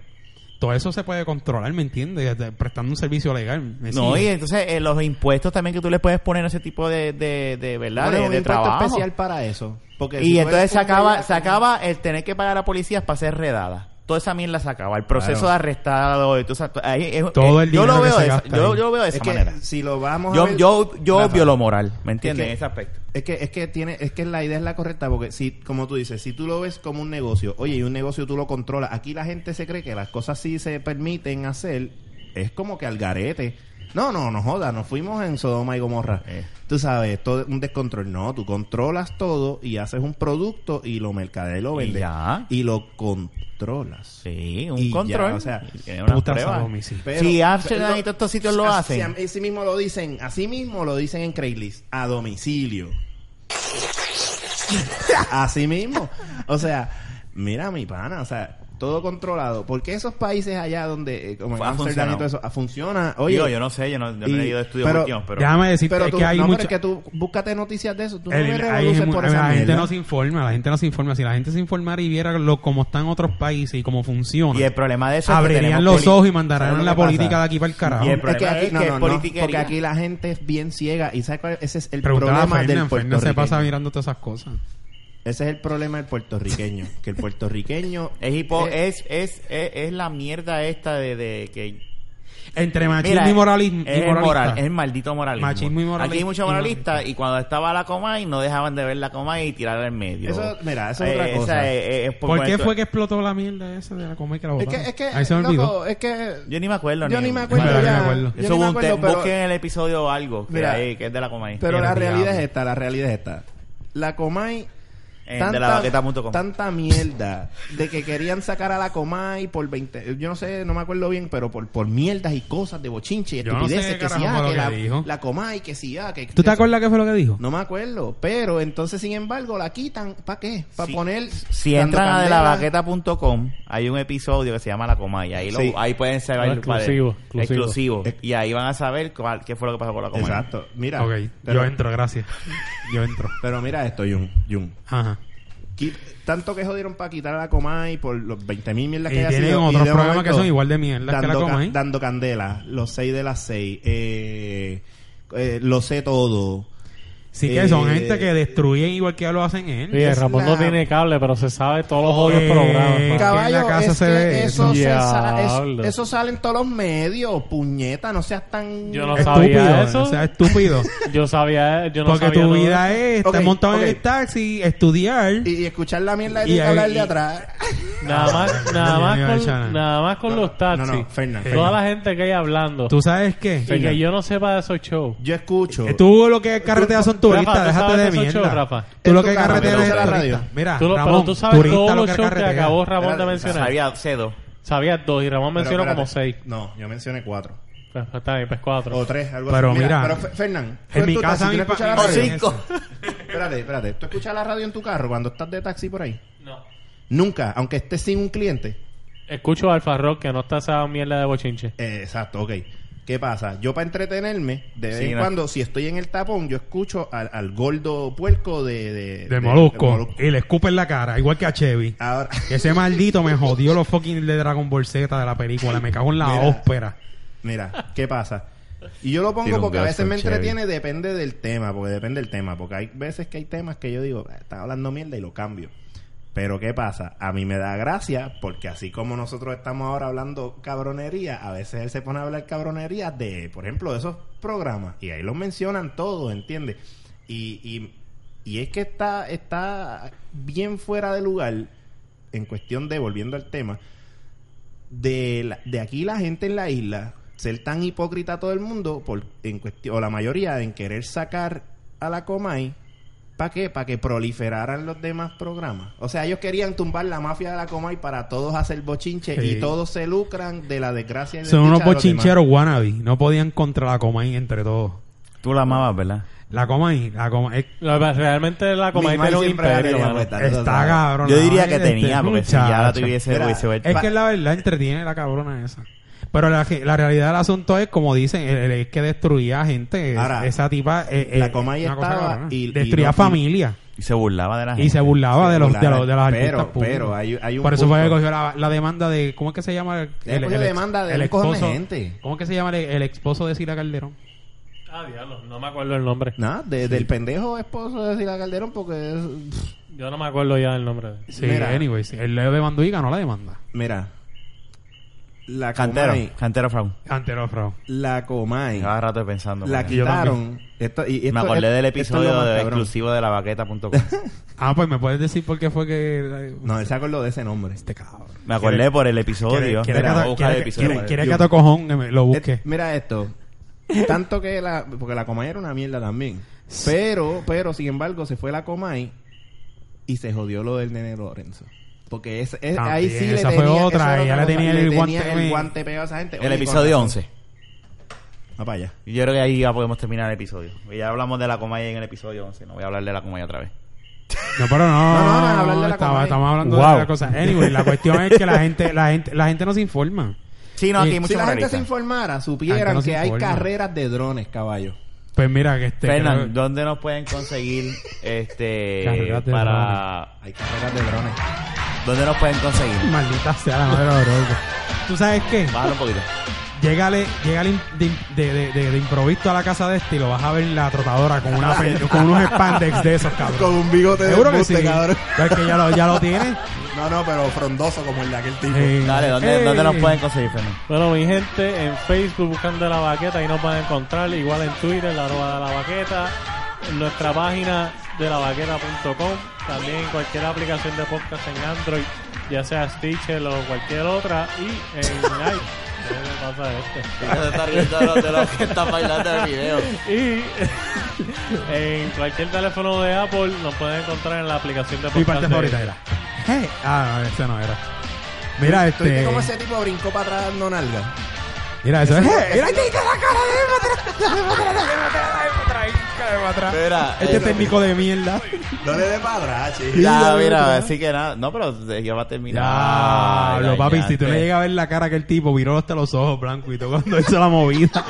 Speaker 2: todo eso se puede controlar, ¿me entiendes? De- Prestando un servicio legal. ¿me
Speaker 1: No, y
Speaker 2: sigues?
Speaker 1: entonces eh, los impuestos también que tú le puedes poner a ese tipo de, de, de ¿verdad?
Speaker 3: Ponen
Speaker 1: de,
Speaker 3: un
Speaker 1: de
Speaker 3: impuesto
Speaker 1: trabajo.
Speaker 3: especial para eso. Porque si
Speaker 1: Y
Speaker 3: tú
Speaker 1: entonces
Speaker 3: eres
Speaker 1: se
Speaker 3: un
Speaker 1: acaba,
Speaker 3: bellaco-
Speaker 1: se acaba el tener que pagar a policías para ser redada. Toda esa mierda se acaba. El proceso
Speaker 3: Claro.
Speaker 1: de arrestado. y todo esa- ahí es-
Speaker 2: Todo
Speaker 1: eh,
Speaker 2: el
Speaker 1: yo lo
Speaker 2: dinero que
Speaker 1: veo
Speaker 2: se
Speaker 1: de esa,
Speaker 2: gasta
Speaker 1: yo,
Speaker 2: ahí.
Speaker 1: yo veo de
Speaker 3: Es
Speaker 1: esa
Speaker 3: que
Speaker 1: manera.
Speaker 3: si lo vamos a
Speaker 1: Yo,
Speaker 3: ver-
Speaker 1: yo, yo
Speaker 3: Rafa,
Speaker 1: obvio lo moral. ¿Me entiendes?
Speaker 3: que-
Speaker 1: en ese aspecto.
Speaker 3: Es que, es que tiene, es que la idea es la correcta, porque si, como tú dices, si tú lo ves como un negocio, oye, y un negocio tú lo controlas, aquí la gente se cree que las cosas sí se permiten hacer, es como que al garete. No, no, no joda, nos fuimos en Sodoma y Gomorra.
Speaker 1: Eh.
Speaker 3: Tú sabes, todo un descontrol. No, tú controlas todo y haces un producto y lo mercadeas y lo
Speaker 1: Y
Speaker 3: vendes.
Speaker 1: ya.
Speaker 3: Y lo controlas.
Speaker 1: Sí, un
Speaker 3: Y ya,
Speaker 1: control.
Speaker 3: o sea,
Speaker 1: Eh, una
Speaker 2: puta
Speaker 1: prueba.
Speaker 2: Salomé, sí.
Speaker 3: Pero-
Speaker 1: si Amsterdam
Speaker 3: pero-
Speaker 1: y todos estos sitios lo
Speaker 3: así-
Speaker 1: hacen.
Speaker 3: Así mismo lo dicen, así mismo lo dicen en Craigslist,
Speaker 2: [LAUGHS]
Speaker 3: a domicilio. así mismo. O sea, mira mi pana, o sea, todo controlado. Porque esos países allá donde, eh, como en
Speaker 1: Ha
Speaker 3: Amsterdam y todo
Speaker 1: funcionado.
Speaker 3: eso, ah, funciona. Oye,
Speaker 1: Digo, yo no sé, yo no, yo no he
Speaker 3: y-
Speaker 1: leído estudios
Speaker 3: pero-
Speaker 1: últimos, pero.
Speaker 2: Déjame decirte
Speaker 3: pero
Speaker 2: es
Speaker 3: tú,
Speaker 2: que hay
Speaker 3: no, pero
Speaker 2: mucha-
Speaker 3: es que tú búscate noticias de eso. Tú
Speaker 2: el-
Speaker 3: no ves
Speaker 2: hay
Speaker 3: revolución
Speaker 2: mu-
Speaker 3: por esa
Speaker 2: la gente
Speaker 3: mierda.
Speaker 2: no se informa, la gente no se informa. Si la gente se informara y viera lo como están otros países y cómo funciona,
Speaker 1: Y el problema de eso es que
Speaker 2: abrirían
Speaker 1: tenemos
Speaker 2: los
Speaker 1: poli-
Speaker 2: ojos y
Speaker 3: ¿Sabes
Speaker 2: mandarían
Speaker 3: lo
Speaker 2: la
Speaker 3: que pasa?
Speaker 2: política de aquí para el carajo.
Speaker 1: Y el
Speaker 3: Es que
Speaker 1: problema
Speaker 3: aquí,
Speaker 1: es
Speaker 3: no,
Speaker 1: que
Speaker 3: no,
Speaker 1: es
Speaker 3: no,
Speaker 1: politiquería.
Speaker 3: porque aquí la gente es bien ciega y ¿sabes cuál? ese es el
Speaker 2: Preguntaba a
Speaker 3: problema del
Speaker 2: Fernan, Fernan se
Speaker 3: puertorriqueño.
Speaker 2: pasa mirando todas esas cosas.
Speaker 3: Ese es el problema
Speaker 2: [LAUGHS]
Speaker 3: del puertorriqueño. Que el puertorriqueño.
Speaker 1: Es, hipo-
Speaker 3: Eh,
Speaker 1: es, es, es, es la mierda esta de, de que
Speaker 2: Entre machismo
Speaker 1: Mira,
Speaker 2: y moralismo.
Speaker 1: Es
Speaker 2: y
Speaker 1: el,
Speaker 2: moralista.
Speaker 1: moral, es el maldito moralismo.
Speaker 2: Machismo y moralismo.
Speaker 1: Aquí hay muchos
Speaker 2: Y
Speaker 1: moralistas
Speaker 2: moralista.
Speaker 1: y cuando estaba la Comay no dejaban de ver la Comay y tirarla en medio. Eh,
Speaker 3: Eso- mira, eso es otra
Speaker 1: esa
Speaker 3: cosa.
Speaker 1: es- es- es por
Speaker 2: ¿Por qué
Speaker 1: cuanto-
Speaker 2: fue que explotó la mierda esa de la comer que la
Speaker 3: es que,
Speaker 2: botaron?
Speaker 3: es que.
Speaker 2: Ahí se me
Speaker 3: loco,
Speaker 2: olvidó.
Speaker 3: es que.
Speaker 1: Yo ni me acuerdo.
Speaker 3: Yo
Speaker 1: ni-
Speaker 3: ni me acuerdo
Speaker 2: Yo ni me
Speaker 3: ya.
Speaker 2: acuerdo.
Speaker 3: Yo
Speaker 1: Eso hubo
Speaker 3: ni me
Speaker 1: un te-
Speaker 3: acuerdo, pero-
Speaker 1: busquen el episodio o algo que,
Speaker 3: Mira,
Speaker 1: hay, que es de la Comay.
Speaker 3: Pero la
Speaker 2: Era
Speaker 3: realidad es
Speaker 2: diablo.
Speaker 3: esta, la realidad es esta. La Comay.
Speaker 1: En de la baqueta.com.
Speaker 3: tanta mierda de que querían sacar a la Comay por 20, yo no sé, no me acuerdo bien, pero por, por mierdas y cosas de bochinche y
Speaker 2: Yo no sé
Speaker 3: estupideces
Speaker 2: qué
Speaker 3: que sí,
Speaker 2: carajo
Speaker 3: ah,
Speaker 2: fue
Speaker 3: que
Speaker 2: lo
Speaker 3: la,
Speaker 2: que dijo.
Speaker 3: la Comay, que sí, ah, que
Speaker 2: ¿Tú te
Speaker 3: que-
Speaker 2: acuerdas qué fue lo que dijo?
Speaker 3: No me acuerdo, pero entonces sin embargo la quitan, ¿para qué? Para
Speaker 1: Si-
Speaker 3: poner
Speaker 1: Si
Speaker 3: dando
Speaker 1: entran a de la
Speaker 3: candela.
Speaker 1: baqueta.com, hay un episodio que se llama La Comay. Ahí, lo-
Speaker 3: Sí.
Speaker 1: ahí pueden saber.
Speaker 4: Ah, exclusivo,
Speaker 1: cuál es.
Speaker 4: exclusivo.
Speaker 1: Exclusivo. Y ahí van a saber cuál- qué fue lo que pasó con la Comay.
Speaker 3: Exacto. Mira,
Speaker 2: ok,
Speaker 3: pero-
Speaker 2: yo entro, gracias. Yo entro.
Speaker 3: Pero mira esto, Jun. Jun.
Speaker 2: Ajá.
Speaker 3: qui- tanto que jodieron para quitar a la Comay por los 20 mil mierdas
Speaker 2: Y
Speaker 3: que haya
Speaker 2: tienen
Speaker 3: sido,
Speaker 2: otros
Speaker 3: de
Speaker 2: programas que son igual de mierdas que la
Speaker 3: dando ca-
Speaker 2: Comay.
Speaker 3: Dando candela, los 6 de las 6, eh, eh, lo sé todo.
Speaker 2: Sí que son
Speaker 3: Eh,
Speaker 2: gente que destruyen igual que ya lo hacen él.
Speaker 4: Sí,
Speaker 7: Es
Speaker 4: Ramón
Speaker 7: la-
Speaker 4: no tiene cable, pero se sabe todos los odios
Speaker 2: Eh,
Speaker 4: programas.
Speaker 2: Es que en
Speaker 4: mano.
Speaker 7: Caballo,
Speaker 2: la casa
Speaker 7: es
Speaker 2: se
Speaker 7: que
Speaker 2: ve
Speaker 7: eso,
Speaker 4: eso.
Speaker 7: se sa- es-
Speaker 4: Diablo.
Speaker 7: eso sale en todos los medios, puñeta, no seas tan...
Speaker 4: Yo no
Speaker 2: estúpido,
Speaker 4: sabía eso.
Speaker 2: o sea, estúpido.
Speaker 4: Yo sabía, yo no
Speaker 2: Porque
Speaker 4: sabía
Speaker 2: tu
Speaker 4: nada.
Speaker 2: vida es estar
Speaker 7: Ok,
Speaker 2: montado
Speaker 7: ok.
Speaker 2: en el taxi, estudiar.
Speaker 7: Y, y escuchar la mierda de
Speaker 2: Y
Speaker 7: ti
Speaker 2: ahí-
Speaker 7: hablar de
Speaker 2: y-
Speaker 7: atrás.
Speaker 4: Nada más, nada
Speaker 2: No,
Speaker 4: más,
Speaker 2: no, no,
Speaker 4: con,
Speaker 2: no, no.
Speaker 4: nada más con los taxis.
Speaker 3: No, no, Fernan,
Speaker 4: Toda
Speaker 3: Fernan.
Speaker 4: la gente que hay hablando.
Speaker 2: ¿Tú sabes qué?
Speaker 4: y que yo no sepa de esos shows.
Speaker 3: Yo escucho.
Speaker 2: Eh, Tú lo que carreteas son turistas,
Speaker 4: Rafa, ¿tú
Speaker 2: déjate
Speaker 4: sabes
Speaker 2: de
Speaker 4: que son shows,
Speaker 2: mierda.
Speaker 4: Rafa?
Speaker 2: Tú
Speaker 7: En
Speaker 2: lo
Speaker 7: tu
Speaker 2: que
Speaker 7: casa,
Speaker 2: carreteas
Speaker 3: pero
Speaker 2: es
Speaker 3: usa la radio.
Speaker 2: turista. Mira,
Speaker 4: Tú lo-
Speaker 2: Ramón,
Speaker 4: pero tú sabes
Speaker 2: turista
Speaker 4: todos
Speaker 2: lo
Speaker 4: los
Speaker 2: que
Speaker 4: shows que
Speaker 2: carretea.
Speaker 4: acabó Ramón de
Speaker 3: Espérate,
Speaker 4: mencionar. Sabía,
Speaker 1: Sabía cedo.
Speaker 4: dos y Ramón
Speaker 3: Pero
Speaker 4: mencionó
Speaker 3: espérate.
Speaker 4: como seis.
Speaker 3: No, yo mencioné 4.
Speaker 4: Pues, Está bien, pues cuatro.
Speaker 3: O 3, algo
Speaker 2: Pero
Speaker 3: así.
Speaker 2: mira,
Speaker 3: pero Fe- Fernan, tú
Speaker 2: En mi
Speaker 3: tu
Speaker 2: casa
Speaker 3: taxi,
Speaker 2: mi
Speaker 3: ¿tú
Speaker 2: pa- Oh,
Speaker 3: escuchas la
Speaker 2: mi
Speaker 3: radio?
Speaker 2: padre-
Speaker 3: Espérate, espérate. ¿Tú escuchas la radio en tu carro cuando estás de taxi por ahí?
Speaker 4: No.
Speaker 3: Nunca, aunque estés sin un cliente.
Speaker 4: Escucho a Alfa Rock que no está esa mierda de bochinche.
Speaker 3: Eh, exacto, ok. ¿Qué pasa? Yo para entretenerme, de vez
Speaker 1: Sí,
Speaker 3: en
Speaker 1: no.
Speaker 3: cuando, si estoy en el tapón, yo escucho al, al gordo puerco de... De,
Speaker 2: De
Speaker 3: de- Ah. de
Speaker 2: Molusco. Y le escupe en la cara, igual que a Chevy.
Speaker 3: Ahora,
Speaker 2: Que Ese maldito me jodió los fucking de Dragon Ball Z de la película. Me cago en la
Speaker 3: Mira.
Speaker 2: ópera.
Speaker 3: mira, ¿qué pasa? Y yo lo
Speaker 8: Tiene
Speaker 3: pongo
Speaker 8: un
Speaker 3: porque a
Speaker 8: gasto
Speaker 3: veces me
Speaker 8: el Chevy.
Speaker 3: entretiene, depende del tema, porque depende del tema, porque hay veces que hay temas que yo digo, "Ah, está hablando mierda y lo cambio. Pero ¿qué pasa? A mí me da gracia porque así como nosotros estamos ahora hablando cabronería, a veces él se pone a hablar cabronería de, por ejemplo, de esos programas. Y ahí los mencionan todos, ¿entiendes? Y, y, y es que está, está bien fuera de lugar en cuestión de, volviendo al tema, de, la- de aquí la gente en la isla ser tan hipócrita todo el mundo por, en cuestión, o la mayoría en querer sacar a la Comay ¿Para qué? Para que proliferaran los demás programas. O sea, ellos querían tumbar la mafia de la Comay para todos hacer bochinche
Speaker 2: Sí.
Speaker 3: y todos se lucran de la desgracia. y
Speaker 2: Son
Speaker 3: desdicha
Speaker 2: unos
Speaker 3: de los demás.
Speaker 2: bochincheros wannabe. No podían contra la Comay entre todos.
Speaker 1: Tú la amabas, ¿verdad?
Speaker 2: La Comay, la Comay. eh,
Speaker 4: Lo que- Realmente la Comay
Speaker 3: Mi
Speaker 4: era un
Speaker 3: madre siempre la
Speaker 4: imperio,
Speaker 3: tenía
Speaker 4: mano.
Speaker 3: puesta. Tanto
Speaker 2: Está
Speaker 3: trabajo.
Speaker 2: cabrón.
Speaker 1: Yo
Speaker 2: la
Speaker 1: diría
Speaker 2: madre
Speaker 1: que
Speaker 2: de
Speaker 1: tenía,
Speaker 2: este
Speaker 1: porque si ya la
Speaker 2: muchacho.
Speaker 1: tuviese,
Speaker 3: Mira,
Speaker 1: hubiese vuelto.
Speaker 2: Es que la verdad entretiene la cabrona esa. Pero la, la realidad del asunto es, como dicen, el, el- es que destruía a gente.
Speaker 3: Ahora,
Speaker 2: esa tipa. eh, eh,
Speaker 3: la Comay
Speaker 2: una cosa
Speaker 3: estaba
Speaker 2: cabrona.
Speaker 3: y- y
Speaker 2: destruía
Speaker 3: no-
Speaker 2: familia.
Speaker 1: Y se burlaba de la gente.
Speaker 2: Y se burlaba de los, de
Speaker 3: burlaba.
Speaker 2: los, de las
Speaker 3: Pero-
Speaker 2: artistas públicos.
Speaker 3: pero hay- hay un
Speaker 2: Por eso fue que
Speaker 3: punto.
Speaker 2: cogió la, la demanda de. ¿Cómo es que se llama? El,
Speaker 3: Ya cogió
Speaker 2: ex-
Speaker 3: demanda de un cojón de gente.
Speaker 2: ¿Cómo es que se llama el, el esposo de Sila Calderón?
Speaker 4: Ah, diablo, no me acuerdo el nombre.
Speaker 3: Nada, de- del pendejo esposo de Sila Calderón porque es...
Speaker 4: Yo no me acuerdo ya el nombre. de-
Speaker 2: Sí,
Speaker 3: Mira.
Speaker 2: anyway. sí, Él le demandó y ganó la demanda.
Speaker 3: Mira, la
Speaker 1: Cantero,
Speaker 3: Comay,
Speaker 1: Cantero Fraun.
Speaker 2: Ante los fraudes.
Speaker 3: la Comay,
Speaker 1: Llevaba rato pensando.
Speaker 3: la
Speaker 1: porque
Speaker 3: quitaron. Esto- y-
Speaker 1: Me
Speaker 3: esto-
Speaker 1: acordé del
Speaker 3: esto es lo
Speaker 1: episodio
Speaker 3: más
Speaker 1: de-
Speaker 3: cabrón.
Speaker 1: exclusivo de la vaqueta.com.
Speaker 2: Ah, pues me puedes decir por qué fue que.
Speaker 3: No, él se acordó de ese nombre.
Speaker 2: Este cabrón.
Speaker 1: Me acordé por el episodio.
Speaker 2: ¿Quieres
Speaker 1: Espera,
Speaker 2: que,
Speaker 1: voy a buscar
Speaker 2: to-
Speaker 1: el
Speaker 2: quiere que-
Speaker 1: episodio.
Speaker 2: quiere- quiere que a tu cojón que me lo busque?
Speaker 3: Et- Este, mira esto. Tanto que la... Porque la Comay era una mierda también. Pero, pero, sin embargo, se fue la Comay y se jodió lo del nene Lorenzo. Porque es, es- ahí sí
Speaker 2: También,
Speaker 3: le
Speaker 2: esa
Speaker 3: tenía...
Speaker 2: fue otra,
Speaker 3: esa era
Speaker 2: ella le
Speaker 3: cosa.
Speaker 2: tenía el guante pe-
Speaker 3: pegado a esa gente.
Speaker 1: El episodio 11.
Speaker 3: Va para allá.
Speaker 1: Yo creo que ahí ya podemos terminar el episodio. Ya hablamos de la comaya en el episodio 11. No voy a hablar de la comaya otra vez.
Speaker 2: No, pero no, no,
Speaker 3: no, no,
Speaker 2: no,
Speaker 3: hablar de la
Speaker 2: estaba-
Speaker 3: comedia.
Speaker 2: estamos hablando de
Speaker 4: Wow.
Speaker 2: otra cosa. Anyway, la cuestión es que la gente, la gente, la gente no se informa.
Speaker 1: Sí, no, aquí hay
Speaker 2: Sí,
Speaker 1: mucho
Speaker 3: Si la gente se
Speaker 1: moralista.
Speaker 3: informara,
Speaker 2: La gente
Speaker 3: supieran
Speaker 2: no se
Speaker 3: que hay
Speaker 2: informa.
Speaker 3: carreras de drones, caballo.
Speaker 2: Pues mira que este.
Speaker 1: Fernan,
Speaker 2: creo-
Speaker 1: ¿dónde nos pueden conseguir este
Speaker 2: Carreras de
Speaker 1: para
Speaker 3: Hay carreras de drones.
Speaker 1: dónde nos pueden conseguir?
Speaker 2: maldita sea la madre de Oroco. ¿Tú sabes qué?
Speaker 1: Bájalo un poquito.
Speaker 2: Llegale, llegale in- de, de, de, de- de improviso a la casa de este y lo vas a ver en la trotadora con una
Speaker 3: [LAUGHS]
Speaker 2: pe- con unos spandex de esos cabrón.
Speaker 3: un bigote
Speaker 2: Seguro que sí.
Speaker 3: embuste,
Speaker 2: Pero es que ya lo, ya lo
Speaker 3: [LAUGHS]
Speaker 2: tiene.
Speaker 3: No, no, pero frondoso como el de aquel tipo.
Speaker 2: Eh,
Speaker 1: Dale, ¿dónde,
Speaker 2: eh,
Speaker 1: ¿dónde nos pueden conseguir, Fernan?
Speaker 4: Bueno, mi gente, en Facebook buscando la vaqueta y nos van a encontrar. Igual en Twitter, la arroba de la vaqueta. En nuestra página de lavaqueta.com. También en cualquier aplicación de podcast en Android, ya sea Stitcher o cualquier otra. Y en Night. pasa este?
Speaker 1: Se está riendo de lo- de lo que está bailando el video.
Speaker 4: Y este? [LAUGHS] en cualquier teléfono de Apple nos pueden encontrar en la aplicación de podcast.
Speaker 2: Mi parte
Speaker 4: de-
Speaker 2: favorita era. Eh, Ah, no, ese no era. Mira
Speaker 3: ¿Tú viste
Speaker 2: este.
Speaker 3: cómo ese tipo brincó para atrás dando nalga?
Speaker 2: Mira eso. Eh, mira
Speaker 1: Mira,
Speaker 2: Este
Speaker 1: eh,
Speaker 2: técnico de
Speaker 3: [LAUGHS]
Speaker 2: mierda.
Speaker 3: No le dé para atrás, chico.
Speaker 1: ya, mira, así que nada. No, pero eh, ya va a terminar.
Speaker 2: Diablo,
Speaker 1: Ay,
Speaker 2: papi, si tú
Speaker 1: dañante.
Speaker 2: le llegas a ver la cara que el tipo viró hasta los
Speaker 3: [LAUGHS]
Speaker 2: ojos blancos y todo cuando hizo la movida. [LAUGHS]
Speaker 3: Está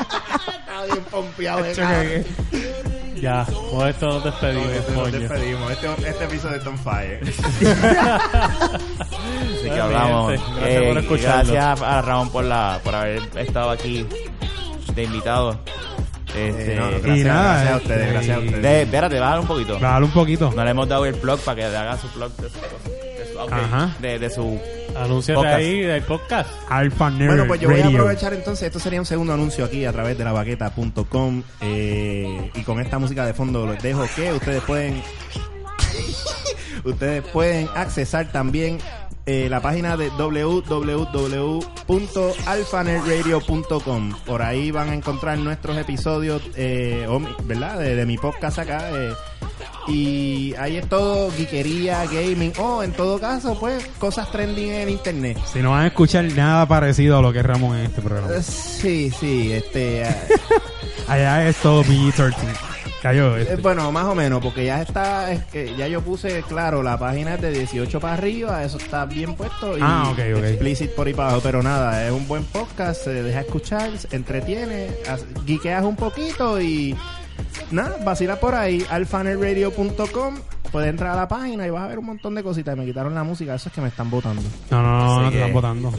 Speaker 3: bien pompeado de
Speaker 2: Chacho, que-
Speaker 3: cara.
Speaker 2: que-
Speaker 4: Ya, con esto nos despedimos,
Speaker 9: Nos
Speaker 4: coño.
Speaker 9: despedimos. Este, este episodio está on fire.
Speaker 1: Así
Speaker 4: Está
Speaker 1: que
Speaker 4: bien,
Speaker 1: hablamos.
Speaker 4: sí. Gracias por escucharnos.
Speaker 1: Gracias a Ramón por, la, por haber estado aquí de invitado. Este,
Speaker 9: Eh, no, no,
Speaker 2: Y
Speaker 9: gracias,
Speaker 2: nada,
Speaker 9: gracias a
Speaker 2: este,
Speaker 9: ustedes, gracias a
Speaker 2: y-
Speaker 9: ustedes.
Speaker 1: de- espérate, bájalo un poquito.
Speaker 2: Bájale un poquito.
Speaker 1: No le hemos dado el blog para que le haga su blog de su, de su update,
Speaker 2: Ajá.
Speaker 1: de- de su
Speaker 4: Anúnciate
Speaker 1: Podcast.
Speaker 4: ahí del podcast.
Speaker 2: Alpha Nerd
Speaker 3: Bueno, pues yo
Speaker 2: Radio.
Speaker 3: voy a aprovechar entonces. Esto sería un segundo anuncio aquí a través de la vaqueta.com. eh, y con esta música de fondo les dejo que ustedes pueden. [LAUGHS] ustedes pueden accesar también eh, la página de www.alfanerradio.com. Por ahí van a encontrar nuestros episodios, eh, o mi- ¿verdad? De, de mi podcast acá. eh, y ahí es todo, geekería, gaming, o en todo caso, pues, cosas trending en internet.
Speaker 2: Si no van a escuchar nada parecido a lo que es Ramón en este programa.
Speaker 3: Eh, Sí, sí, este, eh,
Speaker 2: Allá es todo PG-13. Cayó
Speaker 3: eh,
Speaker 2: este.
Speaker 3: bueno, más o menos, porque ya está, es que ya yo puse, claro, la página es de 18 para arriba, eso está bien puesto y
Speaker 2: Ah, ok, ok.
Speaker 3: explicit por ahí para abajo, pero nada, es un buen podcast, se deja escuchar, se entretiene, as- geekeas un poquito y nada, vacila por ahí, alfanerradio.com, puedes entrar a la página y vas a ver un montón de cositas, me quitaron la música, eso es que me están votando.
Speaker 2: No, no, no, no
Speaker 1: Así
Speaker 2: te están
Speaker 1: que-
Speaker 2: votando.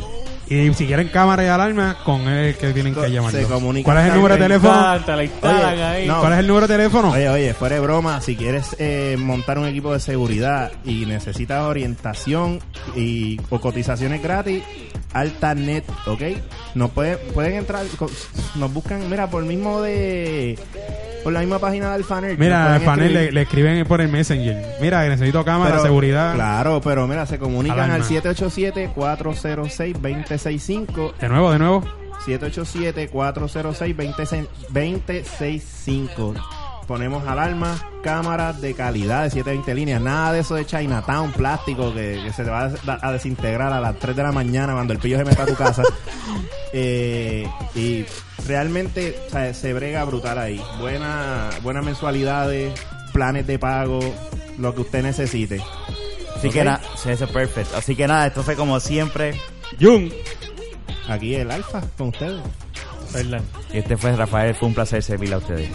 Speaker 2: Y si quieren cámara y alarma, con él es que tienen que
Speaker 3: Se
Speaker 2: llamarlo.
Speaker 3: comunican
Speaker 2: ¿Cuál es el
Speaker 3: también
Speaker 2: número de teléfono?
Speaker 4: Instala, la instalan
Speaker 3: Oye,
Speaker 4: ahí.
Speaker 3: no.
Speaker 2: ¿Cuál es el número de teléfono?
Speaker 3: [LAUGHS] Oye, oye, fuera de broma, si quieres eh, montar un equipo de seguridad y necesitas orientación y, o cotizaciones gratis, AltaNet, ¿ok? Nos pueden, pueden entrar, co- nos buscan, mira, por el mismo de... Por la misma página de Alfaner.
Speaker 2: Mira,
Speaker 3: nos
Speaker 2: al
Speaker 3: pueden
Speaker 2: panel le,
Speaker 3: escribir.
Speaker 2: le escriben por el Messenger. Mira, que necesito cámara,
Speaker 3: Pero-
Speaker 2: seguridad.
Speaker 3: Claro, pero mira, se comunican
Speaker 2: Alarma.
Speaker 3: al 787-406-265
Speaker 2: De nuevo, de nuevo.
Speaker 3: 787-406-2065. Ponemos alarmas, cámaras de calidad de 720 líneas. Nada de eso de Chinatown, plástico que, que se te va a des- a desintegrar a las 3 de la mañana cuando el pillo se meta a tu casa. Eh, y realmente o sea, se brega brutal ahí. Buena, buenas mensualidades, planes de pago, lo que usted necesite.
Speaker 1: Así que
Speaker 3: Ok.
Speaker 1: nada, sí, eso es perfect. Así que nada, esto fue como siempre.
Speaker 4: Jun.
Speaker 3: Aquí el Alfa con ustedes.
Speaker 4: Fernan.
Speaker 1: Y este fue Rafael, fue un placer servirle a ustedes.